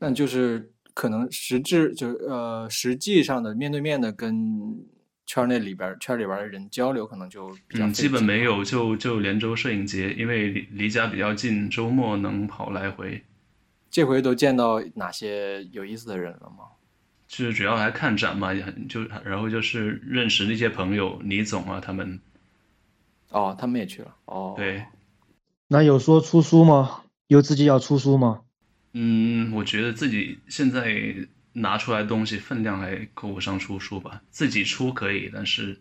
Speaker 1: 那就是可能实质就是呃实际上的面对面的跟圈内里边儿圈里边儿的人交流，可能就比较费
Speaker 4: 嗯，基
Speaker 1: 劲
Speaker 4: 本
Speaker 1: 啊
Speaker 4: 没
Speaker 1: 了
Speaker 4: 有，就就连州摄影节，因为离离家比较近，周末能跑来回。
Speaker 1: 这回都见到哪些有意思的人了吗？
Speaker 4: 就是主要来看展嘛，也很就然后就是认识那些朋友，李总啊他们，
Speaker 1: 哦，他们也去了。哦，
Speaker 4: 对，
Speaker 3: 那有说出书吗？有自己要出书吗？
Speaker 4: 嗯，我觉得自己现在拿出来的东西分量还够不上出书吧，自己出可以，但是，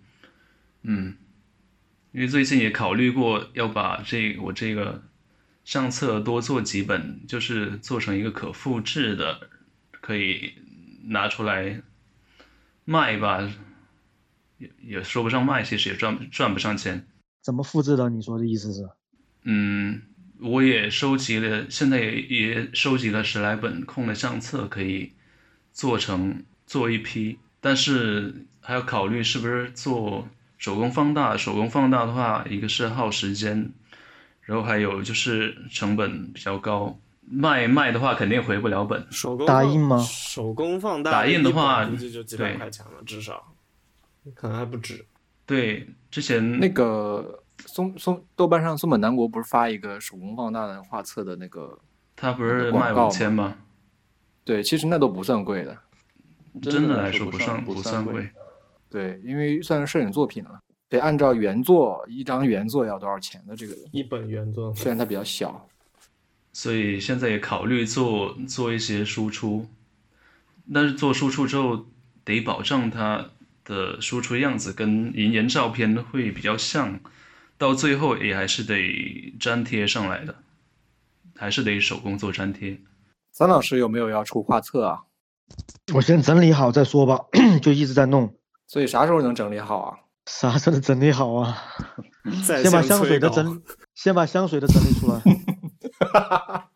Speaker 4: 嗯，因为最近也考虑过要把这我这个相册多做几本，就是做成一个可复制的，可以拿出来卖吧，也也说不上卖，其实也赚赚不上钱。
Speaker 3: 怎么复制的？你说的意思是？
Speaker 4: 嗯，我也收集了，现在也也收集了十来本空的相册，可以做成做一批，但是还要考虑是不是做手工放大。手工放大的话，一个是耗时间，然后还有就是成本比较高。卖卖的话肯定回不了本，
Speaker 2: 手工
Speaker 3: 打
Speaker 2: 放
Speaker 3: 印吗
Speaker 2: 手工放大
Speaker 4: 打印的
Speaker 2: 一本
Speaker 4: 话
Speaker 2: 估计就几百
Speaker 4: 对
Speaker 2: 块钱了，至少可能还不止。
Speaker 4: 对，之前
Speaker 1: 那个松松豆瓣上松本南国不是发一个手工放大的画册的那个？
Speaker 4: 他不是
Speaker 1: 广
Speaker 4: 卖
Speaker 1: 告
Speaker 4: 五千吗？
Speaker 1: 对，其实那都不算贵的。
Speaker 4: 真的
Speaker 6: 的
Speaker 4: 来
Speaker 6: 说
Speaker 4: 说不
Speaker 6: 上
Speaker 4: 算
Speaker 6: 不
Speaker 4: 算
Speaker 6: 贵，
Speaker 4: 贵，
Speaker 1: 对，因为算是摄影作品了，得按照原作一张原作要多少钱的这个，
Speaker 2: 一本原作，
Speaker 1: 虽然它比较小。
Speaker 4: 所以现在也考虑做做一些输出，但是做输出之后得保证它的输出样子跟银岩照片会比较像，到最后也还是得粘贴上来的，还是得手工做粘贴。
Speaker 1: 三老师有没有要出画册啊？
Speaker 3: 我先整理好再说吧， 就一直在弄，
Speaker 1: 所以啥时候能整理好啊？
Speaker 3: 啥时候整理好啊？
Speaker 2: 在
Speaker 3: 先把
Speaker 2: 线
Speaker 3: 香
Speaker 2: 催
Speaker 3: 水的
Speaker 2: 稿。
Speaker 3: 整，先把香水的整理出来。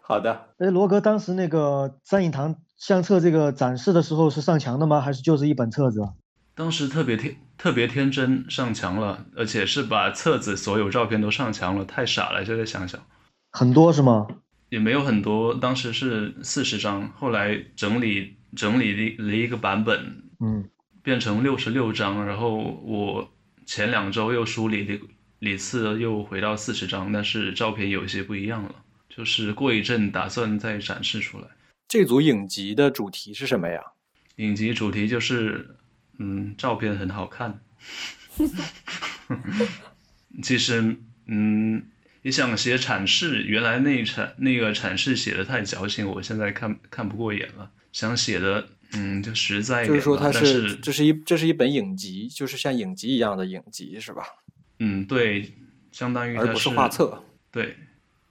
Speaker 1: 好的，
Speaker 3: 哎，罗哥当时那个三影堂相册这个展示的时候是上墙的吗？还是就是一本册子？啊？
Speaker 4: 当时特别天特别天真，上墙了，而且是把册子所有照片都上墙了，太傻了。现在想想
Speaker 3: 很多是吗？
Speaker 4: 也没有很多，当时是四十张，后来整理整理了一个版本，
Speaker 3: 嗯，
Speaker 4: 变成六十六张，然后我前两周又梳理了理次，又回到四十张，但是照片有一些不一样了，就是过一阵打算再展示出来。
Speaker 1: 这组影集的主题是什么呀？
Speaker 4: 影集主题就是，嗯，照片很好看。 其实，嗯，你想写阐释，原来那一阐那个阐释写的太矫情，我现在看看不过眼了。想写的，嗯，就实在一
Speaker 1: 就
Speaker 4: 点
Speaker 1: 是说
Speaker 4: 吧。
Speaker 1: 它
Speaker 4: 但是
Speaker 1: 这是一这是一本影集，就是像影集一样的影集是吧？
Speaker 4: 嗯，对，相当于
Speaker 1: 而
Speaker 4: 它
Speaker 1: 不是画册。
Speaker 4: 对，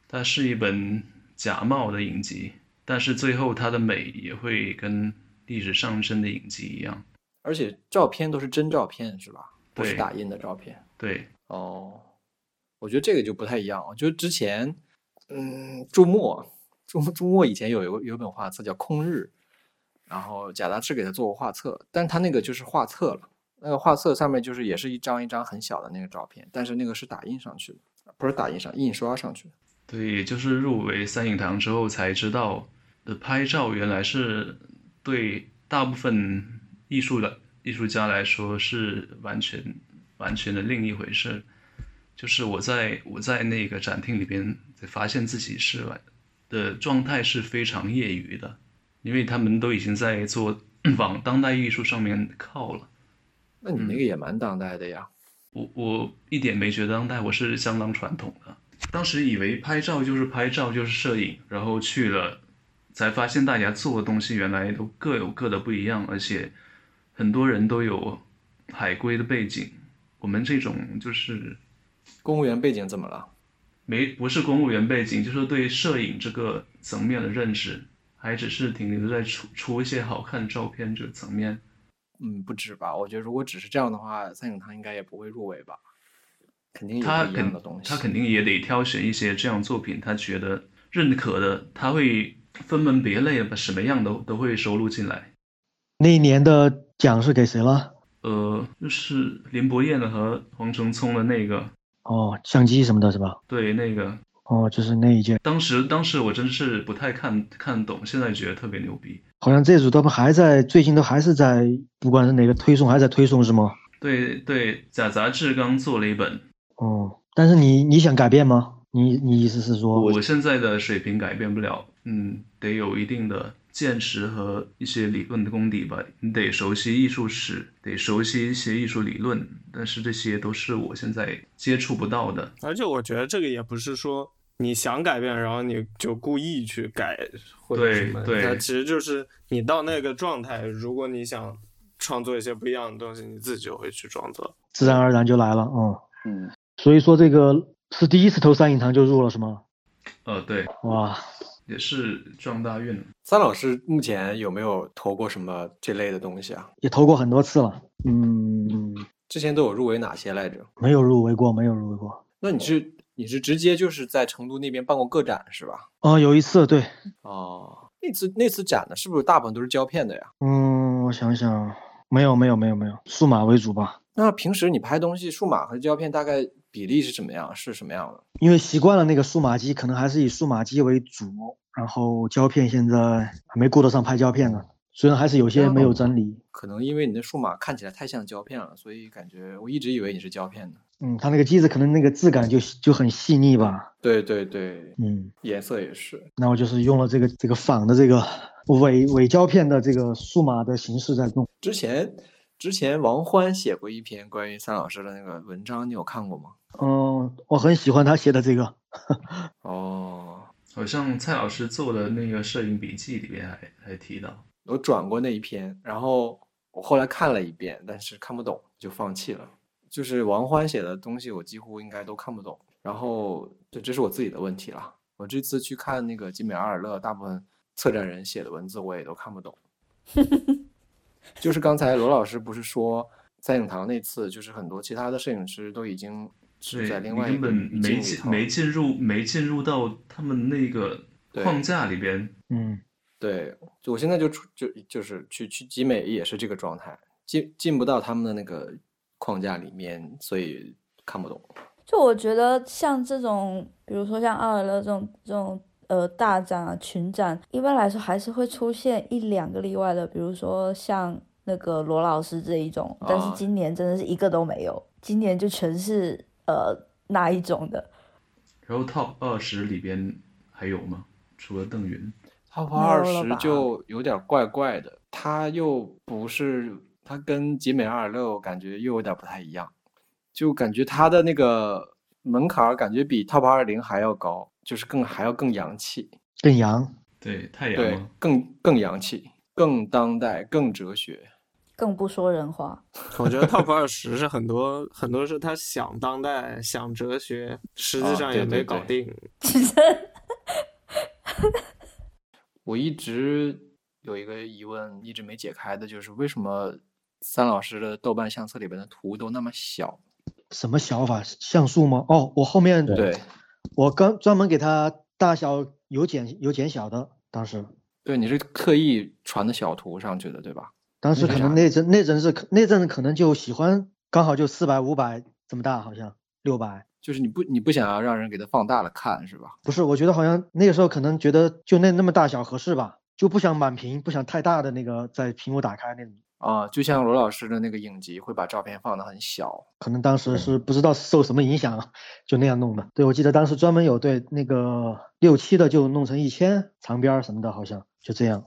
Speaker 4: 它是一本假冒的影集，但是最后它的美也会跟历史上升的影集一样。
Speaker 1: 而且照片都是真照片是吧？不是
Speaker 4: 对
Speaker 1: 打印的照片。
Speaker 4: 对，
Speaker 1: 哦，我觉得这个就不太一样。我觉得之前，嗯，朱墨，朱朱墨以前有有有本画册叫《空日》，然后贾达志给他做过画册，但他那个就是画册了。那个画册上面就是也是一张一张很小的那个照片，但是那个是打印上去的，不是打印上，印刷上去的。
Speaker 4: 对，就是入围三影堂之后才知道，呃，拍照原来是对大部分艺术的艺术家来说是完全完全的另一回事。就是我在我在那个展厅里边，才发现自己是完的状态是非常业余的，因为他们都已经在做 往当代艺术上面靠了。
Speaker 1: 那你那
Speaker 4: 嗯
Speaker 1: 个也蛮当代的呀。
Speaker 4: 我我一点没觉得当代，我是相当传统的。当时以为拍照就是拍照就是摄影，然后去了，才发现大家做的东西原来都各有各的不一样，而且很多人都有海归的背景，我们这种就是
Speaker 1: 公务员背景怎么了？
Speaker 4: 没不是公务员背景，就是对摄影这个层面的认识，还只是停留在出出一些好看的照片这个层面。
Speaker 1: 嗯，不止吧？我觉得如果只是这样的话，三影堂应该也不会入围吧？肯定有
Speaker 4: 他
Speaker 1: 不一样
Speaker 4: 肯
Speaker 1: 的东西。
Speaker 4: 他肯定也得挑选一些这样作品，他觉得认可的，他会分门别类，把什么样都都会收录进来。
Speaker 3: 那一年的奖是给谁了？
Speaker 4: 呃，就是林伯彦的和黄承聪的那个，
Speaker 3: 哦，相机什么的是吧？
Speaker 4: 对那个，
Speaker 3: 哦，就是那一届，
Speaker 4: 当时当时我真是不太看看懂，现在觉得特别牛逼。
Speaker 3: 好像这组他们还在，最近都还是在，不管是哪个推送，还在推送是吗？
Speaker 4: 对对，假杂志刚做了一本，
Speaker 3: 哦，但是你你想改变吗？你你意思是
Speaker 1: 哦
Speaker 3: 说，
Speaker 4: 我现在的水平改变不了，嗯，得有一定的见识和一些理论的功底吧。你得熟悉艺术史，得熟悉一些艺术理论，但是这些都是我现在接触不到的。
Speaker 2: 而且我觉得这个也不是说你想改变，然后你就故意去改或者什么，
Speaker 4: 对对
Speaker 2: 它其实就是你到那个状态，如果你想创作一些不一样的东西，你自己就会去创作。
Speaker 3: 自然而然就来了，嗯。
Speaker 6: 嗯，
Speaker 3: 所以说这个是第一次投三影堂就入了是吗？
Speaker 4: 呃，对，
Speaker 3: 哇，
Speaker 4: 也是撞大运了。
Speaker 1: 三老师目前有没有投过什么这类的东西啊？
Speaker 3: 也投过很多次了，嗯，
Speaker 1: 之前都有入围哪些来着？
Speaker 3: 没有入围过，没有入围过。
Speaker 1: 那你是你是直接就是在成都那边办过个展是吧？
Speaker 3: 哦、有一次对，
Speaker 1: 哦，那次那次展呢，是不是大部分都是胶片的呀？
Speaker 3: 嗯，我想想，没有没有没有没有，数码为主吧，
Speaker 1: 那平时你拍东西，数码和胶片大概比例是怎么样？是什么样的？
Speaker 3: 因为习惯了那个数码机，可能还是以数码机为主，然后胶片现在还没顾得上拍胶片呢，虽然还是有些没有整理，
Speaker 1: 可能因为你的数码看起来太像胶片了，所以感觉我一直以为你是胶片的。
Speaker 3: 嗯，它那个机子可能那个质感就就很细腻吧，
Speaker 1: 对对对，
Speaker 3: 嗯。
Speaker 1: 颜色也是。
Speaker 3: 那我就是用了这个这个仿的这个伪伪胶片的这个数码的形式在弄。
Speaker 1: 之前之前王欢写过一篇关于三老师的那个文章，你有看过吗？
Speaker 3: 嗯，我很喜欢他写的这个，
Speaker 1: 哦，
Speaker 4: 好像蔡老师做的那个摄影笔记里面还还提到，
Speaker 1: 我转过那一篇，然后我后来看了一遍，但是看不懂，就放弃了。就是王欢写的东西，我几乎应该都看不懂。然后这这是我自己的问题了。我这次去看那个吉米阿尔勒，大部分策展人写的文字我也都看不懂。就是刚才罗老师不是说在影堂那次，就是很多其他的摄影师都已经是
Speaker 4: 对
Speaker 1: 在
Speaker 4: 你
Speaker 1: 另外一
Speaker 4: 根
Speaker 1: 个
Speaker 4: 本
Speaker 1: 语境
Speaker 4: 没
Speaker 1: 里
Speaker 4: 进
Speaker 1: 头
Speaker 4: 没进入没进入到他们那个
Speaker 1: 对
Speaker 4: 框架里边，
Speaker 3: 嗯，
Speaker 1: 对，就我现在就出就就是去去集美也是这个状态，进进不到他们的那个框架里面，所以看不懂。
Speaker 5: 就我觉得像这种，比如说像奥尔勒这种这种呃大展啊、群展，一般来说还是会出现一两个例外的，比如说像那个罗老师这一种，但
Speaker 4: 哦
Speaker 5: 是
Speaker 1: 啊
Speaker 5: 今年真的是一个都没有，今年就全是呃那一种的，
Speaker 4: 然后 Top 二十里边还有吗？除了邓云，
Speaker 1: Top
Speaker 5: 没有
Speaker 1: 二
Speaker 5: 了
Speaker 1: 十
Speaker 5: 吧
Speaker 1: 就有点怪怪的，它又不是它跟集美二六感觉又有点不太一样，就感觉它的那个门槛儿感觉比 Top 二零还要高，就是更还要更洋气，
Speaker 3: 更洋，
Speaker 4: 对太阳
Speaker 1: 对
Speaker 5: 啊
Speaker 4: 吗？，
Speaker 1: 更更洋气，更当代，更哲学。
Speaker 5: 更不说人话。
Speaker 2: 我觉得 top 二十是很多很多是他想当代想哲学，实际
Speaker 1: 啊
Speaker 2: 上
Speaker 1: 对
Speaker 2: 也
Speaker 1: 对
Speaker 2: 没搞
Speaker 1: 对
Speaker 2: 定。
Speaker 5: 其实
Speaker 1: 我一直有一个疑问，一直没解开的就是为什么三老师的豆瓣相册里边的图都那么小？
Speaker 3: 什么小法像素吗？哦，我后面
Speaker 1: 对
Speaker 3: 我刚专门给它大小有减有减小的，当时
Speaker 1: 对，你是刻意传的小图上去的，对吧？
Speaker 3: 当时
Speaker 1: 为
Speaker 3: 可
Speaker 1: 啥
Speaker 3: 能那阵那阵是可那阵可能就喜欢刚好就四百五百这么大，好像六百。
Speaker 1: 就是你不你不想要让人给它放大了看是吧？
Speaker 3: 不是，我觉得好像那个时候可能觉得就那那么大小合适吧，就不想满屏，不想太大的那个在屏幕打开那种。
Speaker 1: 啊、就像罗老师的那个影集会把照片放的很小，
Speaker 3: 可能当时是不知道受什么影响啊，就那样弄的。对，我记得当时专门有对那个六七的就弄成一千长边儿什么的，好像就这样。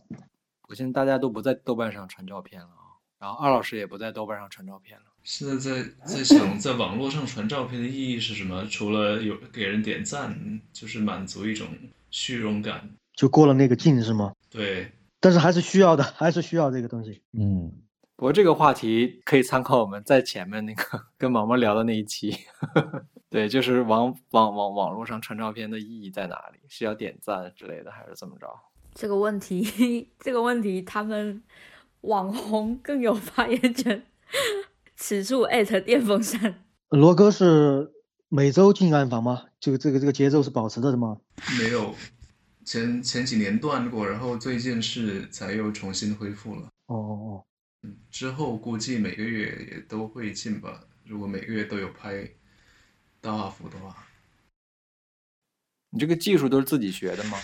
Speaker 1: 我现在大家都不在豆瓣上传照片了啊，然后二老师也不在豆瓣上传照片了。
Speaker 4: 现在在在想，在网络上传照片的意义是什么？除了有给人点赞，就是满足一种虚荣感。
Speaker 3: 就过了那个劲是吗？
Speaker 4: 对，
Speaker 3: 但是还是需要的，还是需要这个东西。
Speaker 8: 嗯，
Speaker 1: 不过这个话题可以参考我们在前面那个跟毛毛聊的那一期， 对，就是网网网网络上传照片的意义在哪里？是要点赞之类的，还是怎么着？
Speaker 5: 这个问题， 这个问题，他们网红更有发言权。此处艾特电风扇，
Speaker 3: 罗哥是每周进暗房吗？就这个这个节奏是保持着的吗？
Speaker 4: 没有前前几年断过，然后最近是才又重新恢复了。
Speaker 3: 哦哦哦，
Speaker 4: 之后估计每个月也都会进吧，如果每个月都有拍大画幅的话。
Speaker 1: 你这个技术都是自己学的吗？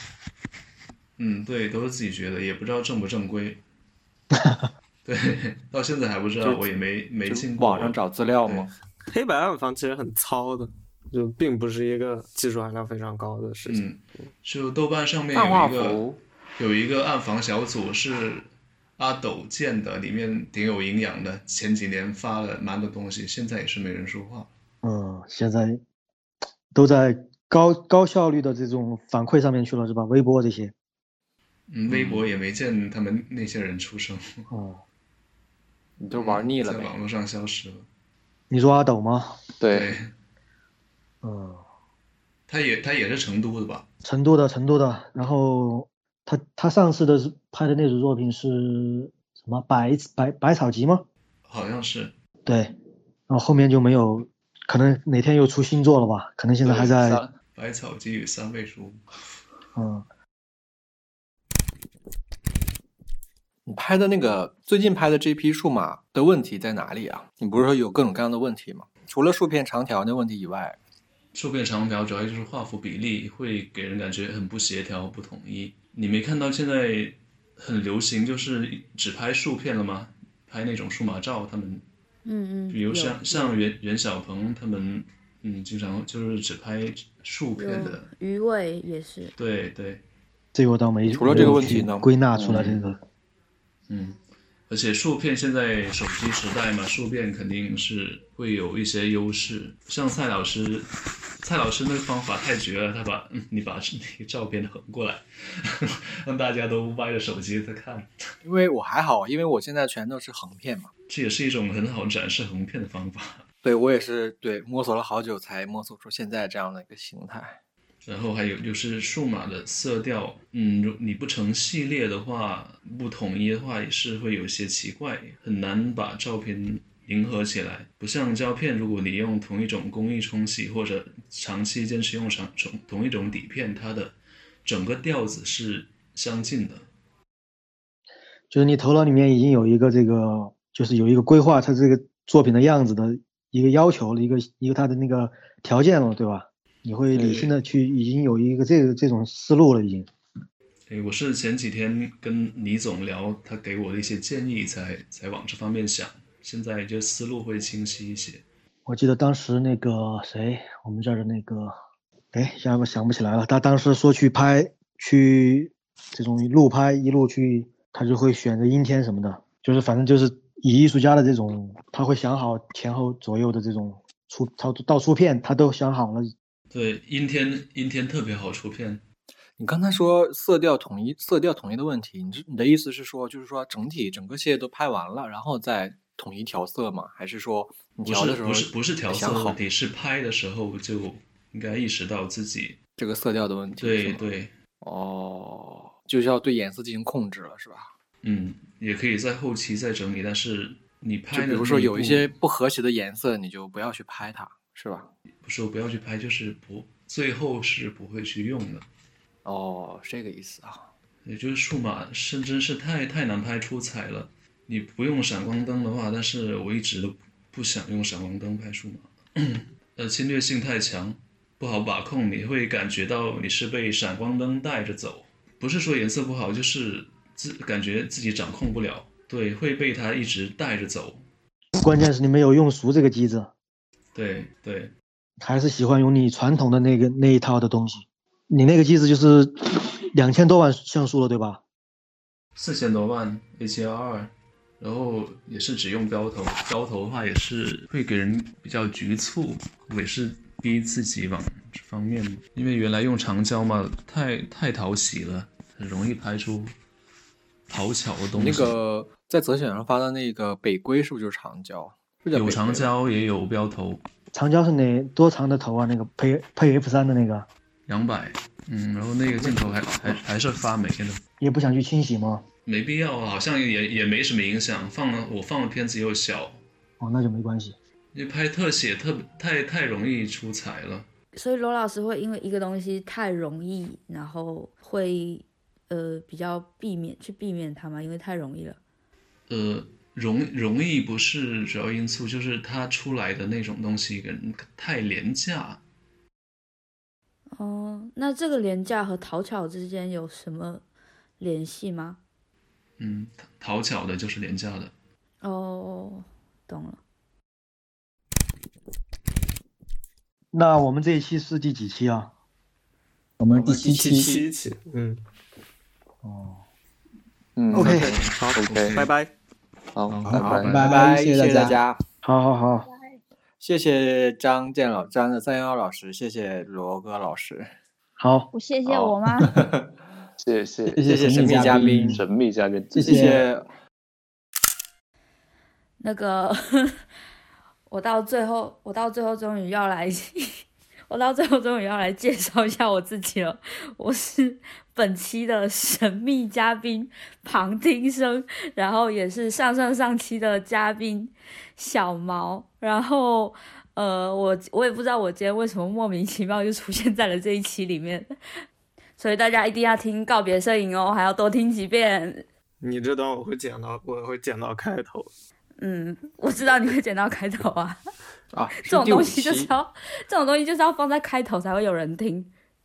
Speaker 4: 嗯，对，都是自己学的，也不知道正不正规。 对，到现在还不知道，
Speaker 1: 就
Speaker 4: 我也没没
Speaker 1: 就是
Speaker 4: 进过
Speaker 1: 网上找资料吗？
Speaker 2: 黑白暗房其实很糙的，就并不是一个技术含量非常高的事情。
Speaker 4: 嗯，就豆瓣上面
Speaker 1: 大画
Speaker 4: 有一个
Speaker 1: 幅
Speaker 4: 有一个暗房小组是阿斗建的，里面挺有营养的，前几年发了蛮多东西，现在也是没人说话。
Speaker 3: 嗯，现在都在高高效率的这种反馈上面去了是吧？微博这些。
Speaker 4: 嗯，微博也没见他们那些人出声，
Speaker 3: 哦、
Speaker 1: 你都玩腻了
Speaker 4: 嗯在
Speaker 1: 呗？
Speaker 4: 网络上消失了。
Speaker 3: 你说阿斗吗？
Speaker 1: 对，
Speaker 3: 嗯，
Speaker 4: 他也他也是成都的吧？
Speaker 3: 成都的，成都的。然后他他上次的是拍的那组作品是什么？百百百草集吗？
Speaker 4: 好像是。
Speaker 3: 对。然后后面就没有，可能哪天又出新作了吧？可能现在还
Speaker 4: 对
Speaker 3: 在，
Speaker 4: 三百草集与三味书。
Speaker 3: 嗯，
Speaker 1: 你拍的那个最近拍的这批数码的问题在哪里啊？你不是说有各种各样的问题吗？除了竖片长条的问题以外，
Speaker 4: 竖片长条主要就是画幅比例会给人感觉很不协调、不统一。你没看到现在很流行，就是只拍竖片了吗？拍那种数码照，他们
Speaker 5: 嗯嗯，
Speaker 4: 比如
Speaker 5: 有
Speaker 4: 像像袁袁小鹏他们，嗯，经常就是只拍竖
Speaker 5: 有
Speaker 4: 片的。
Speaker 5: 鱼尾也是，
Speaker 4: 对对，
Speaker 3: 这个我倒没
Speaker 1: 除了
Speaker 3: 没
Speaker 1: 这个
Speaker 3: 有
Speaker 1: 问题
Speaker 3: 去
Speaker 1: 呢
Speaker 3: 归纳出来这个，
Speaker 4: 嗯，而且竖片现在手机时代嘛，竖片肯定是会有一些优势。像蔡老师，蔡老师那个方法太绝了，他把、 嗯、你把那个照片横过来， 让大家都歪着手机在看，
Speaker 1: 因为我还好，因为我现在全都是横片嘛。
Speaker 4: 这也是一种很好展示横片的方法。
Speaker 1: 对我也是，对摸索了好久才摸索出现在这样的一个形态。
Speaker 4: 然后还有就是数码的色调，嗯，如你不成系列的话，不统一的话也是会有些奇怪，很难把照片迎合起来。不像胶片，如果你用同一种工艺冲洗，或者长期坚持用长同同一种底片，它的整个调子是相近的。
Speaker 3: 就是你头脑里面已经有一个这个，就是有一个规划它这个作品的样子的一个要求了，一个一个它的那个条件了，对吧？你会理性的去，已经有一个这个这种思路了，已经。
Speaker 4: 诶，哎我是前几天跟李总聊，他给我的一些建议才，才往这方面想，现在就思路会清晰一些。
Speaker 3: 我记得当时那个谁，我们这儿的那个，哎，现在我想不起来了。他当时说去拍，去这种路拍，一路去，他就会选择阴天什么的，就是反正就是以艺术家的这种，他会想好前后左右的这种出操作到出片，他都想好了。
Speaker 4: 对，阴天阴天特别好出片，
Speaker 1: 你刚才说色调统一、色调统一的问题，你这你的意思是说，就是说整体整个系列都拍完了，然后再统一调色吗？还是说你
Speaker 4: 不
Speaker 1: 调
Speaker 4: 是
Speaker 1: 的时候
Speaker 4: 不是不是调色
Speaker 1: 想
Speaker 4: 的
Speaker 1: 好
Speaker 4: 问题，是拍的时候就应该意识到自己
Speaker 1: 这个色调的问题？是
Speaker 4: 对
Speaker 1: 吗
Speaker 4: 对，
Speaker 1: 哦，就是要对颜色进行控制了，是吧？
Speaker 4: 嗯，也可以在后期再整理，但是你拍
Speaker 1: 就
Speaker 4: 的
Speaker 1: 比如
Speaker 4: 那
Speaker 1: 说
Speaker 4: 一
Speaker 1: 有一
Speaker 4: 步
Speaker 1: 些不和谐的颜色，你就不要去拍它，是吧？
Speaker 4: 不是我不要去拍，就是不最后是不会去用的。
Speaker 1: 哦，是这个意思啊。
Speaker 4: 也就是数码是真是太太难拍出彩了。你不用闪光灯的话，但是我一直都不想用闪光灯拍数码， 呃，侵略性太强，不好把控，你会感觉到你是被闪光灯带着走。不是说颜色不好，就是自感觉自己掌控不了，对，会被它一直带着走。
Speaker 3: 关键是你没有用熟这个机制，
Speaker 4: 对对，
Speaker 3: 还是喜欢用你传统的那个那一套的东西。你那个机制就是两千多万像素了，对吧？
Speaker 4: 四千多万 A 七幺二，然后也是只用标头，标头的话也是会给人比较局促，我也是逼自己往这方面，因为原来用长焦嘛，太太讨喜了，很容易拍出讨巧的东西。
Speaker 1: 那个在择选上发的那个北归是不是就是长焦？是叫
Speaker 4: 有
Speaker 1: 北
Speaker 4: 长
Speaker 1: 归吧，
Speaker 4: 焦也有标头，
Speaker 3: 长焦是哪多长的头啊？那个配配 F 三的那个，
Speaker 4: 两百，嗯，然后那个镜头还还还是发霉的。
Speaker 3: 也不想去清洗吗？
Speaker 4: 没必要，好像也也没什么影响。放了我放的片子又小，
Speaker 3: 哦，那就没关系。
Speaker 4: 因为拍特写特太太容易出彩了。
Speaker 5: 所以罗老师会因为一个东西太容易，然后会呃比较避免去避免它嘛，因为太容易了。
Speaker 4: 呃，容容易不是主要因素，就是它出来的那种东西跟太廉价。
Speaker 5: 哦，那这个廉价和讨巧之间有什么联系吗？
Speaker 4: 嗯，讨讨巧的就是廉价的。
Speaker 5: 哦，懂了。
Speaker 3: 那我们这一期是第几期啊？
Speaker 6: 我们第
Speaker 2: 第
Speaker 6: 七期，
Speaker 2: 七期，嗯，
Speaker 3: 哦，
Speaker 6: 嗯
Speaker 3: OK
Speaker 2: 好
Speaker 6: OK
Speaker 2: 拜拜。
Speaker 6: 好，
Speaker 4: 好
Speaker 6: 拜
Speaker 1: 好，
Speaker 6: 拜。
Speaker 1: 拜
Speaker 6: 拜
Speaker 1: 谢
Speaker 6: 谢
Speaker 1: 谢
Speaker 6: 谢大
Speaker 1: 大家。
Speaker 3: 好好好，
Speaker 1: 谢谢张建老张的三幺幺老师，谢谢罗哥老师，
Speaker 3: 好，
Speaker 7: 我谢谢
Speaker 1: 好
Speaker 7: 我吗？
Speaker 6: 谢谢
Speaker 1: 谢谢神秘嘉宾
Speaker 6: 神秘嘉宾，
Speaker 1: 谢谢
Speaker 5: 那个，我到最后，我到最后终于要来，我到最后终于要来介绍一下我自己了。我是本期的神秘嘉宾旁听生，然后也是上上上期的嘉宾小毛，然后。呃，我我也不知道我今天为什么莫名其妙就出现在了这一期里面，所以大家一定要听告别摄影哦，还要多听几遍。
Speaker 2: 你这段我会剪到，我会剪到开头。
Speaker 5: 嗯，我知道你会剪到开头啊，
Speaker 1: 啊，
Speaker 5: 这种
Speaker 1: 是第五
Speaker 5: 东西就是
Speaker 1: 期
Speaker 5: 要，这种东西就是要放在开头才会有人听。